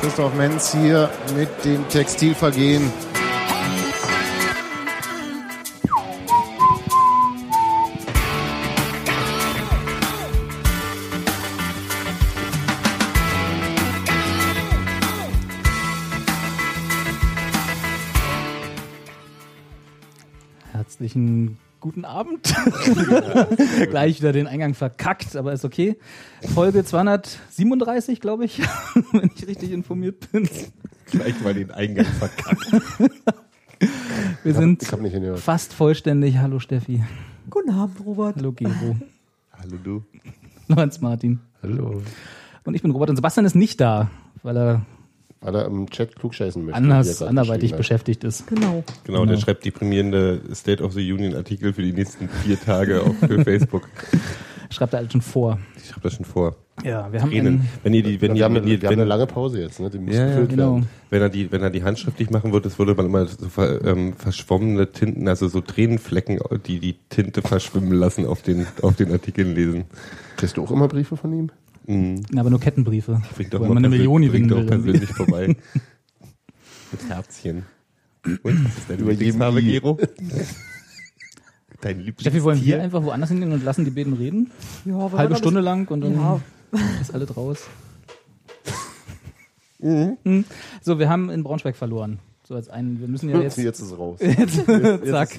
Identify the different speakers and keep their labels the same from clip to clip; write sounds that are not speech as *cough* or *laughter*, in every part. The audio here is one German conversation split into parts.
Speaker 1: Christoph Menz hier mit dem Textilvergehen.
Speaker 2: Herzlichen guten Abend. *laughs* Gleich wieder den Eingang verkackt, aber ist okay. Folge 237, glaube ich, *laughs* wenn ich richtig informiert bin.
Speaker 3: Gleich mal den Eingang verkackt.
Speaker 2: Wir sind
Speaker 1: Ich habe nicht hingehört.
Speaker 2: fast vollständig. Hallo Steffi.
Speaker 4: Guten Abend, Robert.
Speaker 2: Hallo Gero.
Speaker 3: Hallo du.
Speaker 2: Lorenz Martin.
Speaker 1: Hallo.
Speaker 2: Und ich bin Robert und Sebastian ist nicht da, weil er
Speaker 1: Weil er im Chat klugscheißen möchte. wie er
Speaker 2: anders,
Speaker 1: gerade
Speaker 2: anderweitig
Speaker 1: geschrieben
Speaker 2: beschäftigt ist.
Speaker 4: Genau.
Speaker 3: Genau, der schreibt deprimierende State of the Union Artikel für die nächsten vier Tage auf für Facebook.
Speaker 2: Schreibt er halt schon vor.
Speaker 3: Ich schreibe das schon vor.
Speaker 2: Ja, wir haben
Speaker 3: Tränen.
Speaker 2: einen,
Speaker 3: Wenn ihr die, wenn
Speaker 1: hat.
Speaker 3: ihr,
Speaker 1: Wir, haben
Speaker 3: wenn
Speaker 1: eine,
Speaker 3: ihr,
Speaker 1: wir haben eine
Speaker 3: wenn,
Speaker 1: lange Pause jetzt, ne? Die muss
Speaker 3: Ähm, Ja, ja,
Speaker 1: gefüllt
Speaker 2: genau.
Speaker 1: werden.
Speaker 3: wenn er die, wenn er die handschriftlich machen würde, das würde man immer so ver, ähm, verschwommene Tinten, also so Tränenflecken, die die Tinte verschwimmen lassen, auf den, auf den Artikeln lesen.
Speaker 1: Kriegst du auch immer Briefe von ihm?
Speaker 2: na, aber nur Kettenbriefe.
Speaker 3: Bringt
Speaker 2: Wo
Speaker 3: auch
Speaker 2: er immer eine
Speaker 3: persönlich-
Speaker 2: Million gewinnen
Speaker 3: bringt auch
Speaker 2: will.
Speaker 3: persönlich vorbei. *laughs* Mit Herzchen. Und was ist dein
Speaker 1: Über jedem
Speaker 3: Lieblingsfarbe,
Speaker 1: I.
Speaker 3: Gero? *laughs* Dein Lieblingstier?
Speaker 2: Steffi, wollen wir einfach woanders hingehen und lassen die beiden reden?
Speaker 4: Ja, wollen wir
Speaker 2: Halbe
Speaker 4: noch
Speaker 2: Stunde lang und dann
Speaker 4: Ja.
Speaker 2: *laughs* ist alle
Speaker 3: *laughs*
Speaker 2: raus.
Speaker 3: Mhm.
Speaker 2: Hm. So, wir haben in Braunschweig verloren. So als einen, wir müssen ja jetzt.
Speaker 1: Jetzt ist
Speaker 2: *laughs*
Speaker 1: es raus.
Speaker 2: zack,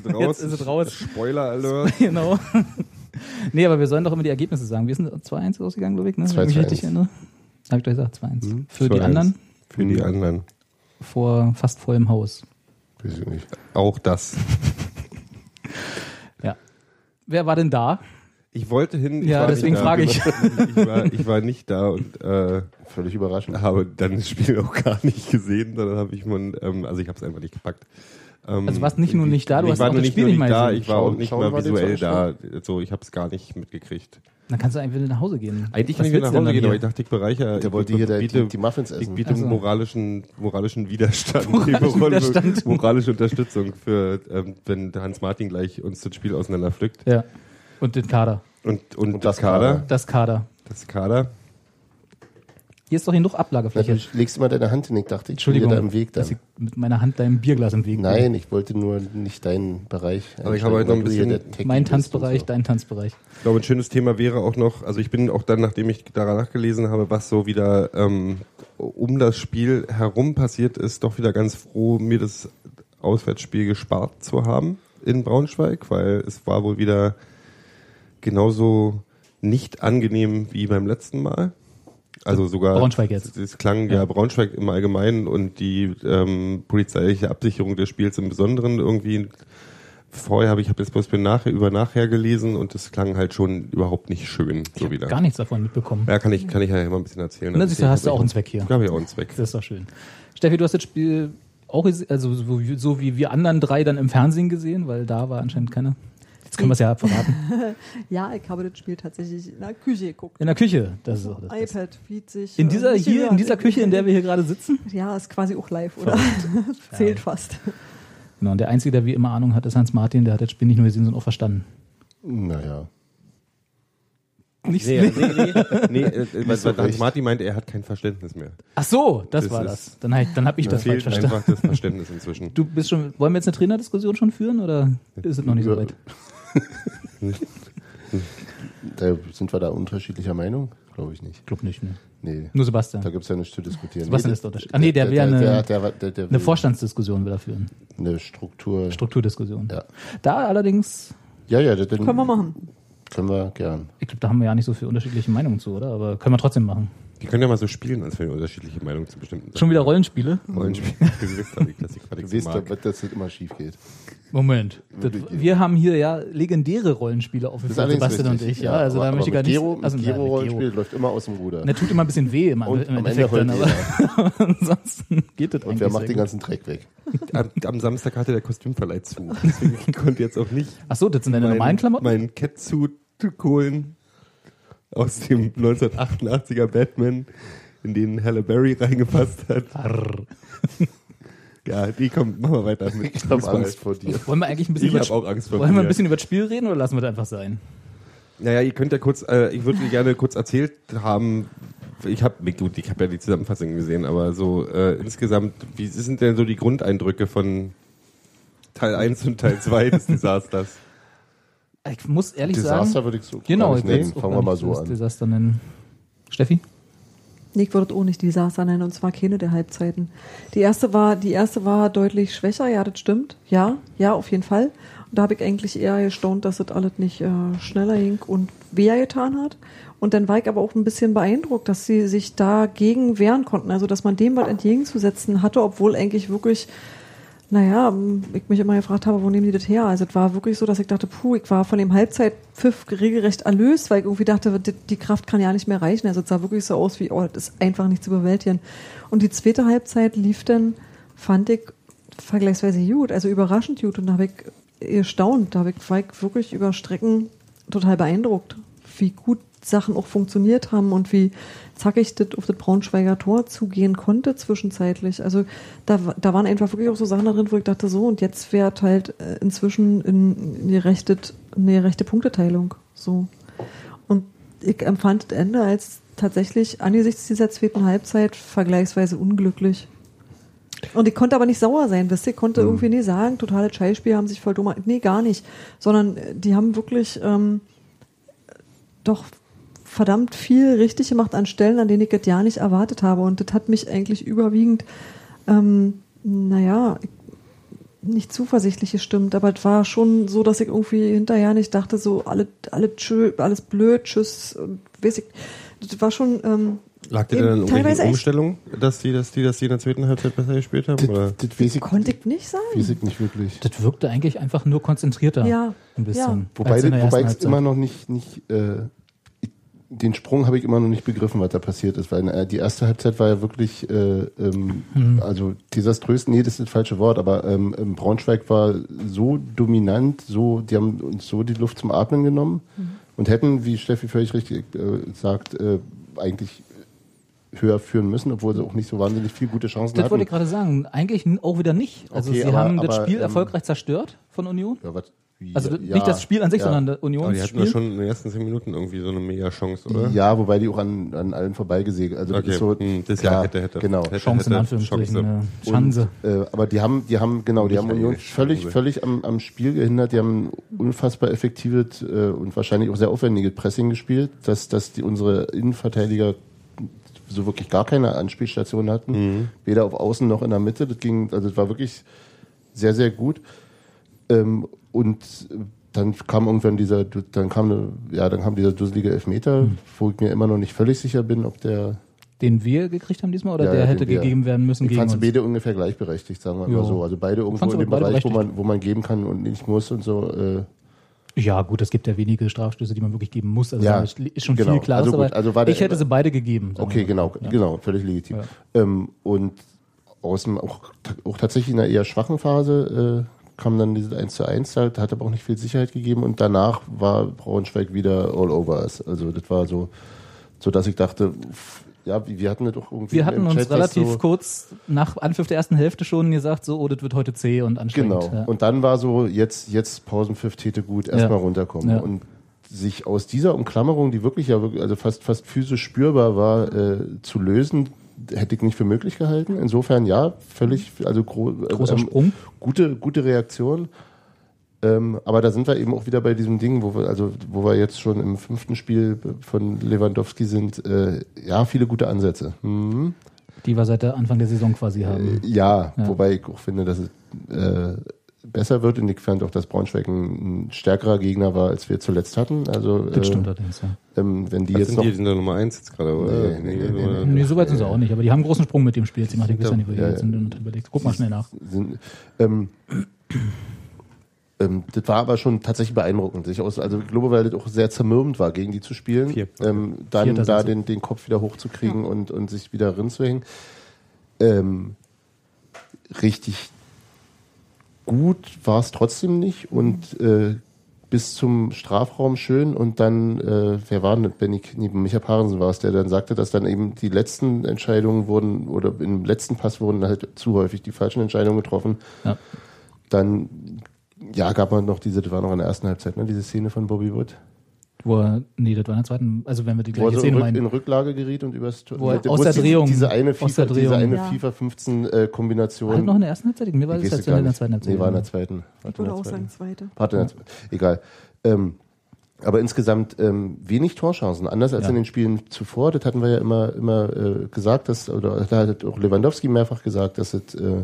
Speaker 3: es
Speaker 2: jetzt
Speaker 3: raus.
Speaker 2: ist es raus. *laughs*
Speaker 3: Spoiler Alert.
Speaker 2: genau. nee, aber wir sollen doch immer die Ergebnisse sagen. Wir sind 2-1 ausgegangen, Ludwig, ne? Wenn ich
Speaker 1: 2-1.
Speaker 2: mich richtig erinnere. Hab ich doch gesagt, 2-1.
Speaker 3: Mhm.
Speaker 2: Für die anderen
Speaker 3: Für die anderen.
Speaker 2: vor fast vollem Haus.
Speaker 1: Weiß ich nicht.
Speaker 3: Auch das.
Speaker 2: Ja. Wer war denn da?
Speaker 3: Ich wollte
Speaker 2: Ja,
Speaker 3: hin. ich war
Speaker 2: deswegen
Speaker 3: nicht da.
Speaker 2: frage ich.
Speaker 3: Ich war, ich war nicht da und äh,
Speaker 1: Völlig überraschend.
Speaker 3: habe dann das Spiel auch gar nicht gesehen. Dann habe ich mal, ähm, also ich habe es einfach nicht gepackt. Ähm,
Speaker 2: Also du warst nicht nur nicht da, du
Speaker 3: ich
Speaker 2: hast
Speaker 3: war
Speaker 2: auch
Speaker 3: nur
Speaker 2: das
Speaker 3: nicht
Speaker 2: Spiel
Speaker 3: nur
Speaker 2: nicht
Speaker 3: nicht
Speaker 2: mal
Speaker 3: da,
Speaker 2: gesehen.
Speaker 3: ich war auch
Speaker 1: Schauen-
Speaker 3: nicht
Speaker 1: schauen
Speaker 3: mal
Speaker 1: wir den
Speaker 3: visuell da. So, ich habe es gar nicht mitgekriegt.
Speaker 2: Dann kannst du eigentlich wieder nach Hause gehen. Was
Speaker 3: Eigentlich kann ich wieder
Speaker 2: willst
Speaker 3: nach
Speaker 2: du denn
Speaker 3: Hause gehen,
Speaker 2: dann
Speaker 3: aber
Speaker 2: hier?
Speaker 3: ich dachte, ich bereichere.
Speaker 1: Der
Speaker 3: ich
Speaker 1: wollte hier die-
Speaker 3: biete,
Speaker 1: die Muffins
Speaker 3: Ich
Speaker 1: essen.
Speaker 3: biete
Speaker 2: Also.
Speaker 3: moralischen, moralischen Widerstand,
Speaker 2: Moralischen
Speaker 3: Moralische-
Speaker 2: Widerstand.
Speaker 3: *laughs* moralische Unterstützung für, ähm, wenn Hans Martin gleich uns das Spiel auseinanderpflückt.
Speaker 2: Ja. Und den Kader.
Speaker 3: Und, und,
Speaker 1: Und das
Speaker 3: das Kader.
Speaker 2: Das Kader.
Speaker 3: Das Kader.
Speaker 2: Hier ist doch genug Ablagefläche.
Speaker 1: Natürlich legst du mal deine Hand hin. Ich dachte, ich bin dir
Speaker 2: Entschuldigung,
Speaker 1: da im Weg
Speaker 2: dass
Speaker 1: dann.
Speaker 2: ich mit meiner Hand deinem Bierglas im Weg bin.
Speaker 1: Nein, ich wollte nur nicht deinen Bereich.
Speaker 3: Aber ich habe heute noch ein bisschen-
Speaker 2: Mein Tanzbereich, dein Tanzbereich.
Speaker 3: Ich glaube, ein schönes Thema wäre auch noch, also ich bin auch dann, nachdem ich danach gelesen habe, was so wieder ähm, um das Spiel herum passiert ist, doch wieder ganz froh, mir das Auswärtsspiel gespart zu haben in Braunschweig, weil es war wohl wieder genauso nicht angenehm wie beim letzten Mal. Also sogar
Speaker 2: Braunschweig jetzt.
Speaker 3: Es klang ja Braunschweig im Allgemeinen und die ähm, polizeiliche Absicherung des Spiels im Besonderen irgendwie vorher habe ich habe das bloß für nachher über nachher gelesen und das klang halt schon überhaupt nicht schön so wieder.
Speaker 2: Gar nichts davon mitbekommen.
Speaker 3: Ja, kann ich kann ich ja immer ein bisschen erzählen.
Speaker 2: Na, siehst du, hast du auch einen Zweck hier.
Speaker 3: Ich habe ja auch einen Zweck.
Speaker 2: Das ist doch schön. Steffi, du hast das Spiel auch, gese- also so, wie- so wie wir anderen drei dann im Fernsehen gesehen, weil da war anscheinend keiner. Jetzt können wir es ja
Speaker 3: *laughs*
Speaker 2: verraten.
Speaker 4: Ja, ich habe das Spiel tatsächlich in der Küche geguckt.
Speaker 2: In der Küche, das ist auch das. Beste.
Speaker 4: iPad, 40.
Speaker 2: In dieser hier, in dieser Küche, in der wir hier gerade sitzen.
Speaker 4: Ja, ist quasi auch live, oder? *laughs* Zählt fast.
Speaker 2: Genau, und der Einzige, der wie immer Ahnung hat, ist Hans Martin, der hat das Spiel nicht nur gesehen, sondern auch verstanden.
Speaker 1: Naja.
Speaker 2: Nichts.
Speaker 3: Nee, nee, *laughs* nee, nee äh, weil,
Speaker 1: so
Speaker 3: weil Hans
Speaker 1: recht.
Speaker 3: Martin meinte, er hat kein Verständnis mehr.
Speaker 2: Ach so, das,
Speaker 3: Das
Speaker 2: war
Speaker 3: ist-
Speaker 2: das. Dann, hab ich- dann habe ich
Speaker 3: Da
Speaker 2: das falsch
Speaker 3: fehlt
Speaker 2: verstanden.
Speaker 3: einfach das Verständnis inzwischen.
Speaker 2: Du bist schon, wollen wir jetzt eine Trainerdiskussion schon führen oder ist es noch nicht so
Speaker 1: Ja.
Speaker 2: weit?
Speaker 1: Da sind wir da unterschiedlicher Meinung? Glaube ich nicht.
Speaker 2: Club nicht, ne?
Speaker 1: Nee.
Speaker 2: Nur
Speaker 1: Da
Speaker 2: Sebastian.
Speaker 1: gibt es ja nichts zu diskutieren.
Speaker 2: Sebastian
Speaker 1: Nee,
Speaker 2: ist der Unterschied. Ah, nee, der will ja
Speaker 1: der,
Speaker 2: eine,
Speaker 1: der, der, der, der
Speaker 2: eine
Speaker 1: will
Speaker 2: Vorstandsdiskussion will er führen.
Speaker 1: eine Struktur.
Speaker 2: Strukturdiskussion.
Speaker 1: Ja.
Speaker 2: Da allerdings,
Speaker 1: ja, ja, das,
Speaker 4: Können wir machen.
Speaker 1: Können wir gern.
Speaker 2: ich glaube, da haben wir ja nicht so viele unterschiedliche Meinungen zu, oder? Aber können wir trotzdem machen.
Speaker 3: Die können ja mal so spielen, als wenn wir unterschiedliche Meinungen zu bestimmten
Speaker 2: Schon wieder Rollenspiele? *laughs*
Speaker 3: Rollenspielen. Du wisst doch, wie Klassiker
Speaker 1: Du
Speaker 3: nichts
Speaker 1: weißt,
Speaker 3: mag.
Speaker 1: dass dass das immer schief geht.
Speaker 2: Moment. Das, wir haben hier ja legendäre Rollenspiele auf
Speaker 1: Das ist allerdings
Speaker 2: Sebastian und
Speaker 1: richtig.
Speaker 2: ich. Ja, also
Speaker 1: aber-
Speaker 2: da
Speaker 1: aber
Speaker 2: möchte ich gar
Speaker 1: mit
Speaker 2: nicht.
Speaker 1: Gero,
Speaker 2: also,
Speaker 1: mit
Speaker 2: na, mit
Speaker 1: Gero Rollenspiel läuft immer aus dem Ruder.
Speaker 2: Ne, tut immer ein bisschen weh im,
Speaker 1: Und
Speaker 2: im
Speaker 1: am Ende
Speaker 2: Endeffekt
Speaker 1: heult
Speaker 2: dann, aber *laughs*
Speaker 1: jeder.
Speaker 2: ansonsten geht das
Speaker 1: Und
Speaker 2: eigentlich
Speaker 1: wer
Speaker 2: sehr
Speaker 1: macht den
Speaker 2: gut.
Speaker 1: ganzen Dreck weg?
Speaker 3: Am, am Samstag hatte der Kostümverleih zu. Deswegen ich konnte jetzt auch nicht
Speaker 2: Ach so, das sind deine normalen Klamotten?
Speaker 3: Mein Catsuit holen aus dem 1988er Batman, in den Halle Berry reingepasst hat.
Speaker 2: Arr.
Speaker 3: Ja, die kommt, machen wir weiter mit
Speaker 1: Ich habe Angst vor dir.
Speaker 2: Wollen wir eigentlich ein bisschen
Speaker 3: Ich
Speaker 2: über
Speaker 3: habe auch Angst vor
Speaker 2: Wollen wir ein
Speaker 3: mir.
Speaker 2: bisschen über das Spiel reden oder lassen wir das einfach sein?
Speaker 3: Naja, ihr könnt ja kurz, äh, ich würde gerne kurz erzählt haben, ich habe gut, ich habe ja die Zusammenfassung gesehen, aber so äh, insgesamt, wie sind denn so die Grundeindrücke von Teil 1 und Teil 2 *laughs* des Desasters?
Speaker 2: Ich muss ehrlich
Speaker 1: Desaster
Speaker 2: sagen.
Speaker 1: würde ich so
Speaker 2: Genau,
Speaker 1: gar nicht
Speaker 2: ich würd's
Speaker 1: nehmen.
Speaker 2: auch
Speaker 1: Fangen
Speaker 2: gar
Speaker 1: wir mal
Speaker 2: nicht
Speaker 1: so
Speaker 2: als
Speaker 1: an.
Speaker 2: Desaster nennen. Steffi?
Speaker 4: Nick würde auch nicht die Saßer nennen, und zwar keine der Halbzeiten. Die erste war, die erste war deutlich schwächer, ja, das stimmt. Ja, ja, auf jeden Fall. Und da habe ich eigentlich eher gestaunt, dass das alles nicht äh, schneller ging und weh getan hat. Und dann war ich aber auch ein bisschen beeindruckt, dass sie sich dagegen wehren konnten. Also, dass man dem was entgegenzusetzen hatte, obwohl eigentlich wirklich naja, ähm, ich mich immer gefragt habe, wo nehmen die das her? Also es war wirklich so, dass ich dachte, puh, ich war von dem Halbzeitpfiff regelrecht erlöst, weil ich irgendwie dachte, die, die Kraft kann ja nicht mehr reichen. Also es sah wirklich so aus wie, oh, das ist einfach nicht zu bewältigen. Und die zweite Halbzeit lief dann, fand ich, vergleichsweise gut, also überraschend gut. Und da habe ich erstaunt, da habe ich, war ich wirklich über Strecken total beeindruckt, wie gut Sachen auch funktioniert haben und wie zackig das auf das Braunschweiger Tor zugehen konnte zwischenzeitlich. Also da, wa- da waren einfach wirklich auch so Sachen darin, wo ich dachte, so und jetzt fährt halt äh, inzwischen in, in die rechte, in die rechte Punkteteilung. So. Und ich empfand das Ende als tatsächlich angesichts dieser zweiten Halbzeit vergleichsweise unglücklich. Und ich konnte aber nicht sauer sein, wisst ihr? Ich
Speaker 3: Mhm.
Speaker 4: konnte irgendwie nie sagen, totale Scheißspiel haben sich voll dumm. Nee, gar nicht. Sondern äh, die haben wirklich ähm, doch verdammt viel richtig gemacht an Stellen, an denen ich das ja nicht erwartet habe. Und das hat mich eigentlich überwiegend, ähm, naja, nicht zuversichtlich gestimmt, aber es war schon so, dass ich irgendwie hinterher nicht dachte, so alle, alle tschö, alles blöd, tschüss, und weiß ich. Das war schon. Ähm,
Speaker 3: Lag dir
Speaker 4: eben
Speaker 3: denn an irgendwelchen
Speaker 4: teilweise echt-
Speaker 3: Umstellungen, dass die, dass die, dass die in der zweiten Halbzeit besser gespielt haben? Oder?
Speaker 1: Das, das weiß ich,
Speaker 4: Konnte ich nicht sagen.
Speaker 1: weiß ich nicht wirklich.
Speaker 2: Das wirkte eigentlich einfach nur konzentrierter.
Speaker 4: Ja,
Speaker 2: Ein bisschen.
Speaker 4: ja.
Speaker 1: Wobei,
Speaker 2: als in der
Speaker 1: wobei
Speaker 2: ersten
Speaker 1: ich
Speaker 2: Halbzeit.
Speaker 1: immer noch nicht, nicht äh, ich- den Sprung habe ich immer noch nicht begriffen, was da passiert ist, weil äh, die erste Halbzeit war ja wirklich, äh, ähm,
Speaker 2: Hm.
Speaker 1: also desaströs, nee, das ist das falsche Wort, aber ähm, ähm, Braunschweig war so dominant, so, die haben uns so die Luft zum Atmen genommen
Speaker 2: Hm.
Speaker 1: und hätten, wie Steffi völlig richtig äh, sagt, äh, eigentlich höher führen müssen, obwohl sie auch nicht so wahnsinnig viele gute Chancen
Speaker 2: Das
Speaker 1: hatten.
Speaker 2: wollte ich gerade sagen. Eigentlich n- auch wieder nicht. Also
Speaker 1: Okay,
Speaker 2: sie
Speaker 1: aber-
Speaker 2: haben das
Speaker 1: aber,
Speaker 2: Spiel
Speaker 1: ähm,
Speaker 2: erfolgreich zerstört von Union.
Speaker 1: ja, was? Ja,
Speaker 2: Also nicht das Spiel an sich,
Speaker 1: ja.
Speaker 2: sondern der
Speaker 3: Aber
Speaker 2: Union.
Speaker 3: die hatten ja schon in den ersten zehn Minuten irgendwie so eine mega Chance, oder?
Speaker 1: Ja, wobei die auch an, an allen vorbeigesegelt. Also das
Speaker 3: Okay,
Speaker 1: ist so,
Speaker 3: hm, das
Speaker 1: klar,
Speaker 3: ja hätte, hätte.
Speaker 1: Genau.
Speaker 3: Hätte,
Speaker 2: Chance in
Speaker 3: hätte,
Speaker 2: Anführungsstrichen.
Speaker 3: Chance.
Speaker 2: Chance. Schanze.
Speaker 1: Und, äh, aber die haben, die haben, genau, die
Speaker 3: Nicht
Speaker 1: haben Union
Speaker 3: eigentlich.
Speaker 1: völlig, völlig am, am Spiel gehindert. Die haben unfassbar effektives äh, und wahrscheinlich auch sehr aufwendiges Pressing gespielt, dass, dass die unsere Innenverteidiger so wirklich gar keine Anspielstation hatten.
Speaker 3: Mhm.
Speaker 1: Weder auf Außen noch in der Mitte. Das ging, also das war wirklich sehr, sehr gut. Ähm, und äh, dann kam irgendwann dieser, du- dann kam eine, ja, dann kam dieser dusselige Elfmeter, wo ich mir immer noch nicht völlig sicher bin, ob der
Speaker 2: Den wir gekriegt haben diesmal oder
Speaker 1: Ja,
Speaker 2: der
Speaker 1: ja,
Speaker 2: hätte
Speaker 1: den wir-
Speaker 2: gegeben werden müssen
Speaker 1: ich
Speaker 2: gegen
Speaker 1: fand
Speaker 2: uns.
Speaker 1: sie beide ungefähr gleichberechtigt, sagen wir
Speaker 2: Ja.
Speaker 1: mal so. Also beide irgendwo
Speaker 2: fand's
Speaker 1: in
Speaker 2: aber
Speaker 1: dem
Speaker 2: beide
Speaker 1: Bereich, wo
Speaker 2: berechtigt.
Speaker 1: man, wo man geben kann und nicht muss und so. Äh,
Speaker 2: Ja, gut, es gibt ja wenige Strafstöße, die man wirklich geben muss. Also
Speaker 1: Ja,
Speaker 2: da ist schon
Speaker 1: genau.
Speaker 2: viel klar.
Speaker 1: Also
Speaker 2: aber
Speaker 1: gut, also war der-
Speaker 2: ich hätte sie beide gegeben. sagen
Speaker 1: okay,
Speaker 2: wir mal.
Speaker 1: genau, genau, völlig legitim. Ähm, und aus dem auch, auch tatsächlich in einer eher schwachen Phase äh, kam dann dieses 1 zu 1 halt, hat aber auch nicht viel Sicherheit gegeben und danach war Braunschweig wieder all over us. Also das war so, so dass ich dachte, pff, ja, wir wir hatten das doch irgendwie
Speaker 2: Wir
Speaker 1: im
Speaker 2: hatten uns
Speaker 1: Chat, dass
Speaker 2: relativ
Speaker 1: so,
Speaker 2: kurz nach Anpfiff der ersten Hälfte schon gesagt, so, oh, das wird heute zäh und anstrengend.
Speaker 1: Genau.
Speaker 2: Ja.
Speaker 1: Und dann war so, jetzt, jetzt Pausenpfiff täte gut, erstmal
Speaker 2: Ja.
Speaker 1: runterkommen.
Speaker 2: Ja.
Speaker 1: Und sich aus dieser Umklammerung, die wirklich ja wirklich, also fast, fast physisch spürbar war, äh, zu lösen, hätte ich nicht für möglich gehalten. Insofern ja, völlig, also gro
Speaker 2: Großer Sprung.
Speaker 1: Gute, gute Reaktion. Ähm, aber da sind wir eben auch wieder bei diesem Ding, wo wir, also, wo wir jetzt schon im fünften Spiel von Lewandowski sind. Äh, ja, viele gute Ansätze. Mhm.
Speaker 2: Die wir seit der Anfang der Saison quasi haben.
Speaker 1: Äh, Ja,
Speaker 2: Ja.
Speaker 1: wobei ich auch finde, dass es äh, besser wird und ich fand auch, dass Braunschweig ein, ein stärkerer Gegner war, als wir zuletzt hatten. Also
Speaker 2: Das
Speaker 1: äh,
Speaker 2: stimmt allerdings, ja.
Speaker 1: ähm, wenn die
Speaker 3: Was
Speaker 1: jetzt
Speaker 3: sind
Speaker 1: noch
Speaker 3: die? Die sind da Nummer 1 jetzt gerade, oder?
Speaker 1: Nee, nee, nee, nee,
Speaker 3: oder-
Speaker 2: Nee, so weit sind sie auch nicht, aber die haben einen großen Sprung mit dem Spiel. Jetzt Ich mache die ja nicht, wo die
Speaker 1: Ja,
Speaker 2: jetzt sind und überlegt. Guck mal schnell nach.
Speaker 1: sind, ähm, ähm, das war aber schon tatsächlich beeindruckend. Sich aus, also ich glaube, weil das auch sehr zermürbend war, gegen die zu spielen,
Speaker 3: Vier.
Speaker 1: ähm, dann
Speaker 2: Vierter sind
Speaker 1: da
Speaker 2: sie.
Speaker 1: den, den Kopf wieder hochzukriegen und, und sich wieder rinzuhängen. Ähm, richtig gut war es trotzdem nicht und
Speaker 2: Mhm.
Speaker 1: äh, bis zum Strafraum schön und dann, äh, wer war denn, das? Benny Knieben, Micha Parensen war es, der dann sagte, dass dann eben die letzten Entscheidungen wurden oder im letzten Pass wurden halt zu häufig die falschen Entscheidungen getroffen.
Speaker 2: Ja.
Speaker 1: Dann, ja, gab man noch diese, das war noch in der ersten Halbzeit, ne, diese Szene von Bobby Wood.
Speaker 2: Wo er, nee, das war in der zweiten, also wenn wir die
Speaker 1: Wo er
Speaker 2: gleiche
Speaker 1: so
Speaker 2: Szene
Speaker 1: in, Rück, in
Speaker 2: meinen.
Speaker 1: Rücklage geriet und übers Tor.
Speaker 2: Wo er
Speaker 1: Mit-
Speaker 2: aus
Speaker 1: wo
Speaker 2: der
Speaker 1: es diese-
Speaker 2: Drehung-
Speaker 1: Diese eine FIFA,
Speaker 2: aus der
Speaker 1: Diese
Speaker 2: Drehung.
Speaker 1: eine
Speaker 4: Ja.
Speaker 1: FIFA 15 äh,
Speaker 2: War das
Speaker 1: Kombination.
Speaker 2: noch in der ersten Halbzeit? Mir war
Speaker 1: Ich
Speaker 2: das
Speaker 1: weiß
Speaker 2: jetzt
Speaker 1: es gar
Speaker 2: in der
Speaker 1: nicht.
Speaker 2: zweiten Halbzeit.
Speaker 1: Nee, war in der zweiten.
Speaker 4: Ich
Speaker 1: Warte, in
Speaker 4: würde
Speaker 1: der
Speaker 4: auch
Speaker 1: zweiten.
Speaker 4: sagen, zweite.
Speaker 1: Warte, jetzt- egal. Ähm, aber insgesamt ähm, wenig Torchancen. Anders als
Speaker 2: Ja.
Speaker 1: in den Spielen zuvor, das hatten wir ja immer, immer äh, gesagt, dass, oder *laughs* da hat auch Lewandowski mehrfach gesagt, dass es äh,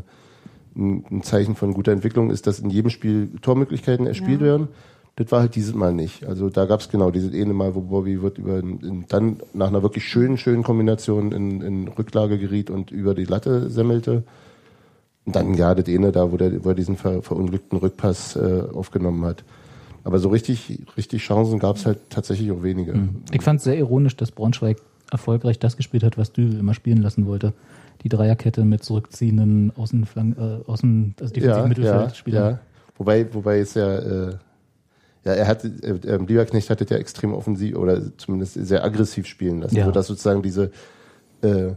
Speaker 1: ein, ein Zeichen von guter Entwicklung ist, dass in jedem Spiel Tormöglichkeiten erspielt
Speaker 4: Ja.
Speaker 1: werden. Das war halt dieses Mal nicht. Also da gab es genau dieses eine Mal, wo Bobby wird über in, dann nach einer wirklich schönen, schönen Kombination in, in Rücklage geriet und über die Latte semmelte. Und dann ja, das eine da, wo, der, wo er diesen ver, verunglückten Rückpass äh, aufgenommen hat. Aber so richtig, richtig Chancen gab es halt tatsächlich auch wenige.
Speaker 2: Ich fand es sehr ironisch, dass Braunschweig erfolgreich das gespielt hat, was Düvel immer spielen lassen wollte. Die Dreierkette mit zurückziehenden Außenflank, äh, Außen, also defensiven Mittelfeldspielern.
Speaker 1: Wobei, wobei es ja, äh, ja, er hatte, äh, ähm, Lieberknecht hatte ja extrem offensiv oder zumindest sehr aggressiv spielen lassen,
Speaker 2: Ja.
Speaker 1: sodass sozusagen diese, äh,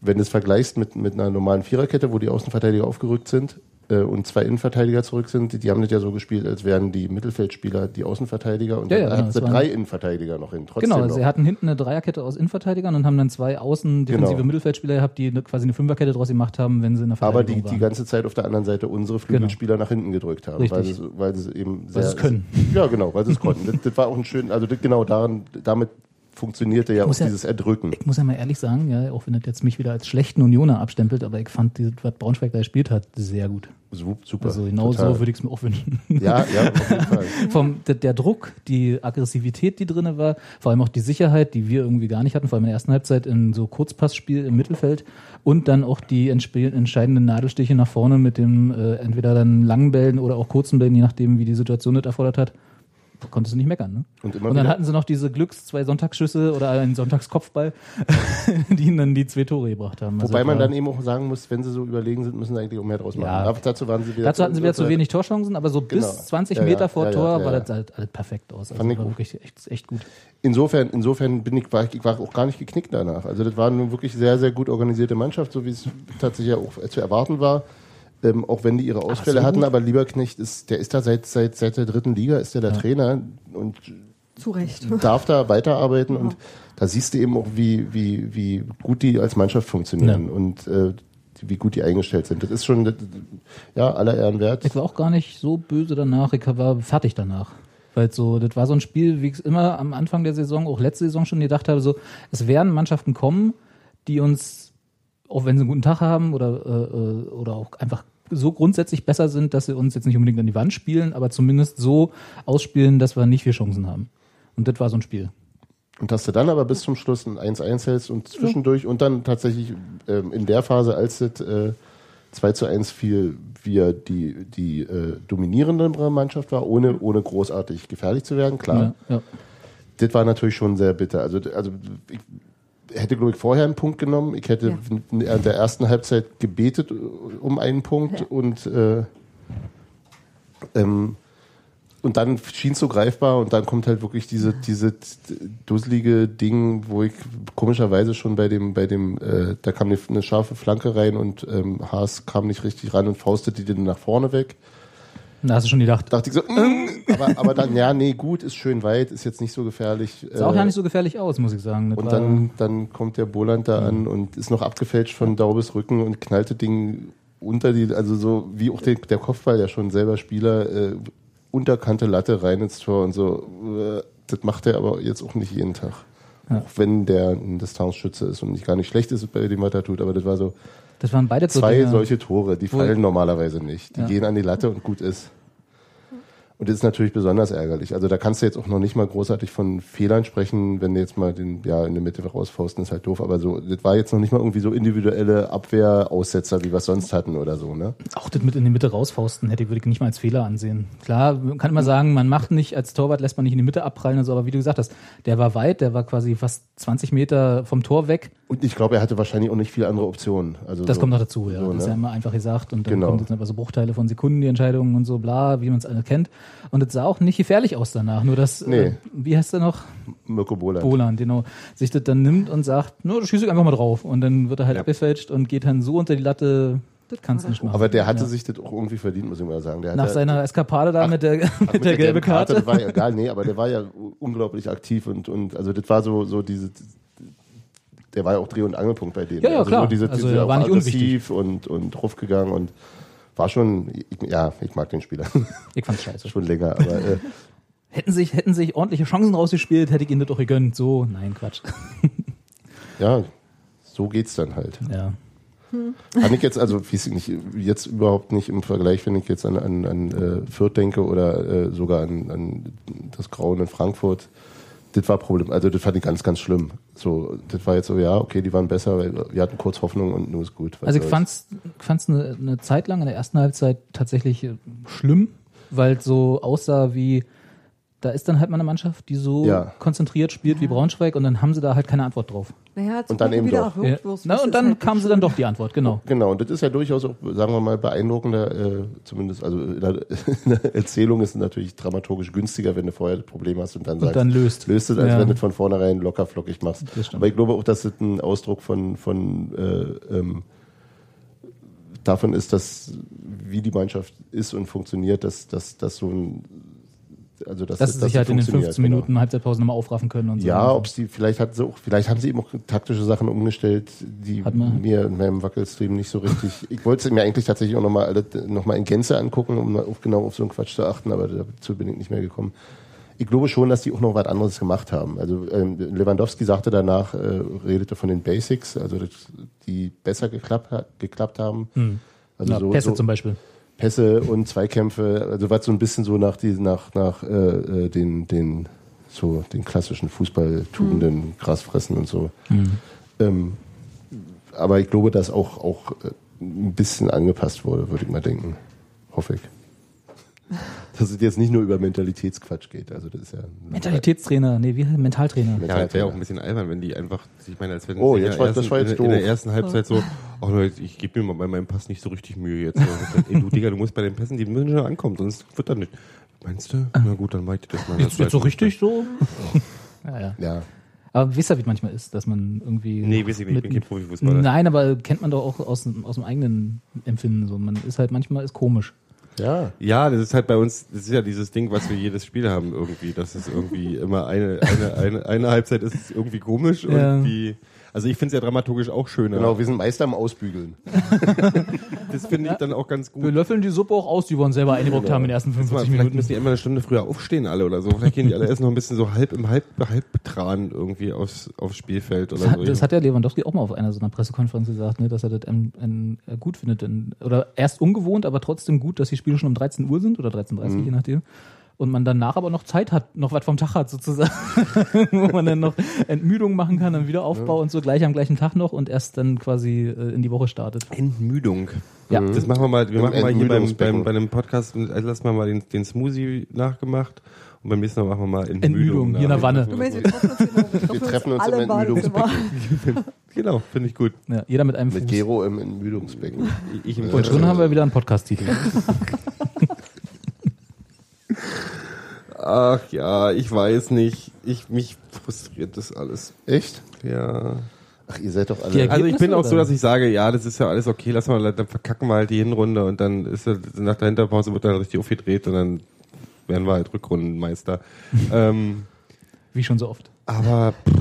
Speaker 1: wenn du es vergleichst mit, mit einer normalen Viererkette, wo die Außenverteidiger aufgerückt sind äh, und zwei Innenverteidiger zurück sind, die, die haben das ja so gespielt, als wären die Mittelfeldspieler die Außenverteidiger und
Speaker 2: Ja,
Speaker 1: dann
Speaker 2: ja,
Speaker 1: hatten
Speaker 2: genau,
Speaker 1: sie
Speaker 2: das waren-
Speaker 1: drei Innenverteidiger noch hin. Trotzdem
Speaker 2: Genau,
Speaker 1: noch.
Speaker 2: also sie hatten hinten eine Dreierkette aus Innenverteidigern und haben dann zwei außen defensive
Speaker 1: Genau.
Speaker 2: Mittelfeldspieler gehabt, die eine, quasi eine Fünferkette draus gemacht haben, wenn sie in der
Speaker 1: aber die,
Speaker 2: Verteidigung
Speaker 1: die
Speaker 2: waren.
Speaker 1: ganze Zeit auf der anderen Seite unsere Flügelspieler nach hinten gedrückt haben, weil
Speaker 2: Genau. Richtig.
Speaker 1: sie, weil sie eben
Speaker 2: Weil sie es können.
Speaker 1: *laughs* Ja, genau, weil sie es konnten. Das, das war auch ein schön, also das, genau daran, damit funktionierte ja auch
Speaker 2: Muss ja-
Speaker 1: dieses Erdrücken.
Speaker 2: Ich muss ja mal ehrlich sagen, ja, auch wenn das jetzt mich wieder als schlechten Unioner abstempelt, aber ich fand, dieses, was Braunschweig da gespielt hat, sehr gut.
Speaker 1: Su- Super.
Speaker 2: Also genau
Speaker 1: total.
Speaker 2: so würde ich es mir auch wünschen.
Speaker 1: Ja, ja,
Speaker 2: *laughs*
Speaker 1: auf jeden Fall.
Speaker 2: Mhm. Vom, der, der Druck, die Aggressivität, die drinne war, vor allem auch die Sicherheit, die wir irgendwie gar nicht hatten, vor allem in der ersten Halbzeit in so Kurzpassspiel im Mittelfeld und dann auch die entspie- entscheidenden Nadelstiche nach vorne mit dem äh, entweder dann langen Bällen oder auch kurzen Bällen, je nachdem, wie die Situation das erfordert hat. Da Konntest du nicht meckern, ne?
Speaker 1: Und immer
Speaker 2: und dann
Speaker 1: wieder-
Speaker 2: hatten sie noch diese Glücks, zwei Sonntagsschüsse oder einen Sonntagskopfball, *laughs* die ihnen dann die zwei Tore gebracht haben. Also
Speaker 1: Wobei man
Speaker 2: war-
Speaker 1: dann eben auch sagen muss, wenn sie so überlegen sind, müssen sie eigentlich auch mehr draus machen.
Speaker 2: Ja.
Speaker 1: Aber Dazu waren sie wieder
Speaker 2: Dazu hatten sie wieder zu
Speaker 1: Zeit.
Speaker 2: wenig Torchancen, aber so
Speaker 1: Genau.
Speaker 2: bis 20
Speaker 1: Ja, ja,
Speaker 2: Meter vor
Speaker 1: ja, ja,
Speaker 2: Tor
Speaker 1: ja,
Speaker 2: war
Speaker 1: ja.
Speaker 2: das halt, halt perfekt aus. Also
Speaker 1: Fand ich
Speaker 2: war
Speaker 1: gut.
Speaker 2: wirklich echt, echt gut.
Speaker 1: Insofern, insofern bin ich, war ich, ich war auch gar nicht geknickt danach. Also das war eine wirklich sehr, sehr gut organisierte Mannschaft, so wie es tatsächlich ja auch zu erwarten war. Ähm, auch wenn die ihre Ausfälle
Speaker 2: so
Speaker 1: hatten,
Speaker 2: gut.
Speaker 1: aber Lieberknecht ist, der ist da seit, seit, seit der dritten Liga, ist der der Trainer und
Speaker 4: Zu Recht.
Speaker 1: darf da weiterarbeiten und da siehst du eben auch, wie, wie, wie gut die als Mannschaft funktionieren und äh, wie gut die eingestellt sind. Das ist schon, das- ja, aller Ehren wert.
Speaker 2: Ich war auch gar nicht so böse danach, ich war fertig danach. Weil so, das war so ein Spiel, wie ich es immer am Anfang der Saison, auch letzte Saison schon gedacht habe, so, es werden Mannschaften kommen, die uns, auch wenn sie einen guten Tag haben oder, äh, äh, oder auch einfach so grundsätzlich besser sind, dass sie uns jetzt nicht unbedingt an die Wand spielen, aber zumindest so ausspielen, dass wir nicht viel Chancen haben. Und das war so ein Spiel.
Speaker 1: Und dass du dann aber bis zum Schluss ein 1-1 hältst und zwischendurch und dann tatsächlich ähm, in der Phase, als es äh, 2 zu 1 fiel, wir die, die äh, dominierende Mannschaft war, ohne, ohne großartig gefährlich zu werden, klar.
Speaker 2: Ja, ja.
Speaker 1: Das war natürlich schon sehr bitter. Also, also ich hätte, glaube ich, vorher einen Punkt genommen. Ich hätte
Speaker 4: Ja.
Speaker 1: in der ersten Halbzeit gebetet äh, um einen Punkt
Speaker 4: Ja.
Speaker 1: und äh, ähm, und dann schien es so greifbar und dann kommt halt wirklich diese, diese dusselige Ding, wo ich komischerweise schon bei dem, bei dem, äh, da kam eine, eine scharfe Flanke rein und ähm, Haas kam nicht richtig ran und faustete die dann nach vorne weg
Speaker 2: Da hast du schon gedacht.
Speaker 1: dachte ich so,
Speaker 4: *laughs*
Speaker 1: mm, aber, aber dann, ja, nee, gut, ist schön weit, ist jetzt nicht so gefährlich.
Speaker 2: Sah auch gar nicht so gefährlich aus, muss ich sagen. Das
Speaker 1: äh, und
Speaker 2: war-
Speaker 1: dann, dann kommt der Boland da an und ist noch abgefälscht von Daubes Rücken und knallt das Ding unter die, also so wie auch der, der Kopfball, der schon selber Spieler, äh, unterkante Latte rein ins Tor und so. Äh, Das macht er aber jetzt auch nicht jeden Tag. Auch wenn der ein Distanzschütze ist und nicht gar nicht schlecht ist bei dem, was er tut, aber das war so
Speaker 2: das waren beide so
Speaker 1: zwei
Speaker 2: Dinge.
Speaker 1: solche Tore, die
Speaker 2: Wo-
Speaker 1: fallen normalerweise nicht. Die
Speaker 2: Ja.
Speaker 1: gehen an die Latte und gut ist. Und das ist natürlich besonders ärgerlich. Also da kannst du jetzt auch noch nicht mal großartig von Fehlern sprechen, wenn du jetzt mal den, ja, in der Mitte rausfausten, ist halt doof, aber so, das war jetzt noch nicht mal irgendwie so individuelle Abwehraussetzer, wie wir es sonst hatten oder so, ne?
Speaker 2: Auch das mit in die Mitte rausfausten hätte ich, würde ich nicht mal als Fehler ansehen. Klar, man kann immer sagen, man macht nicht, als Torwart lässt man nicht in die Mitte abprallen und so, aber wie du gesagt hast, der war weit, der war quasi fast 20 Meter vom Tor weg.
Speaker 1: Und ich glaube, er hatte wahrscheinlich auch nicht viele andere Optionen. Also
Speaker 2: Das
Speaker 1: so,
Speaker 2: kommt noch dazu, ja.
Speaker 1: So,
Speaker 2: Das ist
Speaker 1: ne?
Speaker 2: ja immer einfach gesagt und dann
Speaker 1: Genau.
Speaker 2: kommen jetzt aber so Bruchteile von Sekunden, die Entscheidungen und so, bla, wie man es alle kennt. Und das sah auch nicht gefährlich aus danach, nur dass,
Speaker 1: Nee. Halt.
Speaker 2: äh, wie heißt er noch?
Speaker 1: Mirko Boland.
Speaker 2: Boland, genau, sich das dann nimmt und sagt, nur schieße ich einfach mal drauf. Und dann wird er halt
Speaker 3: Ja.
Speaker 2: abgefälscht und geht dann so unter die Latte,
Speaker 4: Das
Speaker 2: Kann's
Speaker 4: war
Speaker 2: nicht
Speaker 4: schon.
Speaker 2: machen.
Speaker 1: Aber der hatte
Speaker 2: Ja.
Speaker 1: sich das auch irgendwie verdient, muss ich mal sagen. Der hat
Speaker 2: Nach
Speaker 1: ja-
Speaker 2: seiner Eskapade da mit der, mit
Speaker 1: Äh, Ach,
Speaker 2: der, gelben
Speaker 1: gelben
Speaker 2: Karte.
Speaker 1: Das war ja egal, nee, aber der war ja u- unglaublich aktiv und, und also das war so, so diese, der war ja auch Dreh- und Angelpunkt bei denen.
Speaker 2: Ja, ja,
Speaker 1: also
Speaker 2: klar.
Speaker 1: so Diese,
Speaker 2: Also
Speaker 1: diese
Speaker 2: er war
Speaker 1: auch
Speaker 2: nicht
Speaker 1: aggressiv und, und draufgegangen und war schon, ich, ja, ich mag den Spieler *laughs*
Speaker 2: Ich fand's scheiße.
Speaker 1: schon länger, aber äh,
Speaker 2: Hätten sich, hätten sich ordentliche Chancen rausgespielt, hätte ich ihnen das doch gegönnt. So, nein, Quatsch.
Speaker 1: ja, so geht's dann halt.
Speaker 2: Ja.
Speaker 1: Kann ich jetzt, also weiß ich nicht, jetzt überhaupt nicht im Vergleich, wenn ich jetzt an, an, an äh, Fürth denke oder äh, sogar an, an das Grauen in Frankfurt. Das war Problem, also das fand ich ganz, ganz schlimm. So, das war jetzt so, ja, okay, die waren besser, weil wir hatten kurz Hoffnung und nur ist gut. Was
Speaker 2: Also ich
Speaker 1: soll's.
Speaker 2: fand's, ich fand's eine, eine Zeit lang in der ersten Halbzeit tatsächlich äh, schlimm, weil es so aussah wie, da ist dann halt mal eine Mannschaft, die so
Speaker 1: Ja.
Speaker 2: konzentriert spielt wie Braunschweig und dann haben sie da halt keine Antwort drauf.
Speaker 4: *laughs* Naja, jetzt
Speaker 1: Und dann
Speaker 4: gucken
Speaker 1: eben
Speaker 4: wieder
Speaker 1: doch.
Speaker 2: Ja.
Speaker 4: Würstwurst.
Speaker 2: Na,
Speaker 4: Das
Speaker 2: und
Speaker 4: ist
Speaker 2: dann
Speaker 4: halt
Speaker 2: kam sie dann doch die Antwort, genau.
Speaker 1: Genau, und das ist ja durchaus auch, sagen wir mal, beeindruckender, äh, zumindest, also in der, *laughs* in der Erzählung ist es natürlich dramaturgisch günstiger, wenn du vorher das Problem hast und dann sagst,
Speaker 2: dann löst.
Speaker 1: löst es, als
Speaker 2: Ja.
Speaker 1: wenn du es von vornherein locker flockig machst.
Speaker 2: Das stimmt.
Speaker 1: Aber ich glaube auch, dass das ein Ausdruck von, von äh, ähm, davon ist, dass wie die Mannschaft ist und funktioniert, dass, dass, dass so ein also dass,
Speaker 2: Dass sie
Speaker 1: dass
Speaker 2: sich halt in den
Speaker 1: funktioniert,
Speaker 2: 15
Speaker 1: genau.
Speaker 2: Minuten Halbzeitpause nochmal aufraffen können und so.
Speaker 1: Ja, ob sie vielleicht hat sie auch, vielleicht haben sie eben auch taktische Sachen umgestellt, die
Speaker 2: Hat man.
Speaker 1: mir in meinem Wackelstream nicht so richtig. Ich wollte sie mir eigentlich tatsächlich auch nochmal alle nochmal in Gänze angucken, um mal auf, genau auf so einen Quatsch zu achten, aber dazu bin ich nicht mehr gekommen. Ich glaube schon, dass die auch noch was anderes gemacht haben. Also ähm, Lewandowski sagte danach, äh, redete von den Basics, also das, die besser geklappt, ha- geklappt haben. Also
Speaker 2: Na, Hm. Pässe zum Beispiel.
Speaker 1: Pässe und Zweikämpfe, also was so ein bisschen so nach die, nach, nach äh, äh, den, den, so den klassischen Fußballtugenden,
Speaker 3: Mhm.
Speaker 1: Gras fressen und so. Ähm, aber ich glaube, dass auch, auch äh, ein bisschen angepasst wurde, würde ich mal denken. Hoffe ich.
Speaker 3: *laughs*
Speaker 1: Dass es jetzt nicht nur über Mentalitätsquatsch geht. Also das ist ja ein-
Speaker 2: Mentalitätstrainer, nee, wie Mentaltrainer.
Speaker 1: Ja.
Speaker 3: Ja, das wäre auch ein bisschen albern, wenn die einfach, ich meine, als wenn
Speaker 1: Oh,
Speaker 3: sie in
Speaker 1: jetzt
Speaker 3: der
Speaker 1: war- das
Speaker 3: ersten,
Speaker 1: war jetzt
Speaker 3: in, der- in der
Speaker 1: doof.
Speaker 3: ersten Halbzeit so, oh Leute, ich gebe mir mal bei meinem Pass nicht so richtig Mühe jetzt. Ey,
Speaker 1: *laughs*
Speaker 3: du Digga, du musst bei den Pässen, die müssen schon ankommen, sonst wird das nicht. Meinst du?
Speaker 1: Ah.
Speaker 3: Na gut, dann mach ich dir das mal.
Speaker 2: Jetzt, jetzt so richtig so? ja, ja.
Speaker 1: Ja.
Speaker 2: *laughs* Aber wisst ihr, wie es manchmal ist, dass man irgendwie.
Speaker 3: Nee, weiß ich nicht, ich
Speaker 2: mit-
Speaker 3: bin kein Profifußballer.
Speaker 2: Nein, aber kennt man doch auch aus, dem- aus dem eigenen Empfinden so. Man ist halt manchmal ist komisch.
Speaker 1: Ja.
Speaker 3: Ja, das ist halt bei uns, das ist ja dieses Ding, was wir jedes Spiel haben irgendwie, dass es irgendwie immer eine, eine, eine, eine Halbzeit ist es irgendwie komisch
Speaker 2: Ja.
Speaker 3: und die, also ich finde es ja dramaturgisch auch schöner.
Speaker 1: Genau, wir sind Meister am Ausbügeln.
Speaker 3: Das finde ich dann auch ganz gut.
Speaker 2: Wir löffeln die Suppe auch aus, die wir uns selber eingebrockt haben in den ersten
Speaker 3: Genau. Mal,
Speaker 2: 45
Speaker 3: vielleicht
Speaker 2: Minuten.
Speaker 3: müssen die einmal eine Stunde früher aufstehen alle oder so. Vielleicht gehen die alle erst noch ein bisschen so halb im halb, halb Tran irgendwie aufs, aufs Spielfeld oder
Speaker 2: Das hat,
Speaker 3: so.
Speaker 2: das hat ja Lewandowski auch mal auf einer so einer Pressekonferenz gesagt, ne, dass er das ähm, ähm, gut findet. In, oder erst ungewohnt, aber trotzdem gut, dass die Spiele schon um 13 Uhr sind oder 13.30 je nachdem. Und man danach aber noch Zeit hat, noch was vom Tag hat sozusagen, *laughs* wo man dann noch Entmüdung machen kann, dann wieder Aufbau und so gleich am gleichen Tag noch und erst dann quasi äh, in die Woche startet.
Speaker 3: Entmüdung.
Speaker 2: Ja.
Speaker 3: Das machen wir mal, wir
Speaker 1: Mhm.
Speaker 3: machen
Speaker 1: Im
Speaker 3: mal hier beim,
Speaker 1: Entmüdungsbecken.
Speaker 3: beim, bei einem Podcast, lassen wir mal den, den Smoothie nachgemacht und beim nächsten Mal machen wir mal Entmüdung.
Speaker 2: Entmüdung, hier in der
Speaker 3: nach.
Speaker 2: Wanne.
Speaker 4: Du meinst, wir treffen uns immer,
Speaker 1: Wir treffen uns
Speaker 4: alle
Speaker 1: im
Speaker 4: im Badezimmer.
Speaker 3: Genau, finde ich gut.
Speaker 2: Ja, jeder mit einem
Speaker 1: *laughs* Mit
Speaker 2: Fuß.
Speaker 1: Gero im Entmüdungsbecken.
Speaker 3: Ich im
Speaker 2: Und schon haben wir wieder einen Podcast-Titel. ne?
Speaker 3: Ach ja, ich weiß nicht. Ich, mich frustriert das alles.
Speaker 1: Echt?
Speaker 3: Ja.
Speaker 1: Ach, ihr seid doch alle.
Speaker 2: Die Ergebnisse
Speaker 3: Also ich bin auch so,
Speaker 2: oder?
Speaker 3: dass ich sage, ja, das ist ja alles okay, lass mal, dann verkacken wir halt die Hinrunde und dann ist ja- nach der Hinterpause wird dann richtig aufgedreht und dann werden wir halt Rückrundenmeister. ähm,
Speaker 2: Wie schon so oft.
Speaker 3: aber pff,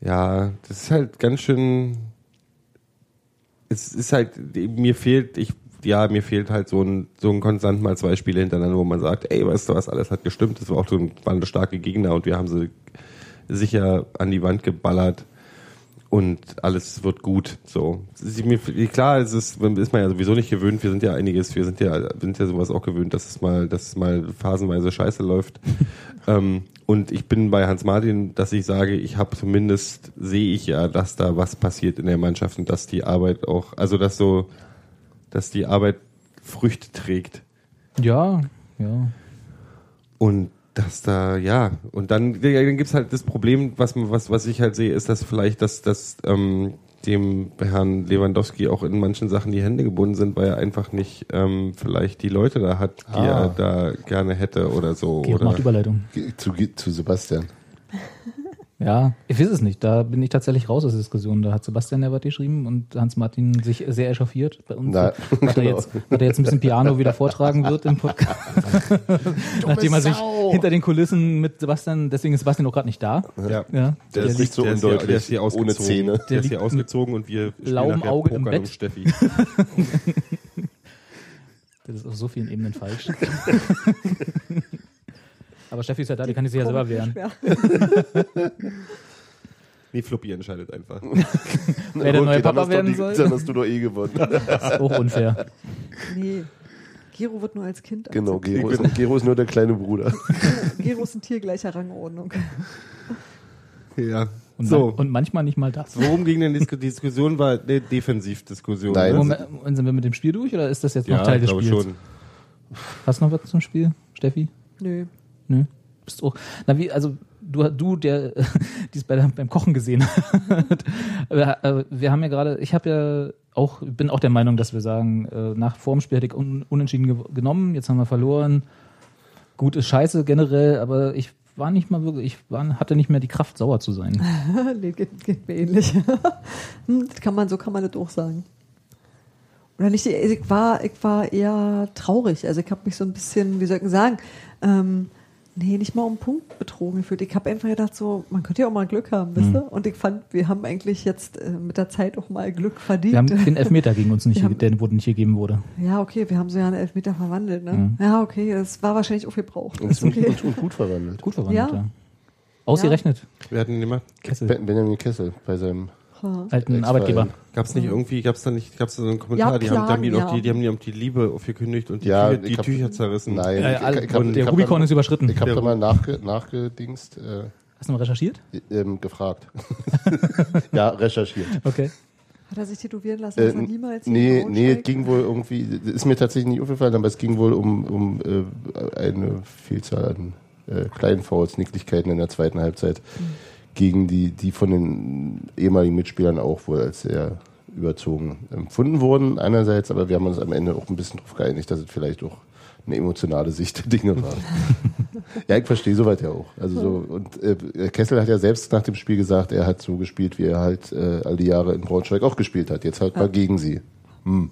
Speaker 3: ja, das ist halt ganz schön. Es ist halt, mir fehlt, ich, ja, mir fehlt halt so ein, so ein konstant mal zwei Spiele hintereinander, wo man sagt, ey, weißt du was, alles hat gestimmt, das war auch so ein, waren starke Gegner und wir haben sie sicher an die Wand geballert und alles wird gut. So Es ist mir, klar, es ist, ist man ja sowieso nicht gewöhnt. Wir sind ja einiges, wir sind ja wir sind ja sowas auch gewöhnt, dass es mal, dass es mal phasenweise Scheiße läuft. ähm, und ich bin bei Hans Martin, dass ich sage, ich habe zumindest sehe ich ja, dass da was passiert in der Mannschaft und dass die Arbeit auch, also dass so, dass die Arbeit Früchte trägt.
Speaker 2: Ja, ja.
Speaker 3: Und dass da, ja, und dann, ja, dann gibt's halt das Problem, was, man- was, was ich halt sehe, ist, dass vielleicht, dass, dass ähm, dem Herrn Lewandowski auch in manchen Sachen die Hände gebunden sind, weil er einfach nicht ähm, vielleicht die Leute da hat, die
Speaker 1: Ah.
Speaker 3: er da gerne hätte oder so.
Speaker 2: Gero
Speaker 3: oder
Speaker 2: macht Überleitung.
Speaker 1: Ge- Zu, Ge- zu Sebastian.
Speaker 2: Ja, ich weiß es nicht. Da bin ich tatsächlich raus aus der Diskussion. Da hat Sebastian der was geschrieben und Hans-Martin sich sehr echauffiert bei uns.
Speaker 1: Na,
Speaker 2: Dass er
Speaker 1: genau.
Speaker 2: jetzt, dass er jetzt ein bisschen Piano wieder vortragen wird im
Speaker 1: *laughs*
Speaker 2: Podcast. Nachdem er sich
Speaker 1: Sau.
Speaker 2: hinter den Kulissen mit Sebastian, deswegen ist Sebastian auch gerade nicht da.
Speaker 3: Ja.
Speaker 2: Ja,
Speaker 1: Der ist nicht so
Speaker 3: der ist hier-
Speaker 1: undeutlich,
Speaker 3: der ist hier
Speaker 1: ohne
Speaker 3: ausgezogen.
Speaker 1: Zähne.
Speaker 3: Der ist
Speaker 2: liegt
Speaker 3: hier ausgezogen und wir spielen
Speaker 2: lauem
Speaker 3: nachher
Speaker 2: Auge im
Speaker 3: Pokern
Speaker 2: Bett.
Speaker 3: um Steffi.
Speaker 1: *laughs*
Speaker 2: Das ist auf so vielen Ebenen falsch. *laughs* Aber Steffi ist ja da, die kann ich sich ja selber wehren.
Speaker 4: Ja.
Speaker 3: Nee, Floppy entscheidet einfach.
Speaker 2: Wer der neue Papa werden soll,
Speaker 1: Dann hast du doch eh gewonnen.
Speaker 2: ist auch unfair.
Speaker 4: Nee. Gero wird nur als Kind
Speaker 1: *laughs* Genau,
Speaker 4: akzeptiert.
Speaker 1: Gero ist, Gero ist nur der kleine Bruder. *laughs*
Speaker 4: Gero ist ein Tier gleicher Rangordnung.
Speaker 3: *laughs*
Speaker 1: Genau.
Speaker 3: ja.
Speaker 2: Und,
Speaker 3: so.
Speaker 2: man, und manchmal nicht mal das.
Speaker 3: Worum ging denn die Disku- die Diskussion? War eine Defensivdiskussion.
Speaker 1: Nein.
Speaker 3: ne?
Speaker 2: Moment, sind wir mit dem Spiel durch oder ist das jetzt noch
Speaker 3: Ja,
Speaker 2: Teil
Speaker 3: ich
Speaker 2: des
Speaker 3: glaube
Speaker 2: Spiels?
Speaker 3: schon.
Speaker 2: Hast du noch was zum Spiel, Steffi?
Speaker 4: Nö.
Speaker 2: Nö. Bist auch. Na, wie, also du, du der *laughs* dies bei, der- beim Kochen gesehen hat. *laughs* Wir, äh, wir haben ja gerade, ich habe ja auch, bin auch der Meinung, dass wir sagen, äh, nach vorm Spiel hätte ich un, unentschieden ge genommen, jetzt haben wir verloren. Gut ist scheiße generell, aber ich war nicht mal wirklich, ich war, hatte nicht mehr die Kraft, sauer zu sein.
Speaker 4: nee, *laughs* geht, geht mir ähnlich. *laughs* Hm, das kann man, so kann man das auch sagen. Oder nicht, also ich war, ich war eher traurig. Also ich habe mich so ein bisschen, wie soll ich denn sagen, ähm, nee, nicht mal um einen Punkt betrogen gefühlt. Ich habe einfach gedacht, so, man könnte ja auch mal Glück haben,
Speaker 1: Mhm.
Speaker 4: wisst ihr? Und ich fand, wir haben eigentlich jetzt äh, mit der Zeit auch mal Glück
Speaker 2: Wir haben
Speaker 4: verdient.
Speaker 2: den Elfmeter gegen uns nicht,
Speaker 4: Ja.
Speaker 2: ge- der wurde nicht gegeben wurde.
Speaker 4: *laughs* ja, okay, wir haben so ja einen Elfmeter verwandelt, ne?
Speaker 1: Mhm.
Speaker 4: Ja, okay, das war wahrscheinlich auch gebraucht.
Speaker 1: Und,
Speaker 4: Ist okay.
Speaker 1: und, und gut verwandelt.
Speaker 2: Gut verwandelt,
Speaker 4: Ja.
Speaker 2: ja. Ausgerechnet,
Speaker 3: Wir hatten immer.
Speaker 2: Kessel,
Speaker 1: Ben- Benjamin Kessel bei seinem.
Speaker 2: alten
Speaker 1: Ex-Verein.
Speaker 2: Arbeitgeber.
Speaker 3: Gab es nicht irgendwie, gab es da nicht, gab es da so einen Kommentar,
Speaker 4: Ja,
Speaker 3: die, haben, die, haben die,
Speaker 4: Klagen,
Speaker 3: noch
Speaker 4: ja.
Speaker 3: die, die haben die noch die Liebe aufgekündigt und die,
Speaker 1: Ja,
Speaker 3: Tücher, die
Speaker 1: ich hab-
Speaker 3: Tücher zerrissen.
Speaker 1: Nein,
Speaker 2: Äh, also,
Speaker 1: ich, ich, hab- ich,
Speaker 2: der
Speaker 1: hab
Speaker 2: Rubikon
Speaker 1: da,
Speaker 2: ist überschritten.
Speaker 1: ich habe
Speaker 3: Der
Speaker 1: da mal nachge, nachgedingst, äh,
Speaker 2: Hast du mal recherchiert?
Speaker 1: ähm, gefragt. ja, recherchiert.
Speaker 2: Okay.
Speaker 4: Hat er sich tätowieren lassen,
Speaker 1: Äh,
Speaker 4: dass er niemals
Speaker 1: nee,
Speaker 4: in den Raum
Speaker 1: nee, es
Speaker 4: steigt?
Speaker 1: ging wohl irgendwie, das ist mir tatsächlich nicht aufgefallen, aber es ging wohl um, um äh, eine Vielzahl an äh, kleinen Fouls, Nicklichkeiten in der zweiten Halbzeit
Speaker 4: Mhm.
Speaker 1: gegen die, die von den ehemaligen Mitspielern auch wohl als sehr überzogen empfunden wurden einerseits, aber wir haben uns am Ende auch ein bisschen darauf geeinigt, dass es vielleicht auch eine emotionale Sicht der Dinge war. ja, ich verstehe soweit ja auch. Also so und äh, Kessel hat ja selbst nach dem Spiel gesagt, er hat so gespielt, wie er halt äh, all die Jahre in Braunschweig auch gespielt hat. Jetzt halt mal gegen sie. Hm.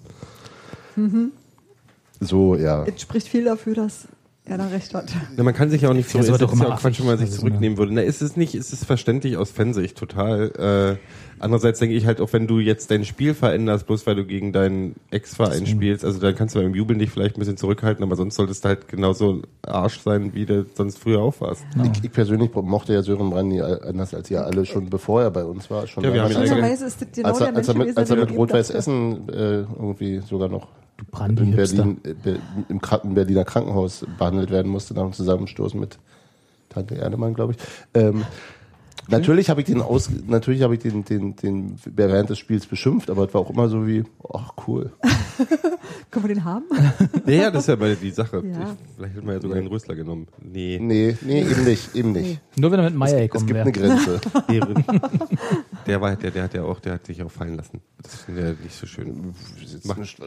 Speaker 1: So ja.
Speaker 4: Es spricht viel dafür, dass er da recht hat.
Speaker 3: Na, man kann sich ja auch nicht so,
Speaker 2: Das
Speaker 3: es
Speaker 2: war
Speaker 3: ist
Speaker 2: doch
Speaker 3: ja
Speaker 2: immer
Speaker 3: auch Quatsch, wenn man sich
Speaker 2: affig.
Speaker 3: zurücknehmen würde. Na, ist es nicht, ist es verständlich aus Fansicht total. Äh, andererseits denke ich halt, auch wenn du jetzt dein Spiel veränderst, bloß weil du gegen deinen Ex-Verein spielst, also dann kannst du beim Jubeln dich vielleicht ein bisschen zurückhalten, aber sonst solltest du halt genauso ein Arsch sein, wie du sonst früher auch warst.
Speaker 1: Ich, ich persönlich mochte ja Sören Brandi anders als ihr alle schon bevor er bei uns war. Schon
Speaker 3: Ja, wir
Speaker 1: damals,
Speaker 3: haben ihn
Speaker 1: als, er-
Speaker 4: Schönerweise ist das genau
Speaker 1: als,
Speaker 4: der
Speaker 1: er,
Speaker 4: Mensch
Speaker 1: als er mit,
Speaker 4: gewesen,
Speaker 1: als er
Speaker 4: der
Speaker 1: mit
Speaker 4: ihm
Speaker 1: Rot-Weiß
Speaker 4: dachte.
Speaker 1: Essen äh, irgendwie sogar noch
Speaker 2: Du
Speaker 1: in
Speaker 2: Brandi-Hipster.
Speaker 1: Berlin, äh, Be- im, Kra- im Berliner Krankenhaus behandelt werden musste nach einem Zusammenstoß mit Tante Ernemann, glaube ich. Ähm, natürlich habe ich den aus, natürlich habe ich den, den, den während des Spiels beschimpft, aber es war auch immer so wie, ach cool.
Speaker 4: Können wir den haben?
Speaker 1: *laughs*
Speaker 3: Naja, das ist *laughs* ja bei die Sache.
Speaker 4: Ja.
Speaker 3: Ich, vielleicht hätten wir ja sogar den Rösler genommen. *laughs* Nee.
Speaker 1: Nee, nee, eben nicht, eben nicht.
Speaker 2: Nur wenn er mit Meier
Speaker 1: Es
Speaker 2: gekommen
Speaker 1: gibt eine
Speaker 2: wäre.
Speaker 1: Grenze.
Speaker 3: Nee, der war der, der hat ja auch, der hat sich auch fallen lassen. Das ist ja nicht so schön. Macht nicht.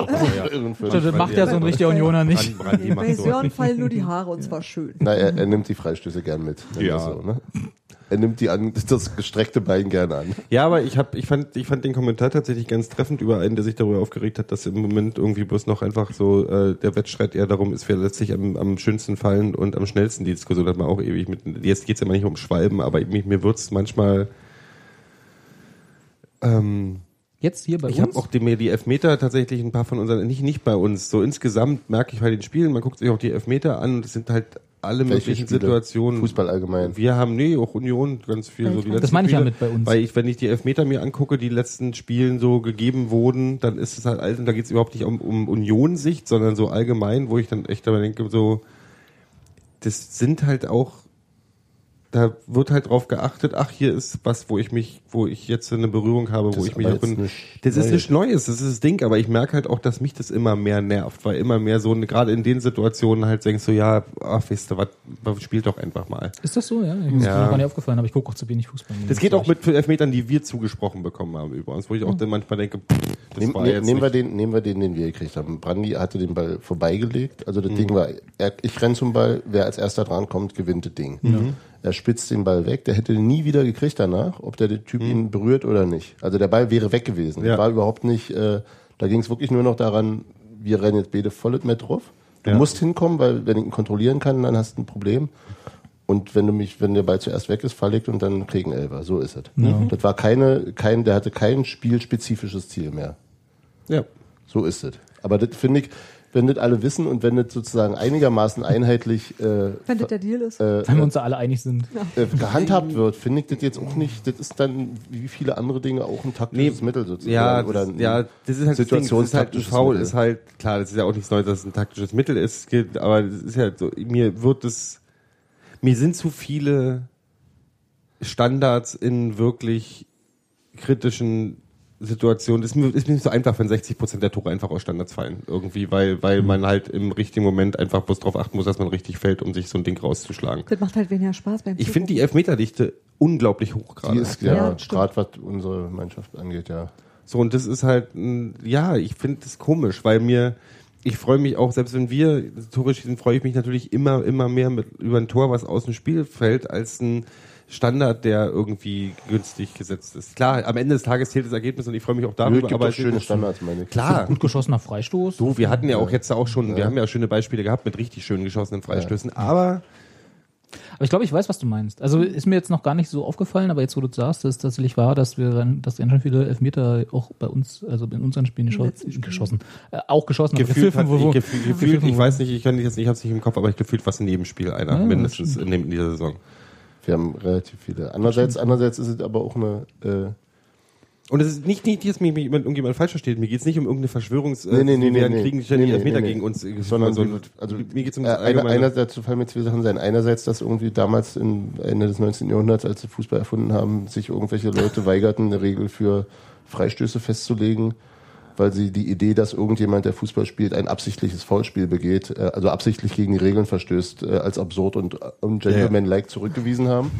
Speaker 3: *laughs*
Speaker 2: Also, Das das macht ja so ein richtiger Unioner nicht.
Speaker 3: Brandi
Speaker 4: Bei
Speaker 3: macht sowas
Speaker 4: Sören
Speaker 3: nicht.
Speaker 4: fallen nur
Speaker 1: *laughs*
Speaker 4: die Haare und zwar schön.
Speaker 1: Na, er, er nimmt die Freistöße gern mit. nennen wir
Speaker 3: Ja.
Speaker 1: So, ne? Er nimmt die an, das gestreckte Bein gern an.
Speaker 3: Ja, aber ich hab, ich fand, ich fand den Kommentar tatsächlich ganz treffend über einen, der sich darüber aufgeregt hat, dass im Moment irgendwie bloß noch einfach so äh, der Wettstreit eher darum ist, wer letztlich am, am schönsten fallen und am schnellsten die Diskussion hat man auch ewig mit. Jetzt geht's ja mal nicht um Schwalben, aber mich, mir wird's manchmal. Ähm,
Speaker 2: Jetzt hier bei
Speaker 3: Ich habe
Speaker 2: uns?
Speaker 3: auch die, mir die Elfmeter tatsächlich ein paar von unseren, nicht, nicht bei uns, so insgesamt merke ich bei den Spielen, man guckt sich auch die Elfmeter an und es sind halt alle
Speaker 1: Welche
Speaker 3: möglichen
Speaker 1: Spiele?
Speaker 3: Situationen.
Speaker 1: Fußball allgemein.
Speaker 3: Wir haben, nee, auch Union ganz viel. So die
Speaker 4: Das
Speaker 3: letzten
Speaker 2: meine ich ja
Speaker 3: Spiele.
Speaker 2: mit bei uns.
Speaker 3: Weil ich, wenn ich die Elfmeter mir angucke, die letzten Spielen so gegeben wurden, dann ist es halt alt und da geht es überhaupt nicht um, um Union-Sicht, sondern so allgemein, wo ich dann echt dabei denke, so, das sind halt auch da wird halt drauf geachtet, ach, hier ist was, wo ich mich, wo ich jetzt eine Berührung habe, wo
Speaker 1: Das
Speaker 3: ich mich
Speaker 1: aber
Speaker 3: auch in,
Speaker 1: jetzt nicht
Speaker 3: Das ist
Speaker 1: neu.
Speaker 3: nicht Neues, das ist das Ding, aber ich merke halt auch, dass mich das immer mehr nervt, weil immer mehr so, eine- gerade in den Situationen halt denkst du, ja, ach, weißt du, was, was spielt doch einfach mal.
Speaker 2: Ist das so? Ja, ich ist mir
Speaker 3: Ja.
Speaker 2: gar nicht aufgefallen, aber ich gucke auch zu wenig Fußball.
Speaker 3: Das geht auch mit Elfmetern, die wir zugesprochen bekommen haben über uns, wo ich auch dann manchmal denke, pff, das
Speaker 1: Mhm. Nehm,
Speaker 3: war
Speaker 1: ne,
Speaker 3: jetzt
Speaker 1: nehmen, wir
Speaker 3: nicht-
Speaker 1: den, nehmen wir den, den wir gekriegt haben. Brandi hatte den Ball
Speaker 3: Mhm.
Speaker 1: vorbeigelegt. Also das Ding war, er, ich renn zum Ball, wer als erster dran kommt, gewinnt das Ding. Er spitzt den Ball weg. Der hätte den nie wieder gekriegt danach, ob der den Typ ihn berührt oder nicht. Also der Ball wäre weg gewesen.
Speaker 3: Mhm. Ja.
Speaker 1: War überhaupt nicht, äh, da ging es wirklich nur noch daran, wir rennen jetzt beide volles mit drauf. Du
Speaker 3: Ja.
Speaker 1: musst hinkommen, weil wenn ich ihn kontrollieren kann, dann hast du ein Problem. Und wenn du mich, wenn der Ball zuerst weg ist, verlegt und dann kriegen Elber. So ist es. Das war keine, kein, der hatte kein spielspezifisches Ziel mehr.
Speaker 3: Ja.
Speaker 1: So ist es. Aber das finde ich, wenn das alle wissen und wenn das sozusagen einigermaßen einheitlich äh,
Speaker 4: Wenn das der Deal ist.
Speaker 1: äh,
Speaker 2: Wenn wir uns da alle einig sind.
Speaker 3: *laughs*
Speaker 1: äh, gehandhabt wird, finde ich das jetzt auch nicht. Das ist dann wie viele andere Dinge auch ein taktisches Mittel sozusagen.
Speaker 3: Ja,
Speaker 1: oder
Speaker 3: das,
Speaker 1: ein-
Speaker 3: ja, das ist halt das Ding. Das ist halt ein
Speaker 1: situationstaktisches
Speaker 3: Foul
Speaker 1: Mittel.
Speaker 3: ist halt klar, das ist ja auch nichts Neues, dass es ein taktisches Mittel ist, Es geht- aber das ist halt so mir wird es mir sind zu viele Standards in wirklich kritischen Situationen. Es ist mir, ist mir nicht so einfach, wenn 60 Prozent der Tore einfach aus Standards fallen irgendwie, weil
Speaker 1: Mhm.
Speaker 3: weil man halt im richtigen Moment einfach bloß drauf achten muss, dass man richtig fällt, um sich so ein Ding rauszuschlagen.
Speaker 4: das macht halt weniger Spaß beim
Speaker 3: Ich finde die Elfmeterdichte unglaublich hoch gerade.
Speaker 1: Die ist ja,
Speaker 4: Ja, stimmt.
Speaker 1: gerade was unsere Mannschaft angeht, ja.
Speaker 3: So, und das ist halt, ein- ja, ich finde das komisch, weil mir, ich freue mich auch, selbst wenn wir Tore schießen, freue ich mich natürlich immer, immer mehr mit, über ein Tor, was aus dem Spiel fällt, als ein Standard, der irgendwie günstig gesetzt ist. Klar, am Ende des Tages zählt das Ergebnis und ich freue mich auch
Speaker 1: Nö, es
Speaker 3: darüber,
Speaker 1: gibt
Speaker 3: aber
Speaker 1: auch
Speaker 3: es-
Speaker 1: schöne Standards, meine ich. *laughs*
Speaker 3: Klar.
Speaker 2: Gut geschossener Freistoß.
Speaker 3: So, wir hatten ja auch jetzt auch schon, wir haben ja schöne Beispiele gehabt mit richtig schön geschossenen Freistößen, aber
Speaker 2: Aber ich glaube, ich weiß, was du meinst. Also ist mir jetzt noch gar nicht so aufgefallen, aber jetzt, wo du es sagst, ist tatsächlich wahr, dass wir, dann- dass ganz schön viele Elfmeter auch bei uns, also in unseren Spielen
Speaker 4: letzten
Speaker 2: geschossen,
Speaker 4: Spielen.
Speaker 2: geschossen äh, auch geschossen. aber
Speaker 3: gefühlt, hat,
Speaker 2: von wo- wo-
Speaker 3: ich, gefühlt, gefühlt, ich weiß nicht, ich kann jetzt nicht, ich hab's nicht im Kopf, aber ich gefühlt was in jedem Spiel einer,
Speaker 2: Ja,
Speaker 3: mindestens in, dem, in dieser Saison.
Speaker 1: Wir haben relativ viele. Andererseits, andererseits ist es aber auch eine, äh,
Speaker 3: Und es ist nicht, nicht dass mich, mich jemand- irgendjemand falsch versteht. Mir geht's nicht um irgendeine Verschwörungs...
Speaker 1: Nee, nee, nee,
Speaker 3: wir
Speaker 1: nee,
Speaker 3: kriegen
Speaker 1: nee.
Speaker 3: ständig
Speaker 1: Nee, nee,
Speaker 3: Elfmeter
Speaker 1: nee, nee.
Speaker 3: gegen uns. äh,
Speaker 1: sondern
Speaker 3: so,
Speaker 1: die, also
Speaker 3: mir geht's um
Speaker 1: äh,
Speaker 3: das
Speaker 1: einer,
Speaker 3: Allgemeine.
Speaker 1: einerseits fallen mir zwei Sachen sein. Einerseits, dass irgendwie damals im Ende des 19. Jahrhunderts, als sie Fußball erfunden haben, sich irgendwelche Leute weigerten, eine Regel für Freistöße festzulegen, weil sie die Idee, dass irgendjemand, der Fußball spielt, ein absichtliches Foulspiel begeht, äh, also absichtlich gegen die Regeln verstößt, äh, als absurd und äh, und gentleman-like zurückgewiesen haben.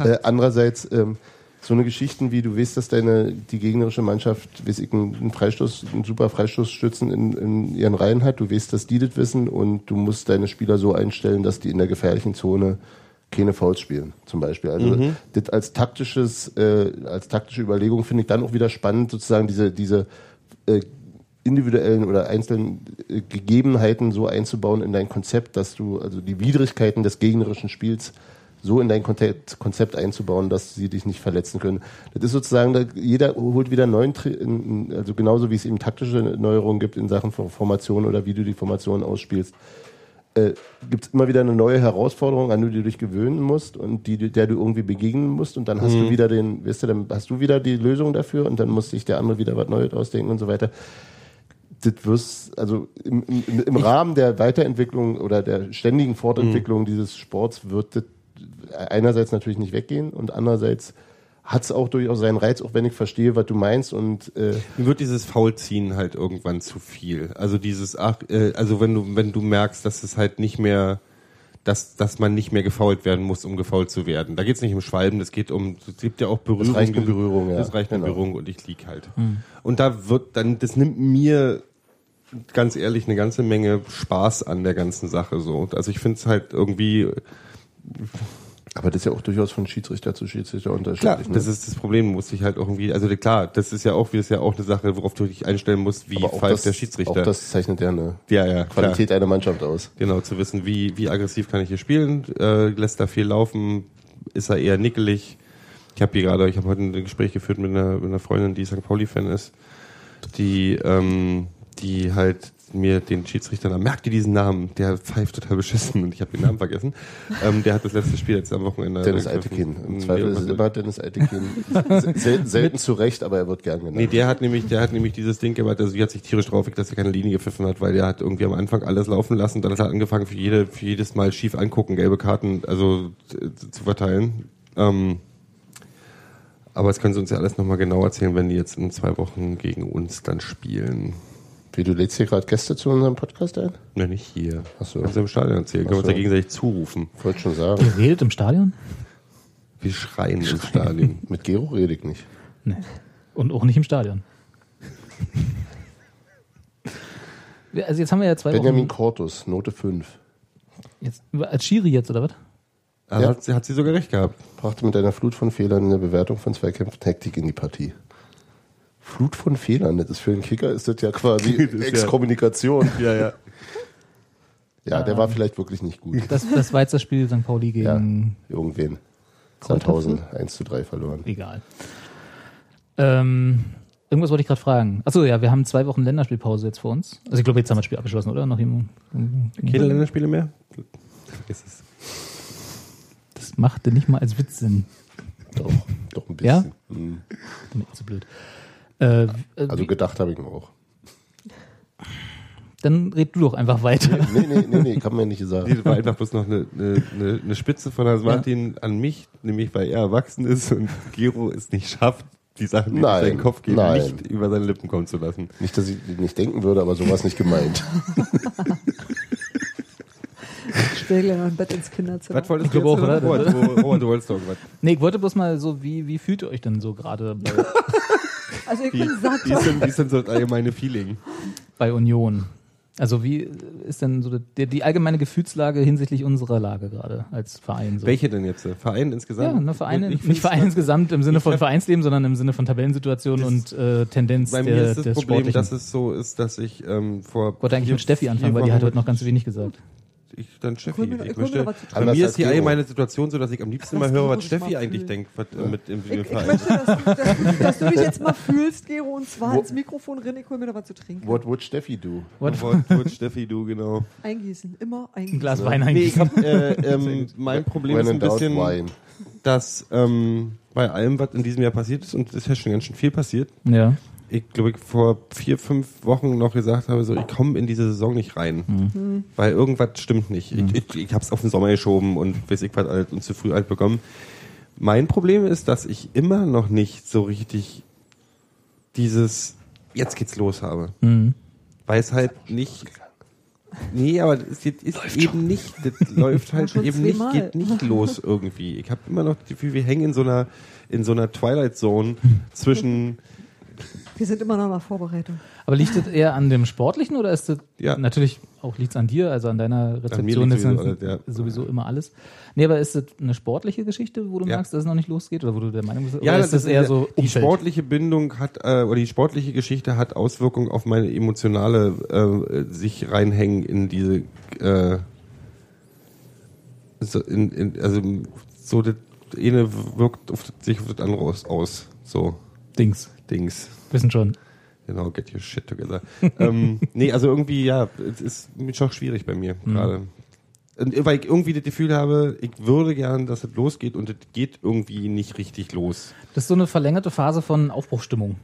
Speaker 1: Äh, andererseits ähm, so eine Geschichten wie du weißt, dass deine die gegnerische Mannschaft, weiß ich, einen Freistoß, einen super Freistoßstützen in, in ihren Reihen hat. Du weißt, dass die das wissen und du musst deine Spieler so einstellen, dass die in der gefährlichen Zone keine Fouls spielen, zum Beispiel. Also das als taktisches, äh, als taktische Überlegung finde ich dann auch wieder spannend, sozusagen diese diese äh, individuellen oder einzelnen äh, Gegebenheiten so einzubauen in dein Konzept, dass du also die Widrigkeiten des gegnerischen Spiels so in dein Konzept, Konzept einzubauen, dass sie dich nicht verletzen können. Das ist sozusagen, da- jeder holt wieder einen neuen, Tri- in- in- also genauso wie es eben taktische Neuerungen gibt in Sachen von Formation oder wie du die Formation ausspielst, äh, gibt es immer wieder eine neue Herausforderung, an die du dich gewöhnen musst und die, du- der du irgendwie begegnen musst und dann hast du wieder den, weißt du, dann hast du wieder die Lösung dafür und dann muss sich der andere wieder was Neues ausdenken und so weiter das wirst, also im, im, im Rahmen der Weiterentwicklung oder der ständigen Fortentwicklung dieses Sports wird das einerseits natürlich nicht weggehen und andererseits hat es auch durchaus seinen Reiz, auch wenn ich verstehe, was du meinst und äh,
Speaker 3: Mir wird dieses Faulziehen halt irgendwann zu viel. Also dieses, ach, äh, also wenn du, wenn du merkst, dass es halt nicht mehr, dass, dass man nicht mehr gefault werden muss, um gefault zu werden. Da geht's nicht um Schwalben, das geht um, es gibt ja auch Berührung.
Speaker 1: reicht eine Berührung, ja.
Speaker 3: Das reicht eine
Speaker 1: Genau.
Speaker 3: Berührung und ich lieg halt. Und da wird dann, das nimmt mir ganz ehrlich eine ganze Menge Spaß an der ganzen Sache so. Also ich finde es halt irgendwie,
Speaker 1: aber das ist ja auch durchaus von Schiedsrichter zu Schiedsrichter
Speaker 3: Klar,
Speaker 1: unterschiedlich. ne?
Speaker 3: das ist das Problem, muss ich halt auch irgendwie, also klar, das ist ja auch, wie ist ja auch eine Sache, worauf du dich einstellen musst, wie
Speaker 1: aber auch
Speaker 3: pfeift
Speaker 1: das,
Speaker 3: der Schiedsrichter.
Speaker 1: auch das zeichnet ja eine
Speaker 3: ja, ja, klar.
Speaker 1: Qualität einer Mannschaft aus.
Speaker 3: Genau, zu wissen, wie, wie aggressiv kann ich hier spielen, äh, lässt er viel laufen, ist er eher nickelig. Ich habe hier gerade, ich habe heute ein Gespräch geführt mit einer, mit einer Freundin, die St. Pauli-Fan ist, die, ähm, die halt mir den Schiedsrichter, da merkt ihr diesen Namen, der pfeift total beschissen und ich habe den Namen vergessen.
Speaker 1: *laughs*
Speaker 3: Ähm, der hat das letzte Spiel jetzt am Wochenende.
Speaker 1: Dennis
Speaker 3: ergriffen.
Speaker 1: Altekin. Im Zweifel ist es
Speaker 3: Nee,
Speaker 1: immer
Speaker 3: *laughs*
Speaker 1: Dennis Altekin. Sel selten zu Recht, aber er wird gern genannt.
Speaker 3: Nee, der hat nämlich, der hat nämlich dieses Ding gemacht, also die hat sich tierisch drauf, dass er keine Linie gepfiffen hat, weil der hat irgendwie am Anfang alles laufen lassen, dann hat er angefangen, für, jede, für jedes Mal schief angucken, gelbe Karten, also äh, zu verteilen. Ähm, aber das können sie uns ja alles nochmal genau erzählen, wenn die jetzt in zwei Wochen gegen uns dann spielen.
Speaker 1: Wie, du lädst hier gerade Gäste zu unserem Podcast ein?
Speaker 3: Na, nicht hier.
Speaker 1: Ach so.
Speaker 3: Kannst du im Stadion erzählen,
Speaker 1: Ach
Speaker 3: können wir uns ja
Speaker 1: so.
Speaker 3: gegenseitig zurufen.
Speaker 1: Wollte schon sagen.
Speaker 2: Ihr redet im Stadion?
Speaker 3: Wir schreien, im Stadion.
Speaker 1: Mit Gero rede ich nicht.
Speaker 2: Nee. Und auch nicht im
Speaker 3: *laughs*
Speaker 2: Stadion. Ja, Also jetzt haben wir ja zwei
Speaker 1: Benjamin
Speaker 2: Wochen.
Speaker 1: Cortus, Note 5.
Speaker 2: Jetzt, als Schiri jetzt, oder was?
Speaker 3: Also
Speaker 1: Ja.
Speaker 3: hat, sie, hat sie sogar recht gehabt.
Speaker 1: brachte mit einer Flut von Fehlern in der Bewertung von Zweikämpfen Hektik in die Partie. Flut von Fehlern, das ist für einen Kicker ist das ja quasi
Speaker 3: *laughs* Das ist ja-
Speaker 1: Exkommunikation.
Speaker 3: Ja, ja.
Speaker 1: *laughs* Ja, der war vielleicht wirklich nicht gut.
Speaker 2: Das, das war jetzt das Spiel St. Pauli
Speaker 1: Ja,
Speaker 2: gegen
Speaker 1: irgendwen.
Speaker 2: Sandhausen.
Speaker 1: Sandhausen 1 zu 3 verloren.
Speaker 2: Egal. Ähm, irgendwas wollte ich gerade fragen. Achso, ja, wir haben zwei Wochen Länderspielpause jetzt vor uns. Also ich glaube, jetzt haben wir das Spiel abgeschlossen, oder? Noch jemand?
Speaker 1: Hm.
Speaker 3: Keine Länderspiele mehr? Vergiss es.
Speaker 2: Das machte nicht mal als Witz Sinn.
Speaker 1: Doch, doch ein
Speaker 2: Ja?
Speaker 1: bisschen. Hm.
Speaker 2: Das ist mir echt zu blöd. Äh, äh,
Speaker 1: Also gedacht habe ich mir auch.
Speaker 2: dann red du doch einfach weiter.
Speaker 1: Nee, nee, nee, nee, kann man nicht sagen.
Speaker 3: Nee, das war einfach bloß noch eine, eine, eine, eine Spitze von Hans Martin an mich, nämlich weil er erwachsen ist und Gero es nicht schafft, die Sachen, die
Speaker 1: Nein,
Speaker 3: durch seinen Kopf gehen,
Speaker 1: nein.
Speaker 3: nicht über seine Lippen kommen zu lassen.
Speaker 1: Nicht, dass ich nicht denken würde, aber so war es nicht gemeint.
Speaker 4: Ich stell gleich mal ein Bett ins Kinderzimmer.
Speaker 3: Was wolltest
Speaker 2: Ich
Speaker 3: du jetzt?
Speaker 2: glaube auch, oder?
Speaker 3: Robert, wo- Robert, du wolltest doch was.
Speaker 2: Nee, ich wollte bloß mal so, wie, wie fühlt ihr euch denn so gerade bei,
Speaker 4: Also ich
Speaker 3: Wie,
Speaker 4: bin satt.
Speaker 3: wie, ist denn, wie ist denn so das allgemeine Feeling?
Speaker 2: bei Union? Also wie ist denn so die, die allgemeine Gefühlslage hinsichtlich unserer Lage gerade als Verein? So?
Speaker 3: Welche denn jetzt? Verein insgesamt?
Speaker 2: Ja, ne, Vereine,
Speaker 3: Ich- ich
Speaker 2: nicht
Speaker 3: find's-
Speaker 2: Vereine insgesamt im Sinne
Speaker 3: ich
Speaker 2: von
Speaker 3: hab-
Speaker 2: Vereinsleben, sondern im Sinne von Tabellensituation und äh, Tendenz
Speaker 3: Bei
Speaker 2: der,
Speaker 3: mir ist das
Speaker 2: des
Speaker 3: Problem,
Speaker 2: Sportlichen.
Speaker 3: dass es so ist, dass ich ähm, vor.
Speaker 2: ich wollte eigentlich
Speaker 3: vier-
Speaker 2: mit Steffi
Speaker 3: vier
Speaker 2: anfangen, weil die
Speaker 3: Wochen
Speaker 2: hat heute noch ganz wenig gesagt.
Speaker 3: Ich, dann Steffi.
Speaker 4: Hol mir-
Speaker 3: Ich
Speaker 4: hol mir
Speaker 3: möchte,
Speaker 4: noch was zu trinken.
Speaker 3: bei
Speaker 1: Anders
Speaker 3: mir
Speaker 1: als
Speaker 3: ist hier
Speaker 1: Gero.
Speaker 3: allgemeine Situation so, dass ich am liebsten mal
Speaker 4: Lass
Speaker 3: höre,
Speaker 4: Gero
Speaker 3: was
Speaker 4: sich mal
Speaker 3: Steffi eigentlich
Speaker 4: fühlen.
Speaker 3: denkt, was, äh, mit im
Speaker 4: Ich, ich
Speaker 3: Verein.
Speaker 4: möchte, dass, du- dass, du- dass du dich jetzt mal fühlst, Gero, und zwar
Speaker 1: Wo-
Speaker 4: ins Mikrofon rein. Ich hol mir da was zu trinken.
Speaker 1: *laughs* What would Steffi do?
Speaker 2: What?
Speaker 3: Wort, Wort, Steffi, du, genau.
Speaker 4: Eingießen, immer
Speaker 2: Ein
Speaker 4: eingießen.
Speaker 2: Glas Wein eigentlich.
Speaker 3: Nee, ich hab, äh, ähm, mein Problem ist ein bisschen,
Speaker 1: wine.
Speaker 3: dass ähm, bei allem, was in diesem Jahr passiert ist, und es ist ja schon ganz schön viel passiert,
Speaker 2: ja.
Speaker 3: ich glaube, ich vor vier, fünf Wochen noch gesagt habe, so, ich komme in diese Saison nicht rein.
Speaker 4: Mhm.
Speaker 3: Weil irgendwas stimmt nicht. Ich, ich, ich habe es auf den Sommer geschoben und weiß ich was alt und zu früh alt bekommen. Mein Problem ist, dass ich immer noch nicht so richtig dieses Jetzt geht's los habe.
Speaker 2: Mhm.
Speaker 3: Weil es halt nicht. Nee, aber es geht- ist eben nicht, das läuft halt
Speaker 4: *laughs* Schon
Speaker 3: eben nicht,
Speaker 4: zweimal.
Speaker 3: geht nicht los irgendwie. Ich habe immer noch das Gefühl, wir hängen in so einer, in so einer Twilight Zone zwischen,
Speaker 4: Wir sind immer noch mal Vorbereitung.
Speaker 2: Aber liegt das eher an dem Sportlichen oder ist das
Speaker 3: Ja.
Speaker 2: natürlich auch liegt an dir, also an deiner Rezeption
Speaker 3: liegt's
Speaker 2: des
Speaker 3: sowieso
Speaker 2: Ganzen,
Speaker 3: alles, ja.
Speaker 2: sowieso immer alles. Nee, aber ist das eine sportliche Geschichte, wo du
Speaker 3: Ja.
Speaker 2: merkst, dass es noch nicht losgeht oder wo du der Meinung bist,
Speaker 3: Ja, um
Speaker 2: oder
Speaker 3: das, ist eher so. Die
Speaker 2: Umfeld?
Speaker 3: sportliche Bindung hat äh, oder die sportliche Geschichte hat Auswirkungen auf meine emotionale äh, sich reinhängen in diese äh, so in, in, also so das eine wirkt auf, das- sich auf das andere aus, aus so
Speaker 2: Dings,
Speaker 3: Dings.
Speaker 2: wissen schon.
Speaker 3: Genau, get your shit *laughs* together. ähm, nee, also irgendwie, ja, es ist mir schon schwierig bei mir gerade. Und äh, Weil ich irgendwie das Gefühl habe, ich würde gern, dass es losgeht und es geht irgendwie nicht richtig los.
Speaker 2: Das ist so eine verlängerte Phase von Aufbruchstimmung,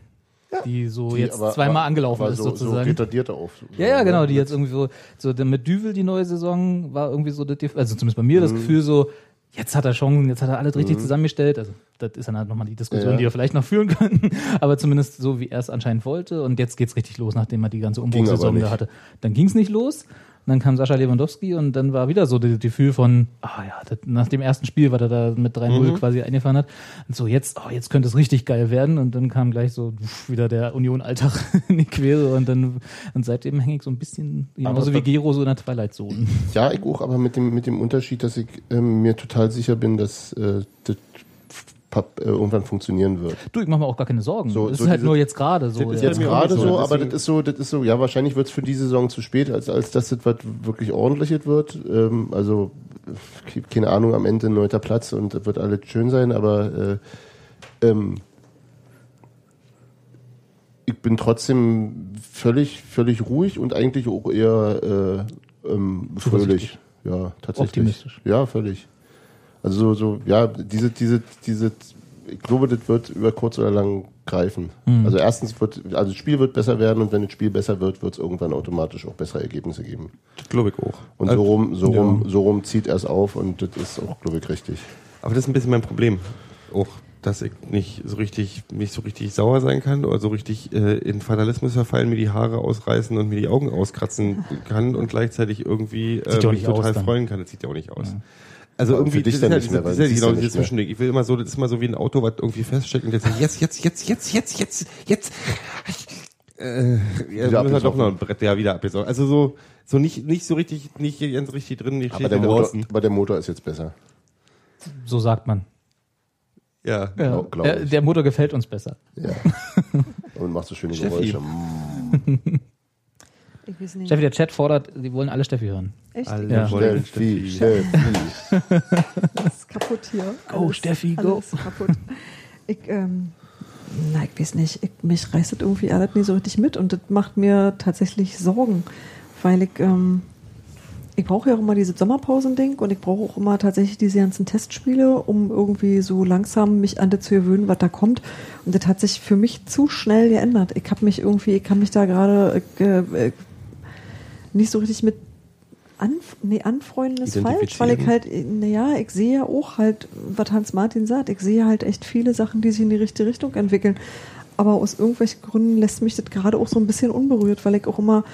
Speaker 2: die so
Speaker 1: Die
Speaker 2: jetzt
Speaker 1: aber-
Speaker 2: zweimal
Speaker 1: aber-
Speaker 2: angelaufen
Speaker 1: aber
Speaker 2: ist
Speaker 1: so, So
Speaker 2: sozusagen.
Speaker 1: retardiert auf. So,
Speaker 2: ja, ja,
Speaker 1: ne?
Speaker 2: genau, die jetzt irgendwie so, so der- mit Düvel die neue Saison war irgendwie so, das, Gef- also zumindest bei mir
Speaker 1: Mhm.
Speaker 2: das Gefühl so, jetzt hat er Chancen, jetzt hat er alles richtig zusammengestellt. Also das ist dann halt nochmal die Diskussion,
Speaker 1: Ja.
Speaker 2: die wir vielleicht noch führen *laughs* könnten, aber zumindest so, wie er es anscheinend wollte. Und jetzt geht's richtig los, nachdem er die ganze
Speaker 1: aber
Speaker 2: Umbruchsaison
Speaker 1: nicht.
Speaker 2: da hatte. Dann ging's nicht los. Und dann kam Sascha Lewandowski und dann war wieder so das Gefühl von, ah ja, das, nach dem ersten Spiel, was er da mit
Speaker 1: Mhm.
Speaker 2: 3-0 quasi eingefahren hat. Und so, jetzt, oh, jetzt könnte es richtig geil werden. Und dann kam gleich so pff, wieder der Union-Alltag *laughs* in die Quere. Und dann, und seitdem hänge ich so ein bisschen, genauso
Speaker 1: Aber-
Speaker 2: wie Gero, so in der
Speaker 1: *laughs*
Speaker 2: Twilight-Zone.
Speaker 1: Ja, ich auch, aber mit dem, mit dem Unterschied, dass ich ähm, mir total sicher bin, dass äh, das Papp, äh, irgendwann funktionieren wird.
Speaker 2: Du, ich mache mir auch gar keine Sorgen.
Speaker 1: So-
Speaker 2: es
Speaker 1: so
Speaker 2: ist halt
Speaker 1: diese-
Speaker 2: nur jetzt gerade so.
Speaker 3: Das ist
Speaker 2: ja.
Speaker 1: Jetzt
Speaker 3: mir auch
Speaker 1: gerade
Speaker 3: so,
Speaker 1: so, aber
Speaker 3: deswegen-
Speaker 1: das ist so, das ist so, ja, wahrscheinlich wird es für die Saison zu spät, als, als dass das was wirklich ordentliches wird. Ähm, also, ke- keine Ahnung, am Ende neunter Platz und das wird alles schön sein, aber äh, ähm, ich bin trotzdem völlig, völlig ruhig und eigentlich auch eher äh, ähm, fröhlich. Ja, tatsächlich.
Speaker 2: Optimistisch.
Speaker 1: Ja, völlig. Also so, so ja, diese, diese, diese, ich glaube, das wird über kurz oder lang greifen. Also erstens wird, also das Spiel wird besser werden und wenn das Spiel besser wird, wird es irgendwann automatisch auch bessere Ergebnisse geben.
Speaker 3: Das glaube ich auch.
Speaker 1: Und so
Speaker 3: also,
Speaker 1: rum, so
Speaker 3: ja.
Speaker 1: rum, so rum zieht er es auf und das ist auch, glaube ich, richtig.
Speaker 3: aber das ist ein bisschen mein Problem. Auch, dass ich nicht so richtig, nicht so richtig sauer sein kann oder so richtig äh, in Fatalismus verfallen, mir die Haare ausreißen und mir die Augen auskratzen kann und gleichzeitig irgendwie äh,
Speaker 2: Sieht ja auch
Speaker 3: mich
Speaker 2: nicht aus
Speaker 3: total
Speaker 2: dann.
Speaker 3: freuen kann. Das sieht ja auch nicht aus. Also
Speaker 1: Aber
Speaker 3: irgendwie
Speaker 1: für dich
Speaker 3: das
Speaker 1: dann
Speaker 3: ist ja
Speaker 1: nicht
Speaker 3: diese-
Speaker 1: mehr, weil
Speaker 3: das ist
Speaker 1: du
Speaker 3: ja
Speaker 1: siehst
Speaker 3: genau
Speaker 1: ja
Speaker 3: dieses
Speaker 1: nicht mehr.
Speaker 3: Zwischending. Ich will immer so, das ist immer so wie ein Auto, was irgendwie feststeckt und jetzt jetzt, jetzt, jetzt, jetzt, jetzt, jetzt, jetzt. Äh, ja, müssen wir doch
Speaker 1: abgesoffen.
Speaker 3: noch ein Brett, ja, wieder abgesoffen. Also so, so nicht, nicht so richtig, nicht ganz richtig drin, nicht
Speaker 1: Aber der,
Speaker 3: richtig
Speaker 1: Motor,
Speaker 3: draußen.
Speaker 1: aber der Motor ist jetzt besser.
Speaker 2: So sagt man.
Speaker 3: Ja.
Speaker 2: Ja.
Speaker 1: Glaub- glaub
Speaker 2: der,
Speaker 1: ich.
Speaker 2: der Motor gefällt uns besser.
Speaker 1: Ja. Und macht so schöne
Speaker 3: Steffi.
Speaker 1: Geräusche. Mm.
Speaker 4: Ich weiß nicht.
Speaker 2: Steffi, der Chat fordert, die wollen alle Steffi
Speaker 1: *laughs*
Speaker 2: hören.
Speaker 4: Echt?
Speaker 3: Alle
Speaker 2: Ja.
Speaker 3: wollen
Speaker 1: Steffi,
Speaker 3: Steffi.
Speaker 1: Steffi.
Speaker 4: Alles kaputt hier.
Speaker 2: Go,
Speaker 4: alles,
Speaker 2: Steffi, go.
Speaker 4: alles kaputt. Ich, ähm, na, ich weiß nicht, ich, mich reißt das irgendwie alles nicht so richtig mit und das macht mir tatsächlich Sorgen, weil ich, ähm, ich brauche ja auch immer dieses Sommerpausending und ich brauche auch immer tatsächlich diese ganzen Testspiele, um irgendwie so langsam mich an das zu gewöhnen, was da kommt. Und das hat sich für mich zu schnell geändert. Ich habe mich irgendwie, ich kann mich da gerade ich, äh, äh, nicht so richtig mit anf nee, anfreunden ist falsch, weil ich
Speaker 3: Identifizieren.
Speaker 4: halt, äh, naja, ich sehe ja auch halt, was Hans Martin sagt, ich sehe halt echt viele Sachen, die sich in die richtige Richtung entwickeln. Aber aus irgendwelchen Gründen lässt mich das gerade auch so ein bisschen unberührt, weil ich auch immer,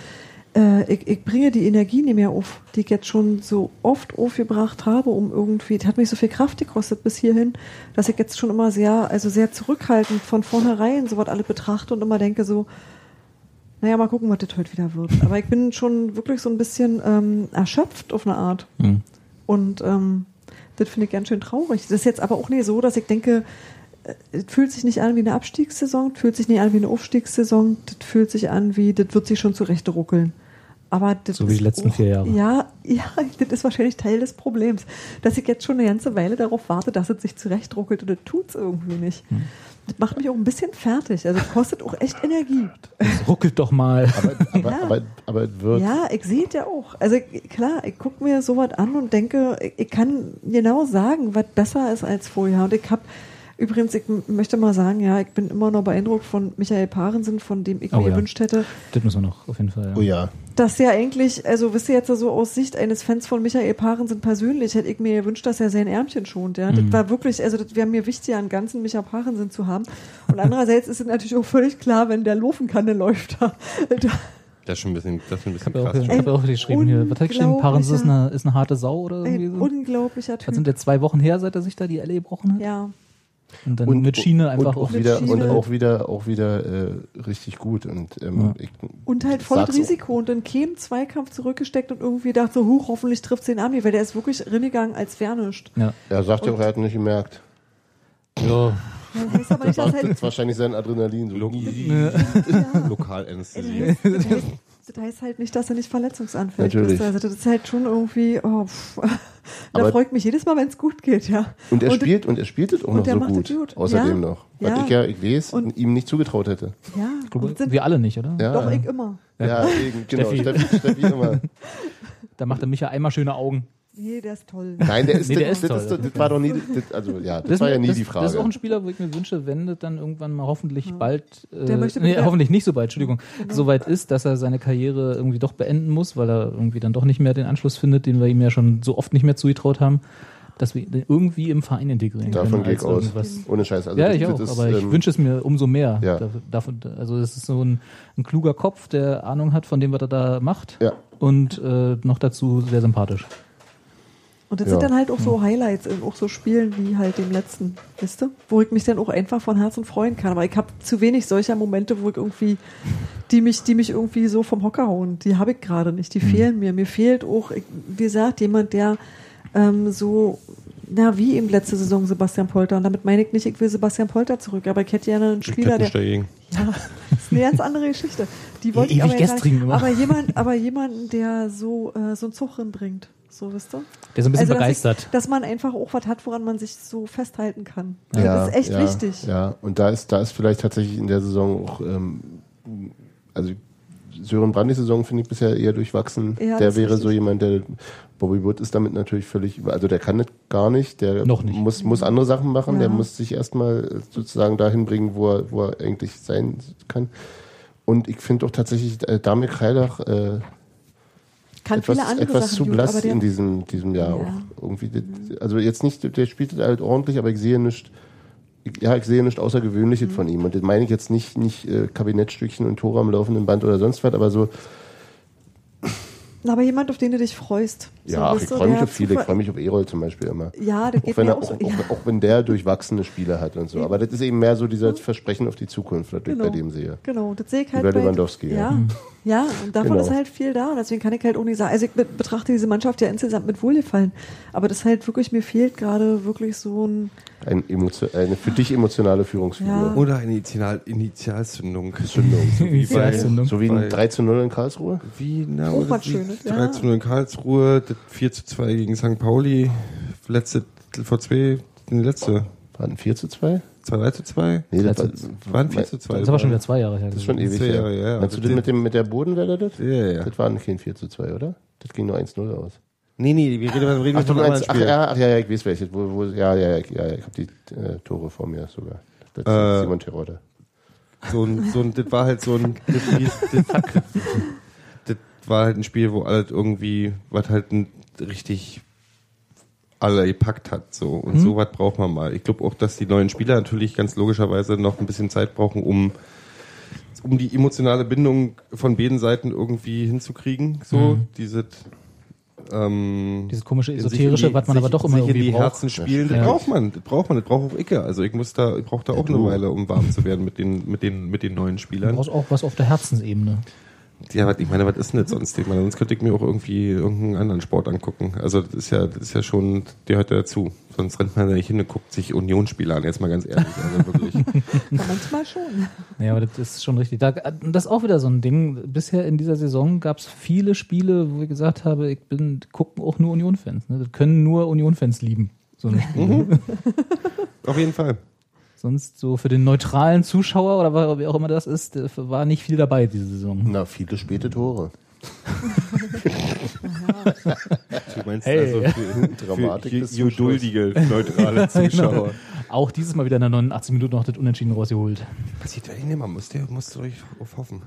Speaker 4: äh, ich, ich bringe die Energie nicht mehr auf, die ich jetzt schon so oft aufgebracht habe, um irgendwie, das hat mich so viel Kraft gekostet bis hierhin, dass ich jetzt schon immer sehr, also sehr zurückhaltend von vornherein sowas alles betrachte und immer denke so, naja, mal gucken, was das heute wieder wird. Aber ich bin schon wirklich so ein bisschen ähm, erschöpft auf eine Art.
Speaker 2: Hm.
Speaker 4: Und ähm, das finde ich ganz schön traurig. Das ist jetzt aber auch nicht so, dass ich denke, äh, es fühlt sich nicht an wie eine Abstiegssaison, es fühlt sich nicht an wie eine Aufstiegssaison, das fühlt sich an wie, das wird sich schon zurecht ruckeln. Aber das
Speaker 2: So wie die
Speaker 4: ist
Speaker 2: letzten
Speaker 4: auch,
Speaker 2: vier Jahre.
Speaker 4: Ja, *laughs* ja, das ist wahrscheinlich Teil des Problems, dass ich jetzt schon eine ganze Weile darauf warte, dass es sich zurecht ruckelt und das tut es irgendwie nicht.
Speaker 2: Mhm.
Speaker 4: Das macht mich auch ein bisschen fertig. Also das kostet auch echt Energie.
Speaker 2: Es ruckelt doch mal.
Speaker 1: Aber,
Speaker 4: Ja.
Speaker 1: aber, aber es wird.
Speaker 4: Ja, ich sehe ja auch. Also ich- klar, ich gucke mir sowas an und denke, ich- ich kann genau sagen, was besser ist als vorher. Und ich habe übrigens, ich m- möchte mal sagen, ja, ich bin immer noch beeindruckt von Michael Parensen, von dem ich
Speaker 2: Oh
Speaker 4: mir
Speaker 2: ja.
Speaker 4: gewünscht hätte,
Speaker 2: Das müssen wir noch, auf jeden Fall.
Speaker 1: Oh ja.
Speaker 4: dass ja eigentlich, also wisst ihr jetzt so aus Sicht eines Fans von Michael Parensen persönlich, hätte ich mir gewünscht, dass er sein Ärmchen schont. Ja?
Speaker 2: Mhm.
Speaker 4: Das war wirklich, also das wäre mir wichtig, einen ganzen Michael Parensen zu haben. Und andererseits ist es natürlich auch völlig klar, wenn der Lofenkanne läuft.
Speaker 3: Das ist schon ein bisschen, das ist ein bisschen
Speaker 2: Ich habe
Speaker 3: krass.
Speaker 2: auch,
Speaker 3: schon.
Speaker 2: ich hab auch geschrieben hier. Was hat er geschrieben? Parens ist eine, ist eine harte Sau oder irgendwie
Speaker 4: *laughs* Ein
Speaker 2: so?
Speaker 4: unglaublicher
Speaker 2: Was
Speaker 4: Typ.
Speaker 2: sind ja zwei Wochen her, seit er sich da die Elle gebrochen hat?
Speaker 4: ja.
Speaker 2: Und dann mit Schiene einfach
Speaker 1: und auch
Speaker 2: auch.
Speaker 4: Mit
Speaker 1: wieder
Speaker 4: Schiene.
Speaker 1: und auch wieder auch wieder äh, richtig gut und ähm, ich,
Speaker 4: Und halt
Speaker 1: ich
Speaker 4: voll
Speaker 1: sag's auch.
Speaker 4: Risiko. Und dann käme Zweikampf zurückgesteckt und irgendwie dachte so, huch, hoffentlich trifft den Ami, weil der ist wirklich rinnegegangen, als wäre
Speaker 1: *laughs*
Speaker 4: nichts.
Speaker 2: Ja.
Speaker 1: Er sagt ja auch,
Speaker 4: Und-
Speaker 1: er hat nicht gemerkt.
Speaker 2: ja.
Speaker 4: Man weiß aber nicht, dass halt,
Speaker 1: Das ist wahrscheinlich sein Adrenalin. So.
Speaker 3: *laughs* Lokalanästhesie.
Speaker 4: das, heißt, das, heißt, das heißt halt nicht, dass er nicht verletzungsanfällig
Speaker 1: Natürlich.
Speaker 4: ist. Also das ist halt schon irgendwie, oh, pff. *laughs* da
Speaker 1: Aber-
Speaker 4: freut mich jedes Mal, wenn es gut geht, ja.
Speaker 1: Und er
Speaker 4: das-
Speaker 1: spielt und er spielt es auch
Speaker 4: und
Speaker 1: noch
Speaker 4: der
Speaker 1: so
Speaker 4: macht es
Speaker 1: gut.
Speaker 4: gut.
Speaker 1: Außerdem
Speaker 4: Ja.
Speaker 1: noch, was
Speaker 4: Ja.
Speaker 1: ich ja, ich weiß,
Speaker 4: Und-
Speaker 1: ihm nicht zugetraut hätte.
Speaker 4: Ja,
Speaker 2: Ich glaube,
Speaker 4: und sind,
Speaker 2: wir alle nicht, oder?
Speaker 1: Ja,
Speaker 4: doch,
Speaker 1: ja,
Speaker 4: ich immer.
Speaker 1: ja
Speaker 2: *laughs*
Speaker 1: eben, genau.
Speaker 2: Steffi.
Speaker 1: Steffi, Steffi immer.
Speaker 2: Da macht der Micha einmal schöne Augen.
Speaker 4: Nee, der ist toll.
Speaker 2: *laughs*
Speaker 1: Nein, der ist,
Speaker 2: Nee, der
Speaker 1: das,
Speaker 2: ist
Speaker 1: das,
Speaker 2: toll.
Speaker 1: das, das war doch nie, das, also ja, das, war ja nie
Speaker 2: das,
Speaker 1: die Frage.
Speaker 2: Das ist auch ein Spieler, wo ich mir wünsche, wenn das dann irgendwann mal hoffentlich bald, äh,
Speaker 4: Der möchte
Speaker 2: nee,
Speaker 4: wieder- Genau.
Speaker 2: hoffentlich nicht so bald, Entschuldigung, so weit ist, dass er seine Karriere irgendwie doch beenden muss, weil er irgendwie dann doch nicht mehr den Anschluss findet, den wir ihm ja schon so oft nicht mehr zugetraut haben, dass wir ihn irgendwie im Verein integrieren
Speaker 1: Davon
Speaker 2: können.
Speaker 1: gehe ich
Speaker 2: als
Speaker 1: aus.
Speaker 2: irgendwas-
Speaker 1: Ohne Scheiß. Also
Speaker 2: ja,
Speaker 1: das-
Speaker 2: ich
Speaker 1: das
Speaker 2: auch,
Speaker 1: ist,
Speaker 2: aber ich
Speaker 1: ähm,
Speaker 2: wünsche es mir umso mehr.
Speaker 1: Ja.
Speaker 2: Da- Davon, also es ist so ein, ein kluger Kopf, der Ahnung hat von dem, was er da macht
Speaker 1: Ja.
Speaker 2: und äh, noch dazu sehr sympathisch.
Speaker 4: Und das
Speaker 1: Ja.
Speaker 4: sind dann halt auch so Highlights in auch so Spielen wie halt dem letzten, wisst ihr? Wo ich mich dann auch einfach von Herzen freuen kann. Aber ich habe zu wenig solcher Momente, wo ich irgendwie, die mich, die mich irgendwie so vom Hocker hauen. Die habe ich gerade nicht. Die fehlen mir. Mir fehlt auch, ich, wie gesagt, jemand, der ähm, so, na, wie eben letzte Saison Sebastian Polter. Und damit meine ich nicht, ich will Sebastian Polter zurück, aber ich hätte gerne einen Spieler, der.
Speaker 2: eh.
Speaker 3: dagegen.
Speaker 4: Ja, das ist eine ganz andere Geschichte. Die wollte
Speaker 2: Ewig
Speaker 4: ich aber, jetzt
Speaker 2: gestrigen
Speaker 4: sagen,
Speaker 2: immer.
Speaker 4: aber jemand, aber jemanden, der so äh, so einen Zug reinbringt, so wisst ihr?
Speaker 2: Der so ein bisschen
Speaker 4: dass
Speaker 2: begeistert.
Speaker 4: Ich, dass man einfach auch was hat, woran man sich so festhalten kann. Also,
Speaker 1: Ja,
Speaker 4: das ist echt
Speaker 1: ja,
Speaker 4: wichtig.
Speaker 1: Ja, und da ist, da ist vielleicht tatsächlich in der Saison auch, ähm, also Sören Brandis Saison finde ich bisher eher durchwachsen.
Speaker 4: Ja, das
Speaker 1: der
Speaker 4: ist
Speaker 1: wäre
Speaker 4: richtig.
Speaker 1: so jemand, der Bobby Wood ist damit natürlich völlig über, also der kann das gar nicht, der
Speaker 2: Noch nicht.
Speaker 1: muss muss andere Sachen machen,
Speaker 4: Ja.
Speaker 1: der muss sich erstmal sozusagen dahin bringen, wo er, wo er eigentlich sein kann. Und ich finde auch tatsächlich äh, Damir Kreilach äh,
Speaker 4: Kann
Speaker 1: etwas,
Speaker 4: viele andere
Speaker 1: etwas
Speaker 4: Sachen
Speaker 1: zu
Speaker 4: gut,
Speaker 1: blass
Speaker 4: aber der,
Speaker 1: in diesem, diesem Jahr
Speaker 4: Ja.
Speaker 1: auch. Irgendwie, das- also jetzt nicht, der spielt das halt ordentlich, aber ich sehe nicht, ich- ja, ich sehe nicht
Speaker 4: Mhm.
Speaker 1: Außergewöhnliches von ihm. Und das meine ich jetzt nicht, nicht äh, Kabinettstückchen und Tore am laufenden Band oder sonst was, aber so,
Speaker 4: Na, aber jemand, auf den du dich freust. So,
Speaker 1: ja, ach,
Speaker 4: wisst
Speaker 1: ich
Speaker 4: ihr,
Speaker 1: freue mich
Speaker 4: der
Speaker 1: auf viele, ich
Speaker 4: Zufall-
Speaker 1: freue mich auf Erol zum Beispiel immer.
Speaker 4: Ja, das
Speaker 1: Auch
Speaker 4: geht
Speaker 1: wenn,
Speaker 4: mir
Speaker 1: er,
Speaker 4: auch
Speaker 1: auch,
Speaker 4: so.
Speaker 1: auch,
Speaker 4: ja.
Speaker 1: auch wenn der durchwachsene Spiele hat und so. Aber das ist eben mehr so dieses Versprechen auf die Zukunft, was ich
Speaker 4: Genau.
Speaker 1: bei dem sehe.
Speaker 4: Genau, das sehe ich
Speaker 1: Wie
Speaker 4: halt
Speaker 1: bei Lewandowski,
Speaker 4: ja.
Speaker 1: ja.
Speaker 4: Ja, und davon
Speaker 1: Genau.
Speaker 4: ist halt viel da. Und deswegen kann ich halt auch nicht sagen, also ich be- betrachte diese Mannschaft ja insgesamt mit Wohlgefallen. Aber das halt wirklich, mir fehlt gerade wirklich so ein,
Speaker 1: Ein Emotio eine für dich emotionale Führungsfigur.
Speaker 3: Oder eine Initial Initialzündung. Zündung. So wie
Speaker 2: Initialzündung.
Speaker 3: bei,
Speaker 1: So wie ein
Speaker 3: Bei-
Speaker 1: 3 zu 0 in Karlsruhe.
Speaker 3: wie, na,
Speaker 4: Auch
Speaker 3: oder
Speaker 4: was
Speaker 3: die
Speaker 4: Schönes, ja.
Speaker 3: 3 zu 0 in Karlsruhe, das 4 zu 2 gegen St. Pauli, letzte, vor zwei, die letzte,
Speaker 1: Waren 4 zu 2?
Speaker 3: 2 zu 2?
Speaker 1: Nee,
Speaker 2: Drei
Speaker 1: war-
Speaker 2: zu-
Speaker 3: Waren 4 zu 2.
Speaker 2: Das ist aber schon wieder zwei Jahre her.
Speaker 1: das ist schon
Speaker 2: gewesen.
Speaker 1: ewig
Speaker 3: Ja,
Speaker 1: her.
Speaker 3: ja, ja.
Speaker 1: Meinst du das mit, dem, mit der Bodenwelle das?
Speaker 3: Ja, ja, ja.
Speaker 1: Das waren kein 4 zu 2, oder? Das ging nur 1-0 aus.
Speaker 3: Nee, nee, wir reden, wir reden
Speaker 1: Ach, du
Speaker 3: von einem
Speaker 1: meinst, ach,
Speaker 3: Spiel.
Speaker 1: ja, ach ja, ja, ich weiß welches. Wo, wo, ja, ja, ja, ja, ich habe die äh, Tore vor mir sogar. Das ist
Speaker 3: Äh,
Speaker 1: Simon Terodde.
Speaker 3: so ein, so ein, das war halt so ein, das, wie- das, das war halt ein Spiel, wo alles irgendwie, was halt ein, richtig alle gepackt hat, so. Und sowas braucht man mal. Ich glaube auch, dass die neuen Spieler natürlich ganz logischerweise noch ein bisschen Zeit brauchen, um, um die emotionale Bindung von beiden Seiten irgendwie hinzukriegen, so. Dieses, ähm,
Speaker 2: Dieses komische
Speaker 3: sich in
Speaker 2: esoterische,
Speaker 3: die-
Speaker 2: was man
Speaker 3: sich-
Speaker 2: aber doch immer
Speaker 3: sich in
Speaker 2: irgendwie
Speaker 3: die
Speaker 2: braucht.
Speaker 3: Herzen spielen, das
Speaker 2: Ja.
Speaker 3: braucht man, das braucht man, das braucht auch Icke. Also ich muss da, ich brauche da auch eine
Speaker 1: du.
Speaker 3: Weile, um warm zu werden mit den, mit den, mit den neuen
Speaker 2: Du
Speaker 3: Spielern.
Speaker 2: brauchst auch was auf der Herzensebene.
Speaker 3: Ja, was- ich meine, was ist denn das sonst? Ich meine, sonst könnte ich mir auch irgendwie irgendeinen anderen Sport angucken. Also das ist ja, das ist ja schon, der hört ja dazu. Sonst rennt man da nicht hin und guckt sich Unionsspieler an, jetzt mal ganz ehrlich. Also wirklich. *laughs*
Speaker 4: ja, manchmal schon.
Speaker 2: Ja, aber das ist schon richtig. Da, das ist auch wieder so ein Ding. Bisher in dieser Saison gab es viele Spiele, wo ich gesagt habe, ich bin, gucken auch nur Union-Fans. Ne? Das können nur Union-Fans lieben. So
Speaker 3: *laughs*
Speaker 2: eine Spiele.
Speaker 3: Auf jeden Fall.
Speaker 2: Sonst so für den neutralen Zuschauer oder wa- wer auch immer das ist, äh, war nicht viel dabei diese Saison.
Speaker 1: Na, viele späte *laughs* Tore.
Speaker 3: Du meinst
Speaker 2: Hey.
Speaker 3: also
Speaker 2: *laughs*
Speaker 3: für,
Speaker 1: Dramatik
Speaker 3: für
Speaker 1: bis
Speaker 3: ju-
Speaker 1: zum Schluss.
Speaker 3: geduldige, *laughs* neutrale *laughs* Zuschauer.
Speaker 2: Auch dieses Mal wieder in der 89 Minute noch das Unentschieden rausgeholt.
Speaker 3: Passiert wirklich nicht, man muss, der, muss euch
Speaker 2: *laughs*
Speaker 3: auf hoffen.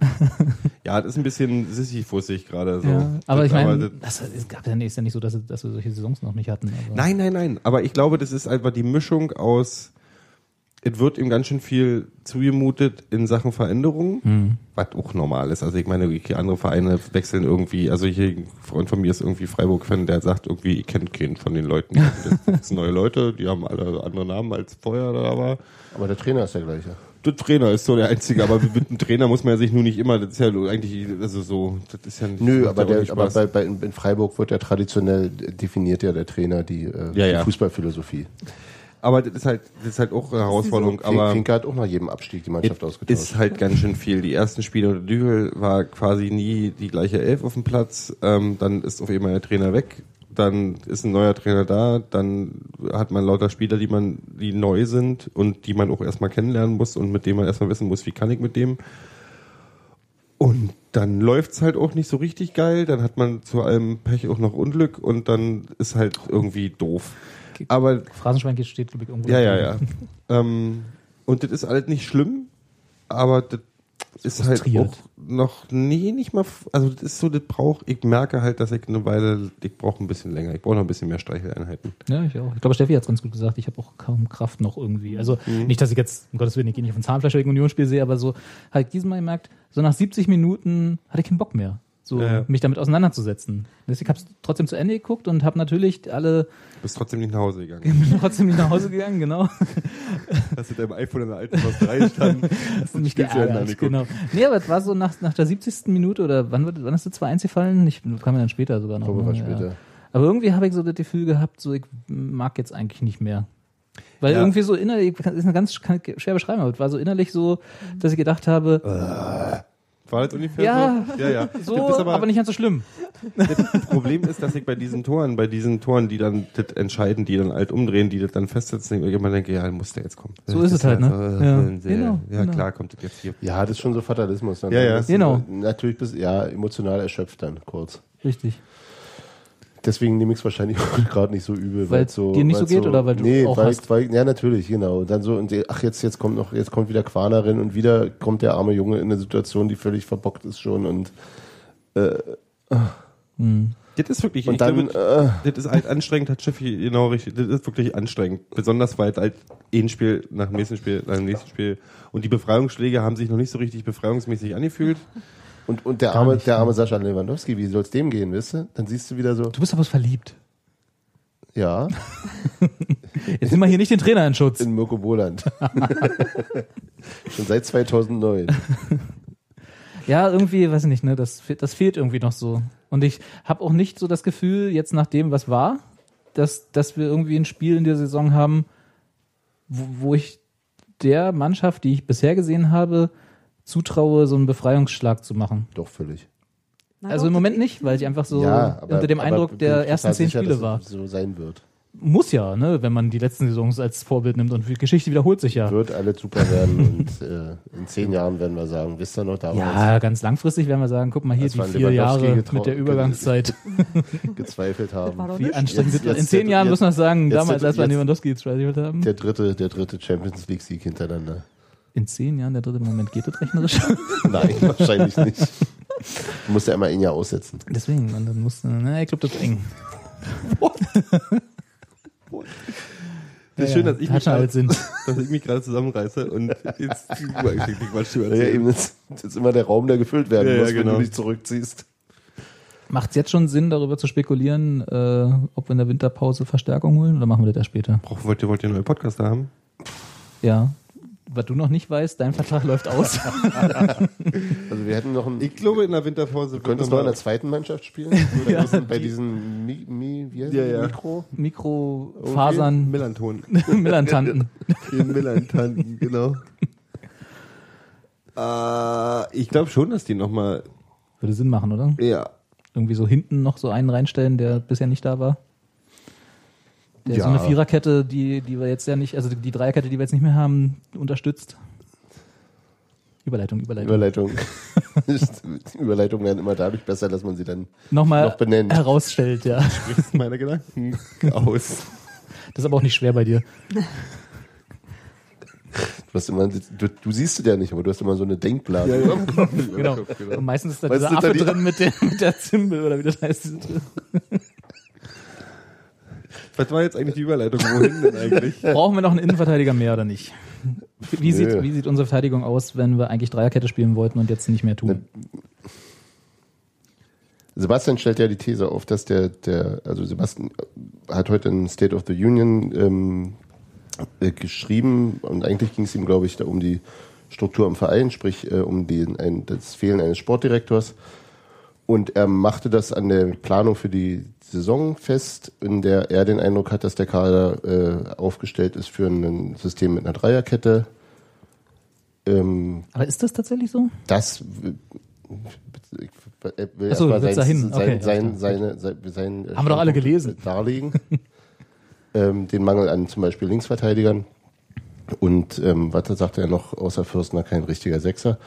Speaker 3: ja, das ist ein bisschen sisyphussig gerade so.
Speaker 2: Ja, aber ich meine,
Speaker 3: das-
Speaker 2: das es gab ja nicht, ist ja nicht so, dass, dass wir solche Saisons noch nicht hatten. Aber
Speaker 3: Nein, nein, nein. Aber ich glaube, das ist einfach die Mischung aus, es wird ihm ganz schön viel zugemutet in Sachen Veränderungen,
Speaker 2: Hm.
Speaker 3: was auch normal ist. Also ich meine, ich- andere Vereine wechseln irgendwie, also hier ein Freund von mir ist irgendwie Freiburg-Fan, der sagt irgendwie, ich kenne keinen von den Leuten.
Speaker 2: *laughs*
Speaker 3: Das sind neue Leute, die haben alle andere Namen als vorher da war.
Speaker 1: Aber der Trainer ist der gleiche.
Speaker 3: Der Trainer ist so der Einzige, aber mit dem Trainer muss man ja sich nur nicht immer, das ist ja eigentlich, also so, das ist ja nicht,
Speaker 1: Nö,
Speaker 3: macht
Speaker 1: aber,
Speaker 3: ja auch
Speaker 1: der,
Speaker 3: nicht
Speaker 1: aber
Speaker 3: Spaß.
Speaker 1: bei, bei, in Freiburg wird ja traditionell äh, definiert ja der Trainer die, äh,
Speaker 3: Ja,
Speaker 1: die
Speaker 3: ja.
Speaker 1: Fußballphilosophie.
Speaker 3: aber das ist halt, das ist halt auch eine Herausforderung, aber.
Speaker 1: Finke hat auch nach jedem Abstieg die Mannschaft
Speaker 3: Ist
Speaker 1: ausgetauscht.
Speaker 3: halt ganz schön viel. Die ersten Spiele unter Dügel war quasi nie die gleiche Elf auf dem Platz. Ähm, dann ist auf einmal der Trainer weg. Dann ist ein neuer Trainer da. Dann hat man lauter Spieler, die man, die neu sind und die man auch erstmal kennenlernen muss und mit denen man erstmal wissen muss, wie kann ich mit dem. Und dann läuft's halt auch nicht so richtig geil. Dann hat man zu allem Pech auch noch Unglück und dann ist halt irgendwie doof. Aber
Speaker 2: Phrasenschwein geht- steht, glaube ich, irgendwo.
Speaker 3: ja, ja,
Speaker 2: da
Speaker 3: ja.
Speaker 2: drin.
Speaker 3: *laughs* ähm, und das ist halt nicht schlimm, aber das ist halt
Speaker 2: frustriert.
Speaker 3: auch noch, nee, nicht mal, f- also das ist so, das braucht, ich merke halt, dass ich eine Weile, ich brauche ein bisschen länger, ich brauche noch ein bisschen mehr Streicheleinheiten.
Speaker 2: Ja, ich auch. Ich glaube, Steffi hat es ganz gut gesagt. Ich habe auch kaum Kraft noch irgendwie. Also
Speaker 3: Mhm.
Speaker 2: nicht, dass ich jetzt, um Gottes Willen, ich gehe nicht auf ein Zahnfleisch wegen Unionsspiel sehe, aber so halt dieses Mal gemerkt, so nach 70 Minuten hatte ich keinen Bock mehr, so
Speaker 3: Ja, ja.
Speaker 2: mich damit auseinanderzusetzen. Deswegen habe ich trotzdem zu Ende geguckt und habe natürlich alle,
Speaker 3: Du bist trotzdem nicht nach Hause gegangen.
Speaker 2: bin trotzdem nicht nach Hause gegangen, genau.
Speaker 3: Hast du deinem iPhone in der alten Post 3 stand.
Speaker 2: *laughs* Das mich
Speaker 3: Spiel zu Ende
Speaker 2: geärgert,
Speaker 3: angeguckt.
Speaker 2: genau. Nee, aber es war so nach, nach der 70. Minute oder wann, wird- wann ist das 2-1 gefallen? Ich kam ja dann später sogar noch.
Speaker 1: Ich glaube,
Speaker 2: ne?
Speaker 1: was später.
Speaker 2: Aber irgendwie habe ich so das Gefühl gehabt, so ich mag jetzt eigentlich nicht mehr. Weil
Speaker 3: Ja.
Speaker 2: irgendwie so innerlich, das ist eine ganz kann ich schwer beschreiben, aber es war so innerlich so, dass ich gedacht habe,
Speaker 3: *laughs* War das ungefähr
Speaker 2: Ja.
Speaker 3: so? Ja, ja.
Speaker 2: so,
Speaker 3: Das ist
Speaker 2: aber, nicht ganz so schlimm.
Speaker 3: Das Problem ist, dass ich bei diesen Toren, bei diesen Toren, die dann das entscheiden, die dann alt umdrehen, die das dann festsetzen, ich immer denke, ja, muss der jetzt kommen.
Speaker 2: So ist es halt, ne? Ja.
Speaker 3: Ja, äh,
Speaker 2: Genau,
Speaker 3: ja
Speaker 2: genau.
Speaker 3: klar, kommt das jetzt hier.
Speaker 1: Ja, das ist schon so Fatalismus. Dann
Speaker 3: Ja, ja.
Speaker 1: Bist du-
Speaker 2: Genau.
Speaker 1: Natürlich bist du ja emotional erschöpft dann kurz.
Speaker 2: Richtig.
Speaker 1: Deswegen nehme ich es wahrscheinlich *laughs* auch gerade nicht so übel,
Speaker 2: Weil
Speaker 1: weil so
Speaker 2: dir nicht so
Speaker 1: weil's
Speaker 2: geht oder weil du
Speaker 1: nee,
Speaker 2: auch
Speaker 1: weil,
Speaker 2: hast?
Speaker 1: Weil, ja natürlich, genau. Und dann so und die- ach jetzt jetzt kommt noch jetzt kommt wieder Quanerin und wieder kommt der arme Junge in eine Situation, die völlig verbockt ist schon und
Speaker 3: Das ist wirklich,
Speaker 1: und
Speaker 3: ich
Speaker 1: dann
Speaker 3: glaube,
Speaker 1: äh,
Speaker 3: Das ist halt anstrengend, hat Schiffi genau richtig. Das ist wirklich anstrengend. Besonders weil halt ein Spiel nach dem nächsten Spiel, nach dem nächsten Spiel. Und die Befreiungsschläge haben sich noch nicht so richtig befreiungsmäßig angefühlt.
Speaker 1: und und der arme der arme Sascha Lewandowski, wie soll's dem gehen, weißt du? Dann siehst du wieder so,
Speaker 2: Du bist aber verliebt.
Speaker 1: ja,
Speaker 2: Jetzt nimm mal hier nicht den Trainer in Schutz.
Speaker 1: in
Speaker 2: *laughs*
Speaker 1: Mirko Boland. schon seit 2009.
Speaker 2: ja, irgendwie, weiß ich nicht, ne, das, fe- das fehlt irgendwie noch so. Und ich habe auch nicht so das Gefühl, jetzt nach dem, was war, dass, dass wir irgendwie ein Spiel in der Saison haben, wo, wo ich der Mannschaft, die ich bisher gesehen habe, zutraue, so einen Befreiungsschlag zu machen.
Speaker 1: Doch, völlig.
Speaker 4: Nein,
Speaker 2: Also im
Speaker 4: doch,
Speaker 2: Moment nicht, weil ich einfach so
Speaker 1: aber-
Speaker 2: unter dem
Speaker 1: aber
Speaker 2: Eindruck
Speaker 1: bin
Speaker 2: der
Speaker 1: ich
Speaker 2: ersten
Speaker 1: total
Speaker 2: zehn
Speaker 1: sicher, dass
Speaker 2: Spiele
Speaker 1: es
Speaker 2: war.
Speaker 1: So sein wird.
Speaker 2: Muss ja, ne, wenn man die letzten Saisons als Vorbild nimmt und die Geschichte wiederholt sich ja.
Speaker 1: Wird alles super werden und äh, in zehn Jahren werden wir sagen, wisst ihr noch damals
Speaker 2: Ja, ganz langfristig werden wir sagen, guck mal hier,
Speaker 1: Als
Speaker 2: die
Speaker 1: wir an
Speaker 2: vier
Speaker 1: Lewandowski
Speaker 2: Jahre
Speaker 1: getrau-
Speaker 2: mit der Übergangszeit.
Speaker 1: gezweifelt
Speaker 4: Das war
Speaker 1: haben?
Speaker 4: doch
Speaker 2: Wie
Speaker 4: nicht.
Speaker 2: anstrengend
Speaker 1: Jetzt-
Speaker 2: das war. In
Speaker 1: jetzt-
Speaker 2: zehn Jahren
Speaker 1: jetzt-
Speaker 2: müssen wir sagen,
Speaker 1: jetzt-
Speaker 2: damals, als wir an
Speaker 1: jetzt-
Speaker 2: Lewandowski getradet haben.
Speaker 1: Der dritte, der dritte Champions League Sieg hintereinander.
Speaker 2: In zehn Jahren, der dritte Moment, geht das rechnerisch?
Speaker 1: Nein, *laughs* wahrscheinlich nicht. Du musst ja immer ein Jahr aussetzen.
Speaker 2: *laughs* Deswegen, und dann musste, na, ich glaube, das ist eng.
Speaker 3: Das ist schön, dass ich
Speaker 2: Hat
Speaker 3: mich
Speaker 2: schon *laughs*
Speaker 3: gerade-
Speaker 2: alles Sinn.
Speaker 3: dass ich mich gerade zusammenreiße und jetzt Quatsch
Speaker 1: Ja, ja, eben ist, ist immer der Raum, der gefüllt werden
Speaker 3: Ja, ja,
Speaker 1: muss, wenn
Speaker 3: genau.
Speaker 1: du dich zurückziehst.
Speaker 2: Macht es jetzt schon Sinn, darüber zu spekulieren, äh, ob wir in der Winterpause Verstärkung holen oder machen wir das erst später?
Speaker 3: Brauch, wollt, ihr, wollt ihr einen neuen Podcast haben?
Speaker 2: Ja. Was du noch nicht weißt, dein Vertrag läuft *laughs* aus.
Speaker 1: Also wir hätten noch einen.
Speaker 3: Ich glaube, in der Winterpause
Speaker 1: Du könntest noch in der zweiten
Speaker 2: *laughs*
Speaker 1: Mannschaft spielen. Bei diesen- bei diesem Mi, Mi, wie heißt
Speaker 3: Ja,
Speaker 1: das?
Speaker 3: ja.
Speaker 1: Mikro.
Speaker 2: Mikrofasern,
Speaker 3: Melanton.
Speaker 2: Millantanten.
Speaker 3: Den Melantanten, *laughs* genau. Äh, ich glaube schon, dass die nochmal.
Speaker 2: *laughs* Würde Sinn machen, oder?
Speaker 3: Ja.
Speaker 2: Irgendwie so hinten noch so einen reinstellen, der bisher nicht da war. Der
Speaker 1: Ja.
Speaker 2: so eine Viererkette, die, die wir jetzt ja nicht, also die- die Dreierkette, die wir jetzt nicht mehr haben, unterstützt. Überleitung, Überleitung.
Speaker 1: Überleitung. *laughs* Überleitungen werden immer dadurch besser, dass man sie dann.
Speaker 2: Nochmal
Speaker 1: noch benennt.
Speaker 2: herausstellt, ja.
Speaker 3: Sprichst *laughs* meine Gedanken aus.
Speaker 2: Das ist aber auch nicht schwer bei dir.
Speaker 1: Du, hast immer, du, du siehst es ja nicht, aber du hast immer so eine Denkblase.
Speaker 2: Genau. Und meistens ist da
Speaker 1: Weißt
Speaker 2: dieser
Speaker 1: du, da
Speaker 2: Affe
Speaker 1: die-
Speaker 2: drin mit der, mit der Zimbel oder wie das heißt.
Speaker 3: Was war jetzt eigentlich die Überleitung? Wohin denn eigentlich?
Speaker 2: Brauchen wir noch einen Innenverteidiger mehr oder nicht? Wie
Speaker 1: Nö.
Speaker 2: sieht, wie sieht unsere Verteidigung aus, wenn wir eigentlich Dreierkette spielen wollten und jetzt nicht mehr tun?
Speaker 1: Ne. Sebastian stellt ja die These auf, dass der, der also Sebastian hat heute in State of the Union ähm, äh, geschrieben und eigentlich ging es ihm, glaube ich, da um die Struktur im Verein, sprich äh, um den, ein, das Fehlen eines Sportdirektors. Und er machte das an der Planung für die Saison fest, in der er den Eindruck hat, dass der Kader äh, aufgestellt ist für ein System mit einer Dreierkette. Ähm,
Speaker 2: Aber ist das tatsächlich so?
Speaker 1: das w- ich will
Speaker 2: Ach so,
Speaker 1: erstmal
Speaker 2: du willst
Speaker 1: sein,
Speaker 2: dahin.
Speaker 1: sein,
Speaker 2: Okay,
Speaker 1: sein,
Speaker 2: ja,
Speaker 1: seine, sein, sein äh,
Speaker 2: Haben wir doch alle gelesen.
Speaker 1: darlegen. *laughs* ähm, den Mangel an zum Beispiel Linksverteidigern. Und ähm, was sagte er noch, außer Fürstner kein richtiger Sechser.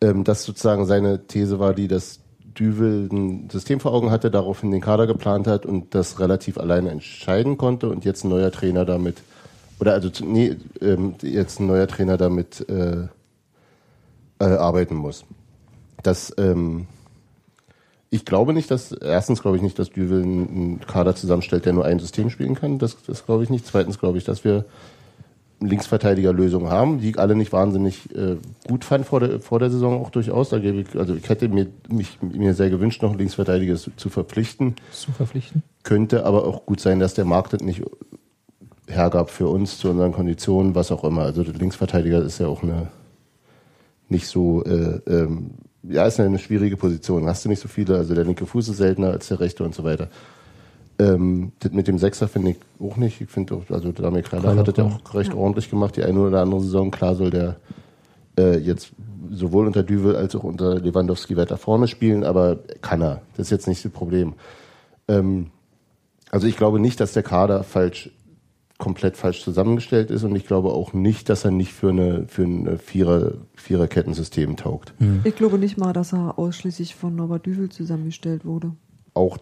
Speaker 1: Ähm, das sozusagen seine These war die, dass Düvel ein System vor Augen hatte, daraufhin den Kader geplant hat und das relativ alleine entscheiden konnte und jetzt ein neuer Trainer damit, oder also zu- nee, ähm, jetzt ein neuer Trainer damit äh, äh, arbeiten muss. Das, ähm, ich glaube nicht, dass, erstens glaube ich nicht, dass Düvel einen einen Kader zusammenstellt, der nur ein System spielen kann. Das, das glaube ich nicht. Zweitens glaube ich, dass wir Linksverteidigerlösungen haben, die ich alle nicht wahnsinnig äh, gut fand vor der, vor der Saison auch durchaus. Da gebe ich, also ich hätte mir, mich, mir sehr gewünscht, noch einen Linksverteidiger zu zu verpflichten.
Speaker 2: Zu verpflichten?
Speaker 1: Könnte aber auch gut sein, dass der Markt das nicht hergab für uns zu unseren Konditionen, was auch immer. Also der Linksverteidiger ist ja auch eine nicht so, äh, ähm, ja, ist eine schwierige Position. Hast du nicht so viele, also der linke Fuß ist seltener als der rechte und so weiter. Ähm, das mit dem Sechser finde ich auch nicht. Ich finde, auch- also Damir Kreller
Speaker 2: Kreller,
Speaker 1: hat das ja
Speaker 2: klar.
Speaker 1: auch recht ordentlich gemacht, die eine oder andere Saison. Klar soll der äh, jetzt sowohl unter Düvel als auch unter Lewandowski weiter vorne spielen, aber kann er. Das ist jetzt nicht das Problem. Ähm, also ich glaube nicht, dass der Kader falsch, komplett falsch zusammengestellt ist und ich glaube auch nicht, dass er nicht für eine für ein äh, Vierer, Viererkettensystem taugt.
Speaker 4: Ich glaube nicht mal, dass er ausschließlich von Norbert Düvel zusammengestellt wurde.
Speaker 1: Auch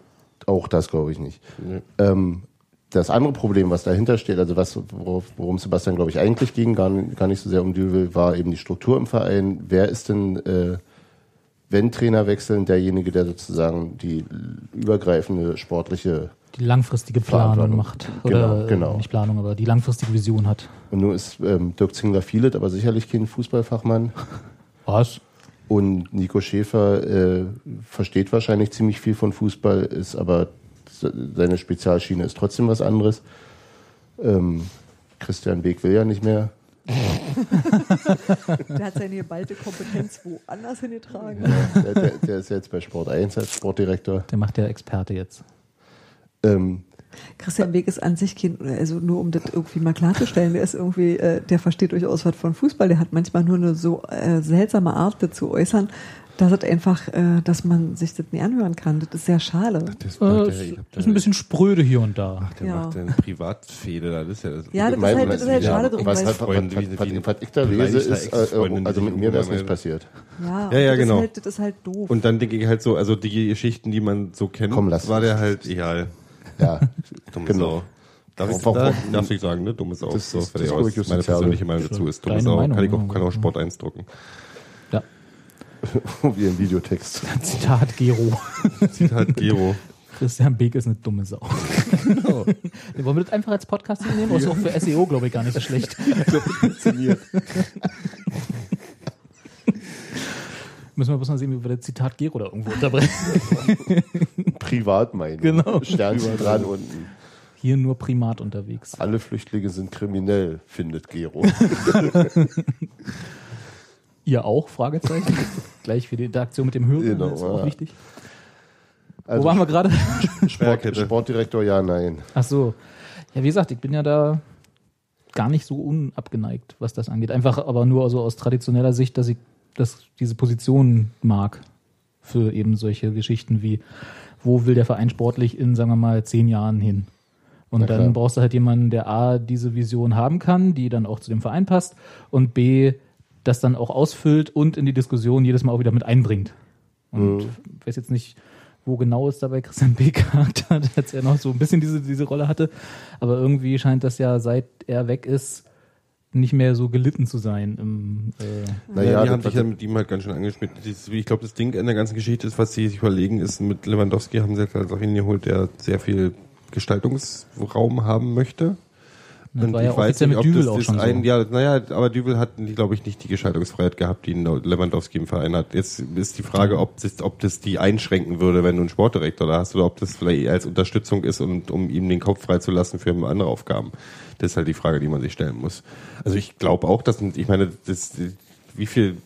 Speaker 1: auch das glaube ich nicht. Ähm, das andere Problem, was dahinter steht, also was, worauf, worum Sebastian, glaube ich, eigentlich ging, gar, nicht- gar nicht so sehr um Düvel, war eben die Struktur im Verein. Wer ist denn, äh, wenn Trainer wechseln, derjenige, der sozusagen die übergreifende sportliche
Speaker 2: Die langfristige Planung
Speaker 1: Verantwortung.
Speaker 2: macht.
Speaker 1: Genau,
Speaker 2: Oder äh,
Speaker 1: genau.
Speaker 2: nicht Planung, aber die langfristige Vision hat.
Speaker 1: Und nun ist ähm, Dirk Zingler vielet, aber sicherlich kein Fußballfachmann.
Speaker 2: Was?
Speaker 1: Und Nico Schäfer äh, versteht wahrscheinlich ziemlich viel von Fußball, ist aber se- seine Spezialschiene ist trotzdem was anderes. Ähm, Christian Beek will ja nicht mehr.
Speaker 4: Der hat seine geballte Kompetenz woanders hingetragen.
Speaker 1: Der, der, der ist jetzt bei Sport 1 als Sportdirektor.
Speaker 2: Der macht der Experte jetzt.
Speaker 1: Ähm,
Speaker 4: Christian Weg ist an sich kein, also nur um das irgendwie mal klarzustellen, der ist irgendwie, äh, der versteht durchaus was von Fußball, der hat manchmal nur eine so äh, seltsame Art, das zu äußern, dass es einfach, äh, dass man sich das nie anhören kann. Das ist sehr schade.
Speaker 3: Das
Speaker 2: Äh,
Speaker 3: macht
Speaker 2: ist,
Speaker 3: der, ich hab
Speaker 2: ist ein bisschen spröde hier und da.
Speaker 3: Ach, der
Speaker 4: Ja.
Speaker 3: macht ja eine Privatfehler, das ist ja das.
Speaker 4: Ja, das ist
Speaker 1: mein-
Speaker 4: halt, das ist halt
Speaker 1: ja,
Speaker 4: schade drum.
Speaker 1: was,
Speaker 4: weil-
Speaker 1: was, was,
Speaker 3: Freunde,
Speaker 1: was,
Speaker 3: wie- wie-
Speaker 1: was, was ich da lese,
Speaker 3: beleidigter
Speaker 1: ist, äh,
Speaker 3: Ex-Freundin,
Speaker 1: also
Speaker 3: die
Speaker 1: mit
Speaker 3: sich
Speaker 1: mir wäre es
Speaker 3: umgegangen
Speaker 1: nicht passiert.
Speaker 4: ja,
Speaker 3: Ja, ja,
Speaker 4: das
Speaker 3: genau.
Speaker 4: Ist halt, das ist halt doof.
Speaker 3: Und dann denke ich halt so, also die Geschichten, die man so kennt,
Speaker 1: Komm, lass
Speaker 3: war
Speaker 1: es.
Speaker 3: der halt egal.
Speaker 1: Ja,
Speaker 3: Dumme
Speaker 1: genau.
Speaker 3: Sau. Darf ich,
Speaker 1: Warum-
Speaker 3: da, darf ich sagen, ne? Dummes Sau.
Speaker 1: Das
Speaker 3: so,
Speaker 1: ist-
Speaker 3: fertig
Speaker 1: das ist
Speaker 3: aus.
Speaker 1: korrektes
Speaker 3: meine
Speaker 1: Soziale.
Speaker 3: persönliche Meinung dazu ist dummes
Speaker 2: Deine
Speaker 3: Sau.
Speaker 2: Meinung,
Speaker 3: Kann ich
Speaker 2: ja.
Speaker 3: auch, kann auch Sport 1 drucken.
Speaker 2: Ja. *laughs*
Speaker 1: *laughs* Wie ein Videotext.
Speaker 2: Zitat Gero.
Speaker 3: Sieht halt Gero.
Speaker 2: Christian Beek ist eine dumme Sau. genau. *laughs* Wollen wir das einfach als Podcast nehmen? Das ist auch für SEO, glaube ich, gar nicht so schlecht.
Speaker 1: Funktioniert.
Speaker 2: Müssen wir bloß mal sehen, wie wir das Zitat Gero da irgendwo unterbrechen.
Speaker 1: Privatmeinung.
Speaker 2: Genau.
Speaker 1: Sternchen dran unten.
Speaker 2: Hier nur Primat unterwegs.
Speaker 1: Alle Flüchtlinge sind kriminell, findet Gero.
Speaker 2: *laughs* Ihr auch? Fragezeichen. Gleich für die Interaktion mit dem Hörer.
Speaker 1: Genau,
Speaker 2: ist auch
Speaker 1: ja.
Speaker 2: wichtig. Wo
Speaker 1: Also
Speaker 2: waren wir gerade?
Speaker 1: Sport,
Speaker 3: Sperrkette.
Speaker 1: Sportdirektor, ja, nein.
Speaker 2: Ach so. Ja, wie gesagt, ich bin ja da gar nicht so unabgeneigt, was das angeht. Einfach aber nur also aus traditioneller Sicht, dass ich dass diese Position mag für eben solche Geschichten wie, wo will der Verein sportlich in, sagen wir mal, zehn Jahren hin? Und
Speaker 1: Na
Speaker 2: dann
Speaker 1: klar.
Speaker 2: brauchst du halt jemanden, der A, diese Vision haben kann, die dann auch zu dem Verein passt und B, das dann auch ausfüllt und in die Diskussion jedes Mal auch wieder mit einbringt. Und
Speaker 1: Mhm.
Speaker 2: ich weiß jetzt nicht, wo genau es dabei Christian B. gehakt hat, *laughs* als er noch so ein bisschen diese, diese Rolle hatte. Aber irgendwie scheint das ja, seit er weg ist, nicht mehr so gelitten zu sein. Im, äh,
Speaker 1: Naja,
Speaker 3: Ne, die haben
Speaker 1: das,
Speaker 3: sich ja mit ihm halt ganz schön angeschmissen. Dieses- Ich glaube, das Ding in der ganzen Geschichte ist, was sie sich überlegen, ist, mit Lewandowski haben sie jetzt halt auch ihn geholt, der sehr viel Gestaltungsraum haben möchte.
Speaker 2: das war ja offiziell mit
Speaker 3: ob
Speaker 2: Dübel
Speaker 3: das
Speaker 2: auch
Speaker 3: das
Speaker 2: schon
Speaker 3: ein,
Speaker 2: so.
Speaker 3: Ja, naja, aber Dübel hat, glaube ich, nicht die Gestaltungsfreiheit gehabt, die Lewandowski im Verein hat. Jetzt ist die Frage, ob das, ob das die einschränken würde, wenn du einen Sportdirektor da hast, oder ob das vielleicht eher als Unterstützung ist, und, um ihm den Kopf freizulassen für andere Aufgaben. Das ist halt die Frage, die man sich stellen muss. Also ich glaube auch, dass, ich meine, das, wie viel,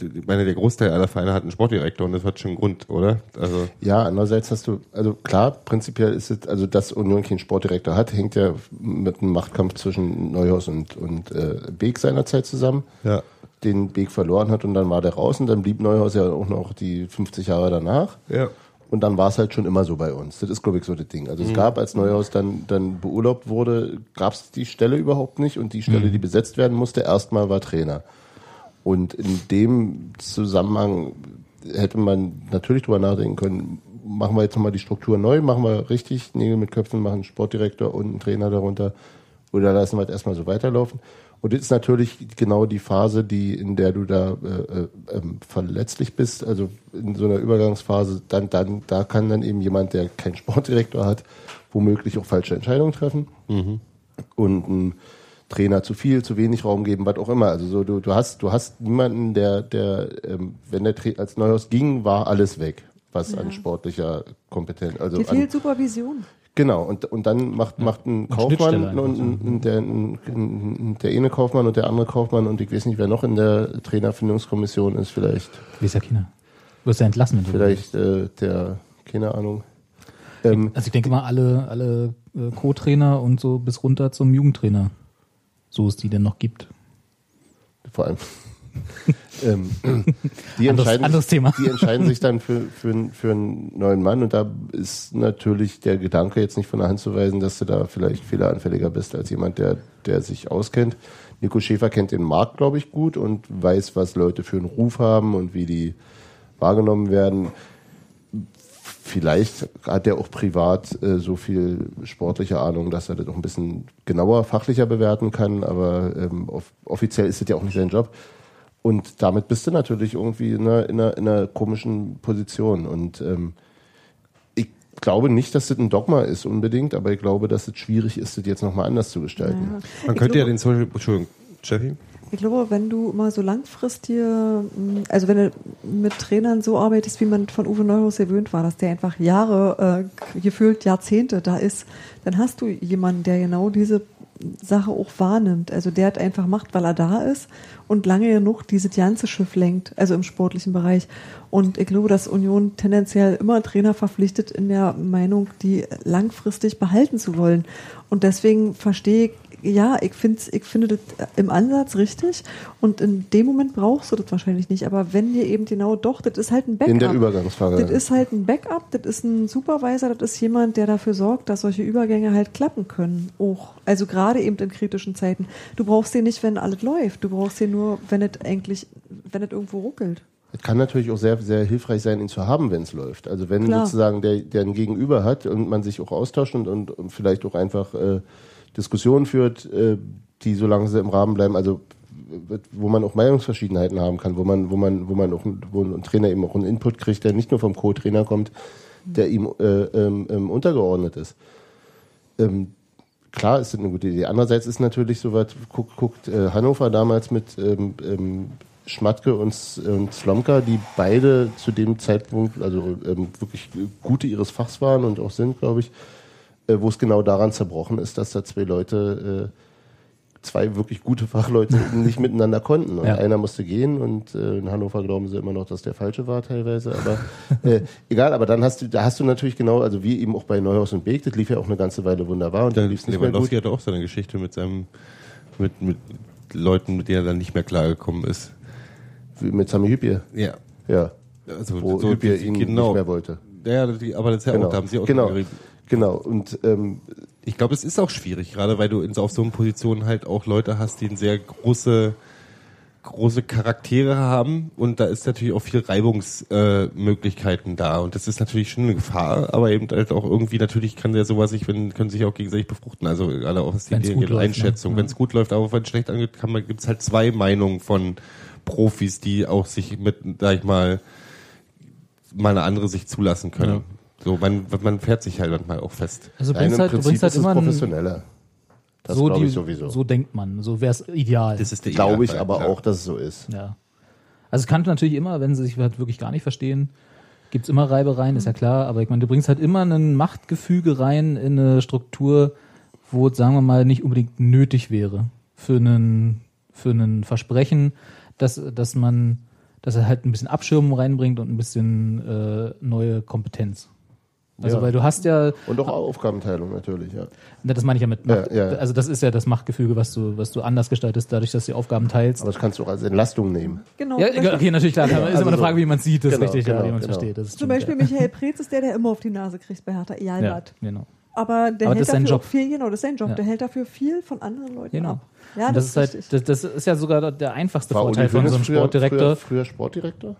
Speaker 3: ich meine, der Großteil aller Vereine hat einen Sportdirektor und das hat schon einen Grund, oder? Also,
Speaker 1: ja, andererseits hast du, also klar, prinzipiell ist es, also dass Union keinen Sportdirektor hat, hängt ja mit einem Machtkampf zwischen Neuhaus und, und äh, Beek seinerzeit zusammen.
Speaker 3: ja.
Speaker 1: den Weg verloren hat und dann war der raus und dann blieb Neuhaus ja auch noch die 50 Jahre danach.
Speaker 3: Ja.
Speaker 1: Und dann war es halt schon immer so bei uns. Das ist, glaube ich, so das Ding. Also es gab, als Neuhaus dann, dann beurlaubt wurde, gab es die Stelle überhaupt nicht und die Stelle, die besetzt werden musste, erstmal war Trainer. Und in dem Zusammenhang hätte man natürlich drüber nachdenken können, machen wir jetzt nochmal die Struktur neu, machen wir richtig Nägel mit Köpfen, machen einen Sportdirektor und einen Trainer darunter oder lassen wir es erstmal so weiterlaufen. Und das ist natürlich genau die Phase, die, in der du da äh, äh, ähm, verletzlich bist, also in so einer Übergangsphase, dann, dann, da kann dann eben jemand, der keinen Sportdirektor hat, womöglich auch falsche Entscheidungen treffen und ein Trainer zu viel, zu wenig Raum geben, was auch immer. Also so, du, du hast, du hast niemanden, der, der, ähm, wenn der Tra als Neuhaus ging, war alles weg, was an sportlicher Kompetenz, also
Speaker 4: Dir
Speaker 1: an,
Speaker 4: fehlt Supervision.
Speaker 1: genau. Und, und dann macht, macht ein
Speaker 2: Schnittstelle
Speaker 1: Kaufmann
Speaker 2: einfach
Speaker 1: und ein, ein, der, ein, ein, der eine Kaufmann und der andere Kaufmann und ich weiß nicht, wer noch in der Trainerfindungskommission ist, vielleicht,
Speaker 2: Wie ist ja China? Du wirst ja entlassen, wenn du
Speaker 1: vielleicht äh, der, keine Ahnung. Ähm,
Speaker 2: Also ich denke mal, alle, alle äh, Co-Trainer und so bis runter zum Jugendtrainer, so es die denn noch gibt.
Speaker 1: vor allem. *laughs* ähm, die,
Speaker 2: Anderes-
Speaker 1: entscheiden,
Speaker 2: anderes Thema.
Speaker 1: die entscheiden sich
Speaker 2: *laughs*
Speaker 1: dann für, für, einen- für einen neuen Mann und da ist natürlich der Gedanke jetzt nicht von der Hand zu weisen, dass du da vielleicht fehleranfälliger bist als jemand, der, der sich auskennt. Nico Schäfer kennt den Markt, glaube ich, gut und weiß, was Leute für einen Ruf haben und wie die wahrgenommen werden. Vielleicht hat er auch privat äh, so viel sportliche Ahnung, dass er das auch ein bisschen genauer, fachlicher bewerten kann, aber ähm, off offiziell ist das ja auch nicht sein Job. Und damit bist du natürlich irgendwie in einer, in einer, in einer komischen Position. Und ähm, ich glaube nicht, dass das ein Dogma ist unbedingt, aber ich glaube, dass es schwierig ist, das jetzt nochmal anders zu gestalten.
Speaker 3: Man
Speaker 4: Ich
Speaker 3: könnte ja
Speaker 4: glaube-
Speaker 3: den Social, Entschuldigung, Jeffy?
Speaker 4: Ich glaube, wenn du mal so langfristig, also wenn du mit Trainern so arbeitest, wie man von Uwe Neuhaus gewöhnt war, dass der einfach Jahre, äh, gefühlt Jahrzehnte da ist, dann hast du jemanden, der genau diese Sache auch wahrnimmt. Also der hat einfach Macht, weil er da ist und lange genug dieses ganze Schiff lenkt, also im sportlichen Bereich. Und ich glaube, dass Union tendenziell immer Trainer verpflichtet in der Meinung, die langfristig behalten zu wollen. Und deswegen verstehe ich, ja, ich, find's, ich finde das äh, im Ansatz richtig und in dem Moment brauchst du das wahrscheinlich nicht. Aber wenn dir eben genau doch, das ist halt ein Backup.
Speaker 1: In der Übergangsphase.
Speaker 4: Das ist halt ein Backup, das ist ein Supervisor, das ist jemand, der dafür sorgt, dass solche Übergänge halt klappen können. Auch. Also gerade eben in kritischen Zeiten. Du brauchst den nicht, wenn alles läuft. Du brauchst den nur, wenn es eigentlich, wenn es irgendwo ruckelt.
Speaker 1: Es kann natürlich auch sehr, sehr hilfreich sein, ihn zu haben, wenn es läuft. Also wenn
Speaker 4: Klar.
Speaker 1: sozusagen der, der ein Gegenüber hat und man sich auch austauscht und, und, und vielleicht auch einfach äh, Diskussionen führt, äh, die solange sie im Rahmen bleiben, also äh, wo man auch Meinungsverschiedenheiten haben kann, wo man, wo man, wo man auch ein- wo ein Trainer eben auch einen Input kriegt, der nicht nur vom Co-Trainer kommt, der ihm äh, ähm, ähm, untergeordnet ist. Ähm, klar ist das eine gute Idee. Andererseits ist natürlich soweit, guckt, guckt äh, Hannover damals mit ähm, ähm, Schmatke und, S- und Slomka, die beide zu dem Zeitpunkt, also ähm, wirklich gute ihres Fachs waren und auch sind, glaube ich, äh, wo es genau daran zerbrochen ist, dass da zwei Leute, äh, zwei wirklich gute Fachleute *laughs* nicht miteinander konnten. Und
Speaker 2: Ja.
Speaker 1: einer musste gehen und äh, in Hannover glauben sie immer noch, dass der falsche war teilweise. Aber äh, *laughs* egal, aber dann hast du, da hast du natürlich genau, also wie eben auch bei Neuhaus und Beek, das lief ja auch eine ganze Weile wunderbar und dann lief es Äh, nicht mehr gut.
Speaker 3: Lewandowski hatte auch seine Geschichte mit seinem, mit, mit Leuten, mit denen er dann nicht mehr klargekommen ist.
Speaker 1: Wie mit Sami Hübier.
Speaker 3: Ja.
Speaker 1: Ja.
Speaker 3: Also,
Speaker 1: Wo
Speaker 3: so,
Speaker 1: Hübier
Speaker 3: die-
Speaker 1: ihn
Speaker 3: genau.
Speaker 1: nicht mehr wollte.
Speaker 3: Ja, die, aber das ist ja
Speaker 1: Genau.
Speaker 3: auch, da haben sie auch
Speaker 1: genau.
Speaker 3: drüber geredet.
Speaker 1: genau. Und ähm,
Speaker 3: Ich glaube, es ist auch schwierig, gerade weil du in, so- auf so einer Position halt auch Leute hast, die eine sehr große, große Charaktere haben und da ist natürlich auch viel Reibungsmöglichkeiten äh, Möglichkeiten da und das ist natürlich schon eine Gefahr, aber eben halt auch irgendwie natürlich kann der sowas sich, wenn, können sich auch gegenseitig befruchten, also gerade auch was die
Speaker 2: Wenn's gut
Speaker 3: Idee-
Speaker 2: läuft,
Speaker 3: Einschätzung,
Speaker 2: ne?
Speaker 3: wenn es gut läuft, aber wenn es schlecht angeht, kann man, gibt's halt zwei Meinungen von Profis, die auch sich mit, sag ich mal, mal eine andere sich zulassen können. So, man, man fährt sich halt manchmal auch fest.
Speaker 2: Also du
Speaker 1: nein,
Speaker 2: bringst
Speaker 1: im
Speaker 2: halt, du
Speaker 1: Prinzip
Speaker 2: bringst halt
Speaker 1: ist es
Speaker 2: immer einen-
Speaker 1: professioneller. Das
Speaker 2: so,
Speaker 1: glaube
Speaker 2: die,
Speaker 1: ich sowieso.
Speaker 2: so denkt man. So wäre es ideal.
Speaker 3: Das ist der
Speaker 1: glaube ich
Speaker 3: Idealfall,
Speaker 1: aber
Speaker 3: klar.
Speaker 1: auch, dass es so ist.
Speaker 2: Ja. Also es kann natürlich immer, wenn sie sich halt wirklich gar nicht verstehen, gibt's immer Reibereien,
Speaker 1: Mhm.
Speaker 2: ist ja klar, aber ich meine, du bringst halt immer ein Machtgefüge rein in eine Struktur, wo es, sagen wir mal, nicht unbedingt nötig wäre für einen, für einen Versprechen, dass, dass man, dass er halt ein bisschen Abschirmung reinbringt und ein bisschen äh, neue Kompetenz. Also
Speaker 1: Ja.
Speaker 2: weil du hast ja,
Speaker 1: Und auch Aufgabenteilung natürlich, ja.
Speaker 2: na, das meine ich ja mit Macht,
Speaker 1: Ja, ja, ja.
Speaker 2: also das ist ja das Machtgefüge, was du, was du anders gestaltest, dadurch, dass du die Aufgaben teilst.
Speaker 1: Aber das kannst du auch als Entlastung nehmen.
Speaker 4: Genau.
Speaker 2: Ja,
Speaker 4: zum
Speaker 2: egal, okay, natürlich klar. ist
Speaker 1: also
Speaker 2: immer eine
Speaker 1: so.
Speaker 2: Frage, wie man sieht, das ist
Speaker 1: Genau,
Speaker 2: richtig, ja,
Speaker 1: genau,
Speaker 2: wie man es
Speaker 1: genau.
Speaker 2: versteht. Das ist
Speaker 4: Zum
Speaker 2: stimmt,
Speaker 4: Beispiel
Speaker 2: ja.
Speaker 4: Michael Preetz ist der, der immer auf die Nase kriegt bei Hertha. Egal
Speaker 2: ja,
Speaker 4: was.
Speaker 2: genau.
Speaker 4: Aber der
Speaker 2: Aber das
Speaker 4: hält
Speaker 2: ist sein
Speaker 4: dafür
Speaker 2: Job.
Speaker 4: auch viel, genau, das ist sein Job.
Speaker 2: Ja.
Speaker 4: Der hält dafür viel von anderen Leuten
Speaker 2: genau.
Speaker 4: ab. Ja,
Speaker 2: Und das, ist halt,
Speaker 4: richtig.
Speaker 2: das, das ist ja sogar der einfachste
Speaker 1: War
Speaker 2: Vorteil
Speaker 1: Uli
Speaker 2: von so
Speaker 1: Hoeneß
Speaker 2: einem
Speaker 1: früher-
Speaker 2: Sportdirektor.
Speaker 1: Früher, früher Sportdirektor?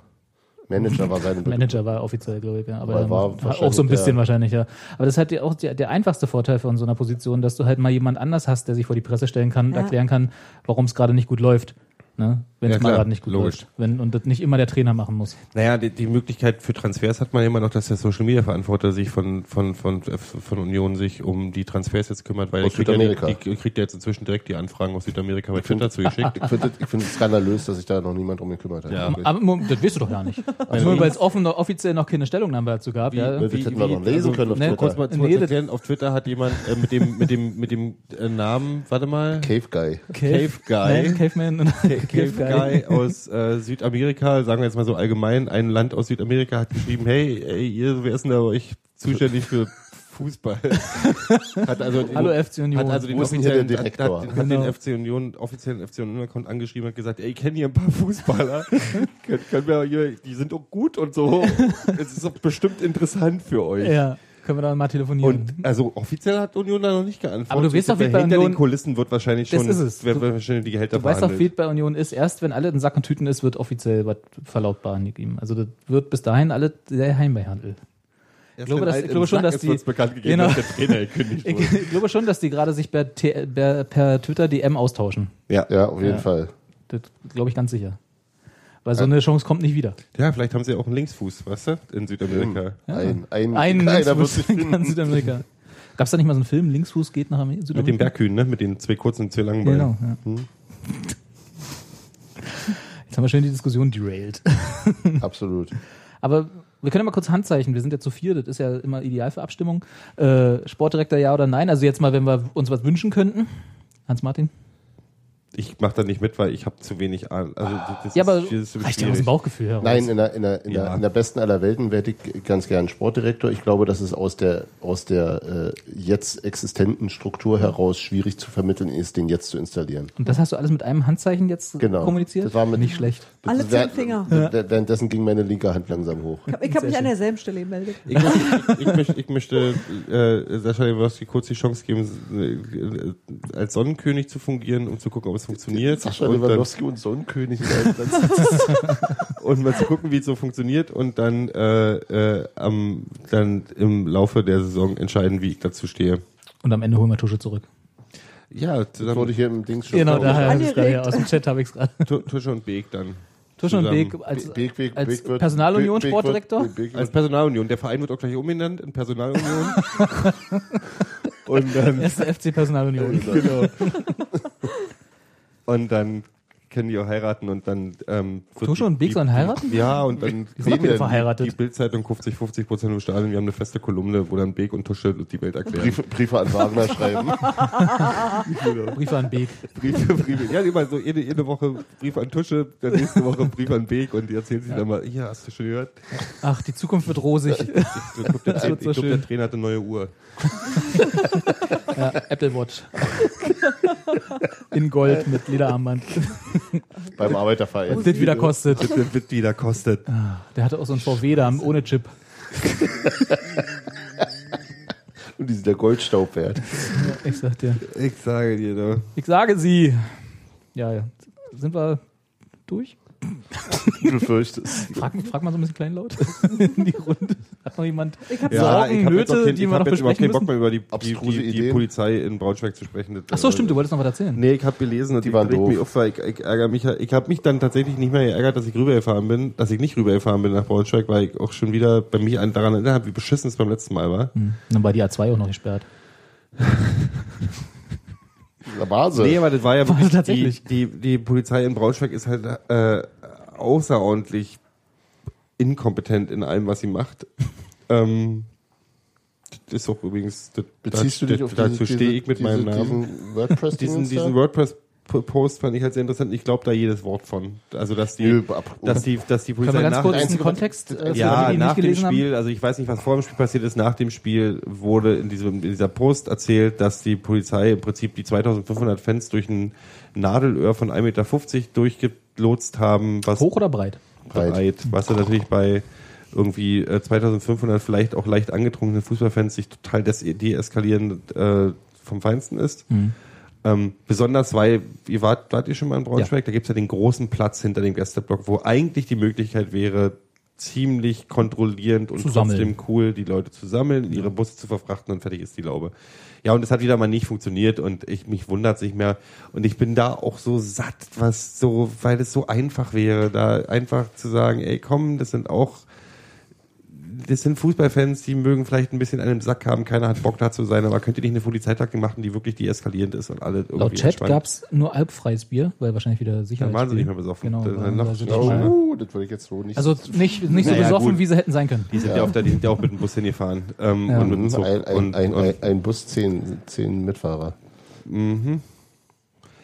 Speaker 1: Manager
Speaker 2: *laughs*
Speaker 1: war seine Be
Speaker 2: Manager war offiziell, glaube ich, ja. aber
Speaker 1: Aber
Speaker 2: ähm,
Speaker 1: war
Speaker 2: war auch so ein
Speaker 1: wahrscheinlich
Speaker 2: bisschen
Speaker 1: der-
Speaker 2: wahrscheinlich, ja. Aber das ist halt ja auch der, der einfachste Vorteil von so einer Position, dass du halt mal jemand anders hast, der sich vor die Presse stellen kann und
Speaker 4: Ja.
Speaker 2: erklären kann, warum es gerade nicht gut läuft. Ne? Wenn es
Speaker 3: Ja,
Speaker 2: mal
Speaker 3: klar,
Speaker 2: gerade nicht gut
Speaker 3: logisch.
Speaker 2: läuft. Wenn, und das nicht immer der Trainer machen muss.
Speaker 3: Naja, die, die Möglichkeit für Transfers hat man ja immer noch, dass der Social Media Verantworter sich von, von, von, äh, von Union sich um die Transfers jetzt kümmert, weil
Speaker 1: Aus
Speaker 3: der kriegt ja,
Speaker 1: Südamerika.
Speaker 3: die, die kriegt ja jetzt inzwischen direkt die Anfragen aus Südamerika bei Twitter zugeschickt.
Speaker 1: *laughs* ich finde ich finde es skandalös, dass sich da noch niemand drum gekümmert hat.
Speaker 3: Ja.
Speaker 1: Wirklich.
Speaker 2: Aber Moment, das weißt du doch gar
Speaker 1: *laughs*
Speaker 2: nicht.
Speaker 1: Also
Speaker 2: Nur weil es offen, noch- offiziell noch keine Stellungnahme dazu gab. ja.
Speaker 1: das hätten wir noch lesen können auf
Speaker 2: ne,
Speaker 1: Twitter.
Speaker 3: also, Kurz mal zu
Speaker 2: Nee,
Speaker 3: uns
Speaker 2: das-
Speaker 3: erklären, auf Twitter hat jemand äh, mit dem, mit dem, mit dem äh, Namen, warte mal,
Speaker 1: Cave Guy.
Speaker 2: Cave,
Speaker 3: Cave Guy.
Speaker 2: Nein, Caveman und *laughs*
Speaker 3: Cave Guy aus äh, Südamerika, sagen wir jetzt mal so allgemein, ein Land aus Südamerika hat geschrieben, hey, ey, ihr, wer ist denn da bei euch zuständig für *laughs* Fußball? hat also den-
Speaker 2: Hallo FC Union.
Speaker 3: Hat also den
Speaker 1: Wo ist denn hier
Speaker 3: offiziellen
Speaker 1: der
Speaker 3: hat,
Speaker 1: Direktor?
Speaker 3: hat, hat
Speaker 2: Genau.
Speaker 3: den FC Union, offiziellen FC Union-Account angeschrieben und gesagt, ey, ich kenne hier ein
Speaker 2: *laughs*
Speaker 3: paar Fußballer. können, können wir hier, die sind auch gut und so. es ist doch bestimmt interessant für euch.
Speaker 2: ja, können wir da mal telefonieren.
Speaker 3: Und also offiziell hat Union da noch nicht geantwortet.
Speaker 2: Aber du weißt doch, wie
Speaker 3: Wer
Speaker 2: bei
Speaker 3: hinter
Speaker 2: Union-
Speaker 3: den Kulissen wird wahrscheinlich
Speaker 2: Das
Speaker 3: schon,
Speaker 2: ist es.
Speaker 3: wer
Speaker 2: Du-
Speaker 3: wahrscheinlich die Gehälter
Speaker 2: du weißt doch,
Speaker 3: verhandelt.
Speaker 2: wie es bei Union ist. Erst wenn alle in Sack und Tüten ist, wird offiziell was verlautbar angegeben. Also das wird bis dahin alle der Heimbehandel.
Speaker 3: Ich
Speaker 2: glaube, dass- ich glaube schon, dass die-
Speaker 3: bekannt gegeben,
Speaker 2: Genau.
Speaker 3: dass der Trainer gekündigt
Speaker 2: Ich, *laughs*
Speaker 3: wurde.
Speaker 2: glaube schon, dass die gerade sich per, T- per, per Twitter DM austauschen.
Speaker 3: Ja.
Speaker 1: Ja, auf jeden
Speaker 2: Ja.
Speaker 1: Fall.
Speaker 2: Das glaube ich ganz sicher. Weil so eine Chance kommt nicht wieder.
Speaker 3: ja, vielleicht haben sie auch einen Linksfuß, weißt du, in Südamerika.
Speaker 1: Ein, ein,
Speaker 2: Einen
Speaker 1: keiner wird
Speaker 2: Linksfuß *laughs*
Speaker 1: sich
Speaker 2: in ganz
Speaker 1: finden.
Speaker 2: Südamerika. Gab es da nicht mal so einen Film, Linksfuß geht nach Amer- Südamerika?
Speaker 3: Mit dem Berghühn, ne? Mit den zwei kurzen und zwei langen Beinen.
Speaker 2: Genau, ja. *laughs* Jetzt haben wir schön die Diskussion derailed. *laughs*
Speaker 1: Absolut.
Speaker 2: Aber wir können ja mal kurz Handzeichen. Wir sind ja zu vier, das ist ja immer ideal für Abstimmung. Äh, Sportdirektor ja oder nein? Also jetzt mal, wenn wir uns was wünschen könnten. Hans-Martin?
Speaker 3: Ich mache da nicht mit, weil ich habe zu wenig Ahnung. Also, das
Speaker 2: Ja, aber
Speaker 3: das ist
Speaker 2: reicht ja aus dem Bauchgefühl heraus.
Speaker 1: Nein, in der, in, der, in,
Speaker 3: Ja.
Speaker 1: der, in der besten aller Welten werde ich ganz gern Sportdirektor. Ich glaube, das ist aus der, aus der äh, jetzt existenten Struktur heraus schwierig zu vermitteln ist, den jetzt zu installieren.
Speaker 2: Und das hast du alles mit einem Handzeichen jetzt
Speaker 1: Genau.
Speaker 2: kommuniziert?
Speaker 1: Das war mit-
Speaker 2: Nicht schlecht.
Speaker 1: Das-
Speaker 4: Alle zehn Finger.
Speaker 1: wär- wär- Währenddessen ging meine linke Hand langsam hoch.
Speaker 4: Ich habe mich an derselben Stelle gemeldet.
Speaker 3: Ich möchte, ich möchte, ich möchte äh, Sascha Lewinsky kurz die Chance geben, äh, als Sonnenkönig zu fungieren, um zu gucken, ob es funktioniert.
Speaker 1: Sascha
Speaker 3: und, dann,
Speaker 1: Lewandowski und Sonnenkönig.
Speaker 2: *laughs*
Speaker 3: und mal zu gucken, wie es so funktioniert und dann, äh, äh, am, dann im Laufe der Saison entscheiden, wie ich dazu stehe.
Speaker 2: Und am Ende holen wir Tusche zurück.
Speaker 3: Ja, zusammen
Speaker 1: wurde hier im Dings schon.
Speaker 2: Genau, daher habe ich es
Speaker 4: angeregt.
Speaker 2: gerade. ja, Aus dem Chat habe ich es gerade.
Speaker 3: Tu- Tusche und Beek dann.
Speaker 2: Tusche und
Speaker 3: Zusammen.
Speaker 2: Beek als,
Speaker 1: Beek- Beek-
Speaker 2: als
Speaker 1: Beek wird-
Speaker 2: Personalunion,
Speaker 1: Beek- Beek wird-
Speaker 2: Sportdirektor.
Speaker 1: Beek wird-
Speaker 3: Als Personalunion. Der Verein wird auch gleich umbenannt
Speaker 2: *laughs*
Speaker 3: in Personalunion. und dann
Speaker 2: Erste FC Personalunion.
Speaker 3: genau. und dann können die auch heiraten und dann ähm, wird
Speaker 2: Tusche
Speaker 3: die-
Speaker 2: und Beck
Speaker 3: die-
Speaker 2: sollen heiraten?
Speaker 3: Ja, und dann
Speaker 2: Die sind
Speaker 1: Wen denn?
Speaker 2: wieder
Speaker 3: die
Speaker 2: verheiratet.
Speaker 3: Bildzeitung kauft sich 50 Prozent im Stadion. Wir haben eine feste Kolumne, wo dann Beek und Tusche die Welt erklären.
Speaker 1: Briefe, genau. Briefe an Wagner schreiben.
Speaker 2: *laughs* Briefe an Beek.
Speaker 3: Briefe, Briefe. Ja, immer so jede, jede Woche Brief an Tusche, der nächste Woche Brief an Beek und die erzählen sich dann mal, hier hast du schon gehört.
Speaker 2: Ach, die Zukunft wird rosig.
Speaker 3: Ich glaube,
Speaker 2: *laughs* wird
Speaker 3: der,
Speaker 2: so
Speaker 3: ich glaub, der
Speaker 2: schön.
Speaker 3: Trainer hat eine neue Uhr.
Speaker 2: Ja, Apple Watch. In Gold mit Lederarmband.
Speaker 1: beim Arbeiterverein.
Speaker 2: Das wieder kostet.
Speaker 3: Das wird wieder kostet.
Speaker 2: Der hatte auch so ein VW da ohne Chip.
Speaker 1: Und die sind der Goldstaub wert.
Speaker 2: Ich sag dir.
Speaker 3: Ich sage dir, ne?
Speaker 2: Ich sage sie. Ja, ja. sind wir durch?
Speaker 1: Du befürchtest.
Speaker 2: Frag, frag mal so ein bisschen kleinlaut *laughs* in die Runde. Hat noch jemand?
Speaker 4: Ich habe
Speaker 2: Ja. Sorgen,
Speaker 3: ich hab jetzt
Speaker 2: Nöte,
Speaker 3: auch keinen-
Speaker 2: die
Speaker 3: ich
Speaker 2: wir
Speaker 3: hab
Speaker 2: noch
Speaker 3: jetzt überhaupt keinen
Speaker 2: besprechen
Speaker 3: Bock mehr über die, die,
Speaker 1: Abstruse
Speaker 3: die, die
Speaker 1: Ideen.
Speaker 3: Polizei in Braunschweig zu sprechen. Äh, Das-
Speaker 2: Ach so, stimmt, du wolltest noch was erzählen.
Speaker 3: Nee, ich habe gelesen und
Speaker 1: Die waren
Speaker 3: ich reg mich
Speaker 1: doof.
Speaker 3: auf, weil ich, ich ärgere mich, ja- ich habe mich dann tatsächlich nicht mehr geärgert, dass ich rübergefahren bin, dass ich nicht rübergefahren bin nach Braunschweig, weil ich auch schon wieder bei mich an- daran erinnert habe, wie beschissen es beim letzten Mal war.
Speaker 1: Mhm.
Speaker 2: Hm, Dann war die A2 auch noch gesperrt.
Speaker 1: Der Base.
Speaker 3: Nee, aber das war ja
Speaker 2: War
Speaker 3: wirklich,
Speaker 2: das tatsächlich?
Speaker 3: Die, die, die Polizei in Braunschweig ist halt äh, außerordentlich inkompetent in allem, was sie
Speaker 1: *laughs*
Speaker 3: macht. ähm, das ist auch übrigens, das,
Speaker 1: Beziehst du dich
Speaker 3: das-
Speaker 1: auf
Speaker 3: dazu
Speaker 1: diesen-
Speaker 3: stehe ich mit
Speaker 1: diese-
Speaker 3: meinem Namen.
Speaker 1: Diesen wordpress
Speaker 3: diesen, diesen WordPress-Post fand ich halt sehr interessant. Ich glaube da jedes Wort von. Also dass die,
Speaker 1: Nö, ab-
Speaker 3: dass die, dass die
Speaker 2: Können wir
Speaker 3: Polizei
Speaker 2: ganz
Speaker 3: nach,
Speaker 2: kurz einen
Speaker 1: einzige-
Speaker 2: Kontext äh, für alle,
Speaker 3: ja,
Speaker 2: die ihn
Speaker 3: nach
Speaker 2: nicht
Speaker 3: dem
Speaker 2: gelesen haben?
Speaker 3: Spiel, also ich weiß nicht, was vor dem Spiel passiert ist, nach dem Spiel wurde in diesem in dieser Post erzählt, dass die Polizei im Prinzip die 2500 Fans durch ein Nadelöhr von 1,50 Meter durchgelotst haben, was
Speaker 2: Hoch oder breit?
Speaker 3: breit, was dann natürlich bei irgendwie äh, 2500 vielleicht auch leicht angetrunkenen Fußballfans sich total des- deeskalierend äh, vom Feinsten ist. Ähm, besonders, weil, ihr wart, wart ihr schon mal in Braunschweig, da gibt's ja den großen Platz hinter dem Gästeblock, wo eigentlich die Möglichkeit wäre, ziemlich kontrollierend und
Speaker 2: Zu sammeln.
Speaker 3: trotzdem cool die Leute zu sammeln, in ihre Busse zu verfrachten und fertig ist die Laube. Ja, und es hat wieder mal nicht funktioniert und ich mich wundert's nicht mehr. Und ich bin da auch so satt, was so, weil es so einfach wäre, da einfach zu sagen, ey komm, das sind auch das sind Fußballfans, die mögen vielleicht ein bisschen einen im Sack haben, keiner hat Bock da zu sein, aber könnt ihr nicht eine Polizeitaktik machen, die wirklich deeskalierend ist und alle irgendwie
Speaker 2: Laut Chat
Speaker 3: entspannt?
Speaker 2: gab's nur alpfreies Bier, weil wahrscheinlich wieder Sicherheit.
Speaker 3: Dann waren sie nicht mehr besoffen.
Speaker 2: Genau,
Speaker 3: Dann-
Speaker 2: waren
Speaker 3: dann
Speaker 2: sie
Speaker 3: lachen
Speaker 2: also
Speaker 3: sie.
Speaker 2: nicht mehr.
Speaker 1: Uh, das wollte ich jetzt so nicht.
Speaker 2: also nicht, nicht so
Speaker 3: Naja,
Speaker 2: besoffen,
Speaker 3: gut.
Speaker 2: wie sie hätten sein können.
Speaker 3: Die sind ja, auf der, die sind ja auch mit dem Bus hingefahren. Ähm,
Speaker 2: Ja.
Speaker 3: und mit dem
Speaker 1: ein,
Speaker 3: Zug.
Speaker 1: Mhm. ein, ein,
Speaker 3: und,
Speaker 1: ein,
Speaker 3: und,
Speaker 1: ein, ein Bus, zehn, zehn Mitfahrer.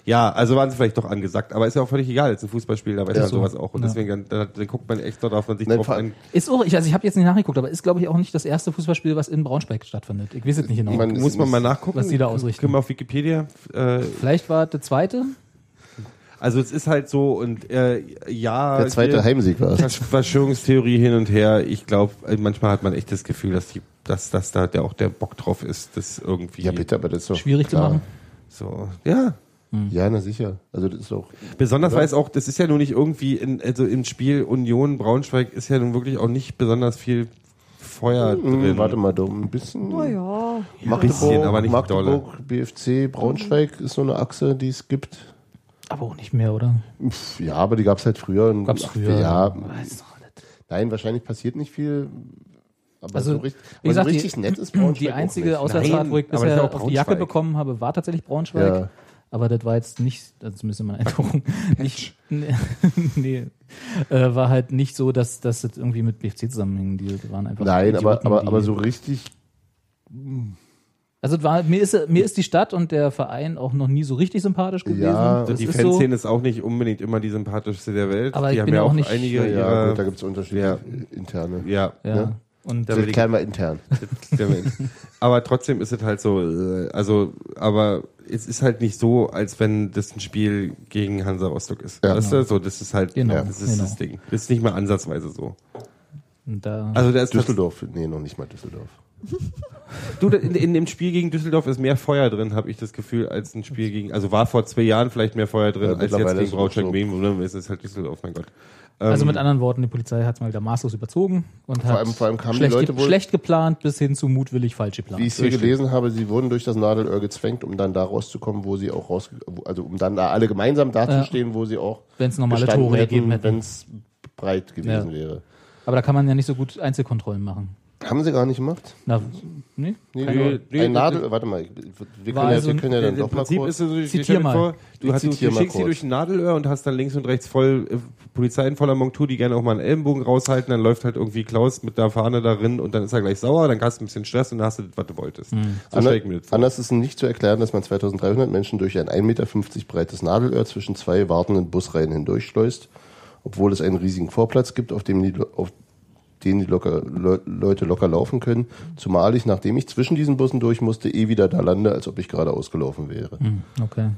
Speaker 3: ja, also waren sie vielleicht doch angesagt, aber ist ja auch völlig egal, jetzt ein Fußballspiel, da weiß
Speaker 1: Ja.
Speaker 3: man sowas auch. Und
Speaker 2: Ja.
Speaker 3: deswegen dann, dann, dann guckt man echt, da darf man sich
Speaker 1: Nein,
Speaker 3: drauf
Speaker 1: vor allem-
Speaker 3: ein.
Speaker 2: Ist auch, ich, also ich habe jetzt nicht nachgeguckt, aber ist, glaube ich, auch nicht das erste Fußballspiel, was in Braunschweig stattfindet. Ich weiß es nicht genau.
Speaker 1: Man-
Speaker 3: Muss man mal nachgucken.
Speaker 2: Was die da ausrichten.
Speaker 3: Können wir auf Wikipedia. Äh,
Speaker 2: Vielleicht war der zweite.
Speaker 3: also es ist halt so und äh, ja.
Speaker 2: Ah,
Speaker 1: Der zweite
Speaker 3: hier-
Speaker 1: Heimsieg war es.
Speaker 3: Versch- Verschwörungstheorie hin und her. Ich glaube, manchmal hat man echt das Gefühl, dass die, dass, dass da der auch der Bock drauf ist, das irgendwie
Speaker 1: Ja, bitte, aber das ist doch. Mhm.
Speaker 2: Schwierig zu machen.
Speaker 3: so. Ja.
Speaker 1: Ja, na sicher. Also, das ist doch.
Speaker 3: Besonders weil es auch, das ist ja nun nicht irgendwie in, also im Spiel Union Braunschweig ist ja nun wirklich auch nicht besonders viel Feuer drin.
Speaker 1: Mhm, warte mal, da ein bisschen.
Speaker 4: Oh Naja.
Speaker 3: bisschen, aber nicht
Speaker 1: Magdeburg, BFC, Braunschweig ist so eine Achse, die es gibt.
Speaker 2: Aber auch nicht mehr, oder?
Speaker 1: Pff, Ja, aber die gab es halt früher. in-
Speaker 2: Gab's
Speaker 1: Ach,
Speaker 2: früher.
Speaker 1: Ja,
Speaker 2: Weiß doch nicht.
Speaker 1: nein, wahrscheinlich passiert nicht viel. Aber
Speaker 2: Also,
Speaker 1: so richtig,
Speaker 2: wie
Speaker 1: aber so
Speaker 2: gesagt, die-
Speaker 1: richtig nett ist Braunschweig.
Speaker 2: Die
Speaker 1: auch
Speaker 2: einzige
Speaker 1: nicht.
Speaker 2: Auswärtsfahrt,
Speaker 3: Nein,
Speaker 2: wo ich
Speaker 3: aber das ist ja
Speaker 2: bisher
Speaker 3: auch
Speaker 2: auf die Jacke
Speaker 3: Braunschweig.
Speaker 2: bekommen habe, war tatsächlich Braunschweig.
Speaker 1: Ja.
Speaker 2: Aber das war jetzt nicht, also zumindest in meiner Erinnerung, nicht, *laughs* nee, nee, äh, war halt nicht so, dass das jetzt irgendwie mit BFC zusammenhing. Die waren einfach
Speaker 1: Nein, aber,
Speaker 2: Idioten,
Speaker 1: aber,
Speaker 2: die-
Speaker 1: aber so richtig
Speaker 2: Also es war, mir, ist, mir ist die Stadt und der Verein auch noch nie so richtig sympathisch gewesen.
Speaker 1: Ja,
Speaker 2: das
Speaker 3: die
Speaker 2: ist so.
Speaker 3: Fanszene ist auch nicht unbedingt immer die sympathischste der Welt.
Speaker 2: Aber
Speaker 3: die
Speaker 2: ich
Speaker 3: haben
Speaker 2: bin
Speaker 3: ja
Speaker 2: auch
Speaker 3: auch
Speaker 2: nicht-
Speaker 3: einige
Speaker 1: ja,
Speaker 3: ihrer.
Speaker 1: gut, da gibt's Unterschiede
Speaker 3: ja.
Speaker 1: interne.
Speaker 3: ja, *laughs*
Speaker 2: Ja.
Speaker 1: ne?
Speaker 2: Und
Speaker 3: Da-
Speaker 1: Das erklären
Speaker 3: *laughs*
Speaker 1: wir intern.
Speaker 3: aber trotzdem ist es halt so, äh, also, aber es ist halt nicht so, als wenn das ein Spiel gegen Hansa Rostock ist.
Speaker 1: Ja.
Speaker 3: Weißt du? So, das ist halt,
Speaker 2: Genau,
Speaker 3: das ist das Ding. Das ist nicht mal ansatzweise so.
Speaker 2: und da,
Speaker 3: Also, da ist
Speaker 1: Düsseldorf, nee, noch nicht mal Düsseldorf.
Speaker 3: Du, in, in dem Spiel gegen Düsseldorf ist mehr Feuer drin, habe ich das Gefühl, als ein Spiel gegen, also war vor zwei Jahren vielleicht mehr Feuer drin,
Speaker 1: Ja,
Speaker 3: als jetzt
Speaker 1: mittlerweile
Speaker 3: gegen
Speaker 1: ist es
Speaker 3: Braunschweig
Speaker 1: so.
Speaker 3: Bremen, oder? Es ist halt Düsseldorf, mein Gott.
Speaker 2: also
Speaker 3: Ähm,
Speaker 2: mit anderen Worten, die Polizei hat es mal wieder maßlos überzogen und
Speaker 1: Vor
Speaker 2: hat
Speaker 1: allem- vor allem kamen die
Speaker 2: schlecht,
Speaker 1: Leute
Speaker 2: ge-
Speaker 1: wohl-
Speaker 2: schlecht geplant bis hin zu mutwillig falsch
Speaker 1: Wie ich
Speaker 2: geplant.
Speaker 1: es hier
Speaker 3: Richtig.
Speaker 1: gelesen habe, sie wurden durch das Nadelöhr gezwängt, um dann da rauszukommen, wo sie auch raus, also um dann da alle gemeinsam dazustehen, wo sie auch
Speaker 2: Wenn es normale
Speaker 1: gestanden
Speaker 2: Tore gegeben hätte.
Speaker 1: wenn es breit gewesen
Speaker 2: Ja.
Speaker 1: wäre.
Speaker 2: Aber da kann man ja nicht so gut Einzelkontrollen machen.
Speaker 1: Haben sie gar nicht gemacht?
Speaker 2: Na, nee?
Speaker 1: Nee,
Speaker 3: Keine
Speaker 1: nee,
Speaker 3: Ahnung. nee,
Speaker 1: ein
Speaker 3: das-
Speaker 1: Nadel, warte mal, wir können,
Speaker 2: War
Speaker 1: ja,
Speaker 2: also
Speaker 1: wir
Speaker 2: ein-
Speaker 1: können ja dann
Speaker 3: Im
Speaker 1: doch mal
Speaker 3: Prinzip ist
Speaker 1: kurz.
Speaker 3: es so, ich
Speaker 2: Zitier
Speaker 3: stell dir
Speaker 2: mal.
Speaker 3: vor, du,
Speaker 1: Ich
Speaker 3: hast, du, du
Speaker 1: zitier mal
Speaker 3: schickst sie
Speaker 1: kurz.
Speaker 3: durch ein Nadelöhr und hast dann links und rechts voll äh, Polizei in voller Montur, die gerne auch mal einen Ellenbogen raushalten, dann läuft halt irgendwie Klaus mit der Fahne darin und dann ist er gleich sauer, dann hast du ein bisschen Stress und dann hast du das, was du
Speaker 2: Mhm.
Speaker 3: wolltest. So stell ich mir das vor.
Speaker 1: Anders ist nicht zu erklären, dass man 2300 Menschen durch ein 1,50 Meter breites Nadelöhr zwischen zwei wartenden Busreihen hindurchschleust, obwohl es einen riesigen Vorplatz gibt, auf dem die, lo- auf den die locker, Le Leute locker laufen können, zumal ich, nachdem ich zwischen diesen Bussen durch musste, eh wieder da lande, als ob ich gerade ausgelaufen wäre.
Speaker 3: Mhm.
Speaker 2: Hm, okay.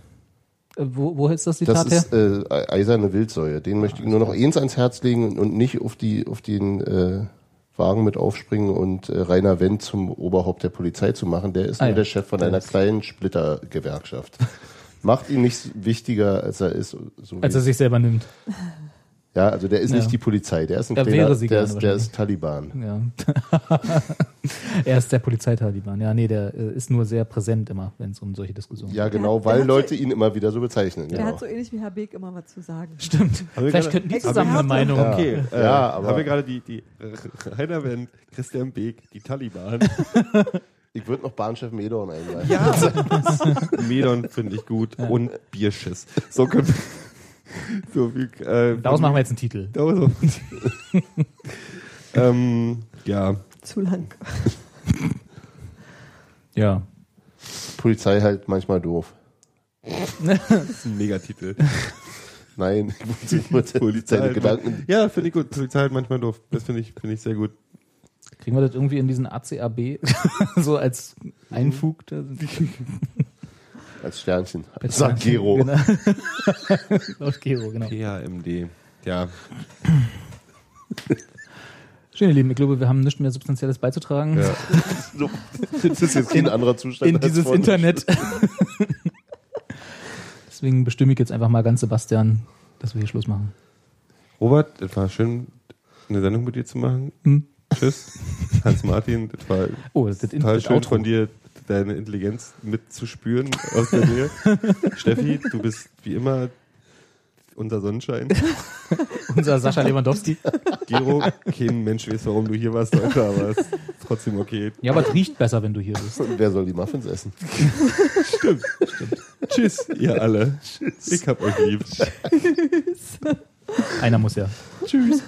Speaker 2: Äh, wo, woher ist das
Speaker 1: Das
Speaker 2: Zitat her?
Speaker 1: ist äh, e- eiserne Wildsäue. Den möchte ich nur noch eins ans Herz legen und- und nicht auf, die, auf den äh, Wagen mit aufspringen und äh, Rainer Wendt zum Oberhaupt der Polizei zu machen. Der ist
Speaker 2: Ah
Speaker 1: nur
Speaker 2: ja,
Speaker 1: der Chef von
Speaker 2: der
Speaker 1: einer
Speaker 2: ist- *laughs*
Speaker 1: kleinen Splittergewerkschaft. Macht ihn nicht wichtiger, als er ist. So wie-
Speaker 2: Als er sich selber nimmt.
Speaker 1: ja, also der ist
Speaker 2: Ja.
Speaker 1: nicht die Polizei. Der ist ein
Speaker 2: Er
Speaker 1: kleiner,
Speaker 2: wäre sie
Speaker 1: der,
Speaker 2: gerne
Speaker 1: ist, der ist Taliban.
Speaker 2: Ja. *laughs* er ist der Polizeitaliban. Ja, nee, der äh, ist nur sehr präsent immer, wenn es um solche Diskussionen
Speaker 1: Ja, genau,
Speaker 4: hat- der
Speaker 1: weil
Speaker 4: hat so-
Speaker 1: Leute ihn immer wieder so bezeichnen.
Speaker 4: Der
Speaker 1: Genau.
Speaker 4: hat so ähnlich wie Herr Beek immer was zu sagen.
Speaker 2: Stimmt.
Speaker 3: wir
Speaker 2: Vielleicht
Speaker 3: gerade-
Speaker 2: könnten die
Speaker 4: Hab ich
Speaker 2: zusammen eine
Speaker 4: gehabt,
Speaker 2: Meinung.
Speaker 1: ja.
Speaker 3: Okay, äh,
Speaker 1: Ja, aber-
Speaker 3: haben wir gerade die, die *laughs* Rainer Wendt, Christian Beek, die
Speaker 1: *laughs*
Speaker 3: Taliban.
Speaker 1: Ich würde noch Bahnchef Medorn einladen.
Speaker 3: Ja. Medon finde ich gut und Bierschiss. So können wir, *laughs* so wie, äh,
Speaker 2: Daraus machen wir jetzt einen Titel.
Speaker 3: Daraus machen wir- *laughs* ähm, ja,
Speaker 4: Zu lang.
Speaker 2: Ja.
Speaker 1: Polizei halt manchmal doof.
Speaker 3: das ist ein Megatitel.
Speaker 1: Nein, ich
Speaker 2: *laughs*
Speaker 1: wollte
Speaker 2: halt
Speaker 1: seine Gedanken.
Speaker 3: Ja, finde ich gut. Polizei halt manchmal doof. Das finde ich, finde ich sehr gut.
Speaker 2: Kriegen wir das irgendwie in diesen ACAB *laughs* so als
Speaker 3: *laughs*
Speaker 2: Einfug? da?
Speaker 1: Als Sternchen. Sag Gero.
Speaker 2: Genau. *laughs* Laut Gero, genau.
Speaker 3: PHMD. Ja.
Speaker 2: Schön, ihr Lieben, ich glaube, wir haben nichts mehr Substanzielles beizutragen
Speaker 3: ja.
Speaker 1: So, *laughs* das ist jetzt kein anderer Zustand.
Speaker 2: genau. in
Speaker 1: als
Speaker 2: dieses
Speaker 1: vorhin.
Speaker 2: Internet. *laughs* Deswegen bestimme ich jetzt einfach mal ganz Sebastian, dass wir hier Schluss machen.
Speaker 3: Robert, das war schön, eine Sendung mit dir zu machen.
Speaker 2: Hm. *laughs*
Speaker 3: Tschüss. Hans-Martin, das war
Speaker 2: Oh, das, das,
Speaker 3: total
Speaker 2: das
Speaker 3: schön
Speaker 2: Outro.
Speaker 3: von dir, deine Intelligenz mitzuspüren aus der
Speaker 2: *laughs*
Speaker 3: Nähe. Steffi, du bist wie immer unser Sonnenschein.
Speaker 2: Unser Sascha Lewandowski.
Speaker 3: Gero, kein Mensch weiß, warum du hier warst heute, aber es ist trotzdem okay.
Speaker 2: Ja, aber es riecht besser, wenn du hier bist.
Speaker 1: Und wer soll die Muffins essen?
Speaker 3: Tschüss, ihr alle. Tschüss. Ich hab euch lieb.
Speaker 2: Einer muss ja.
Speaker 3: Tschüss.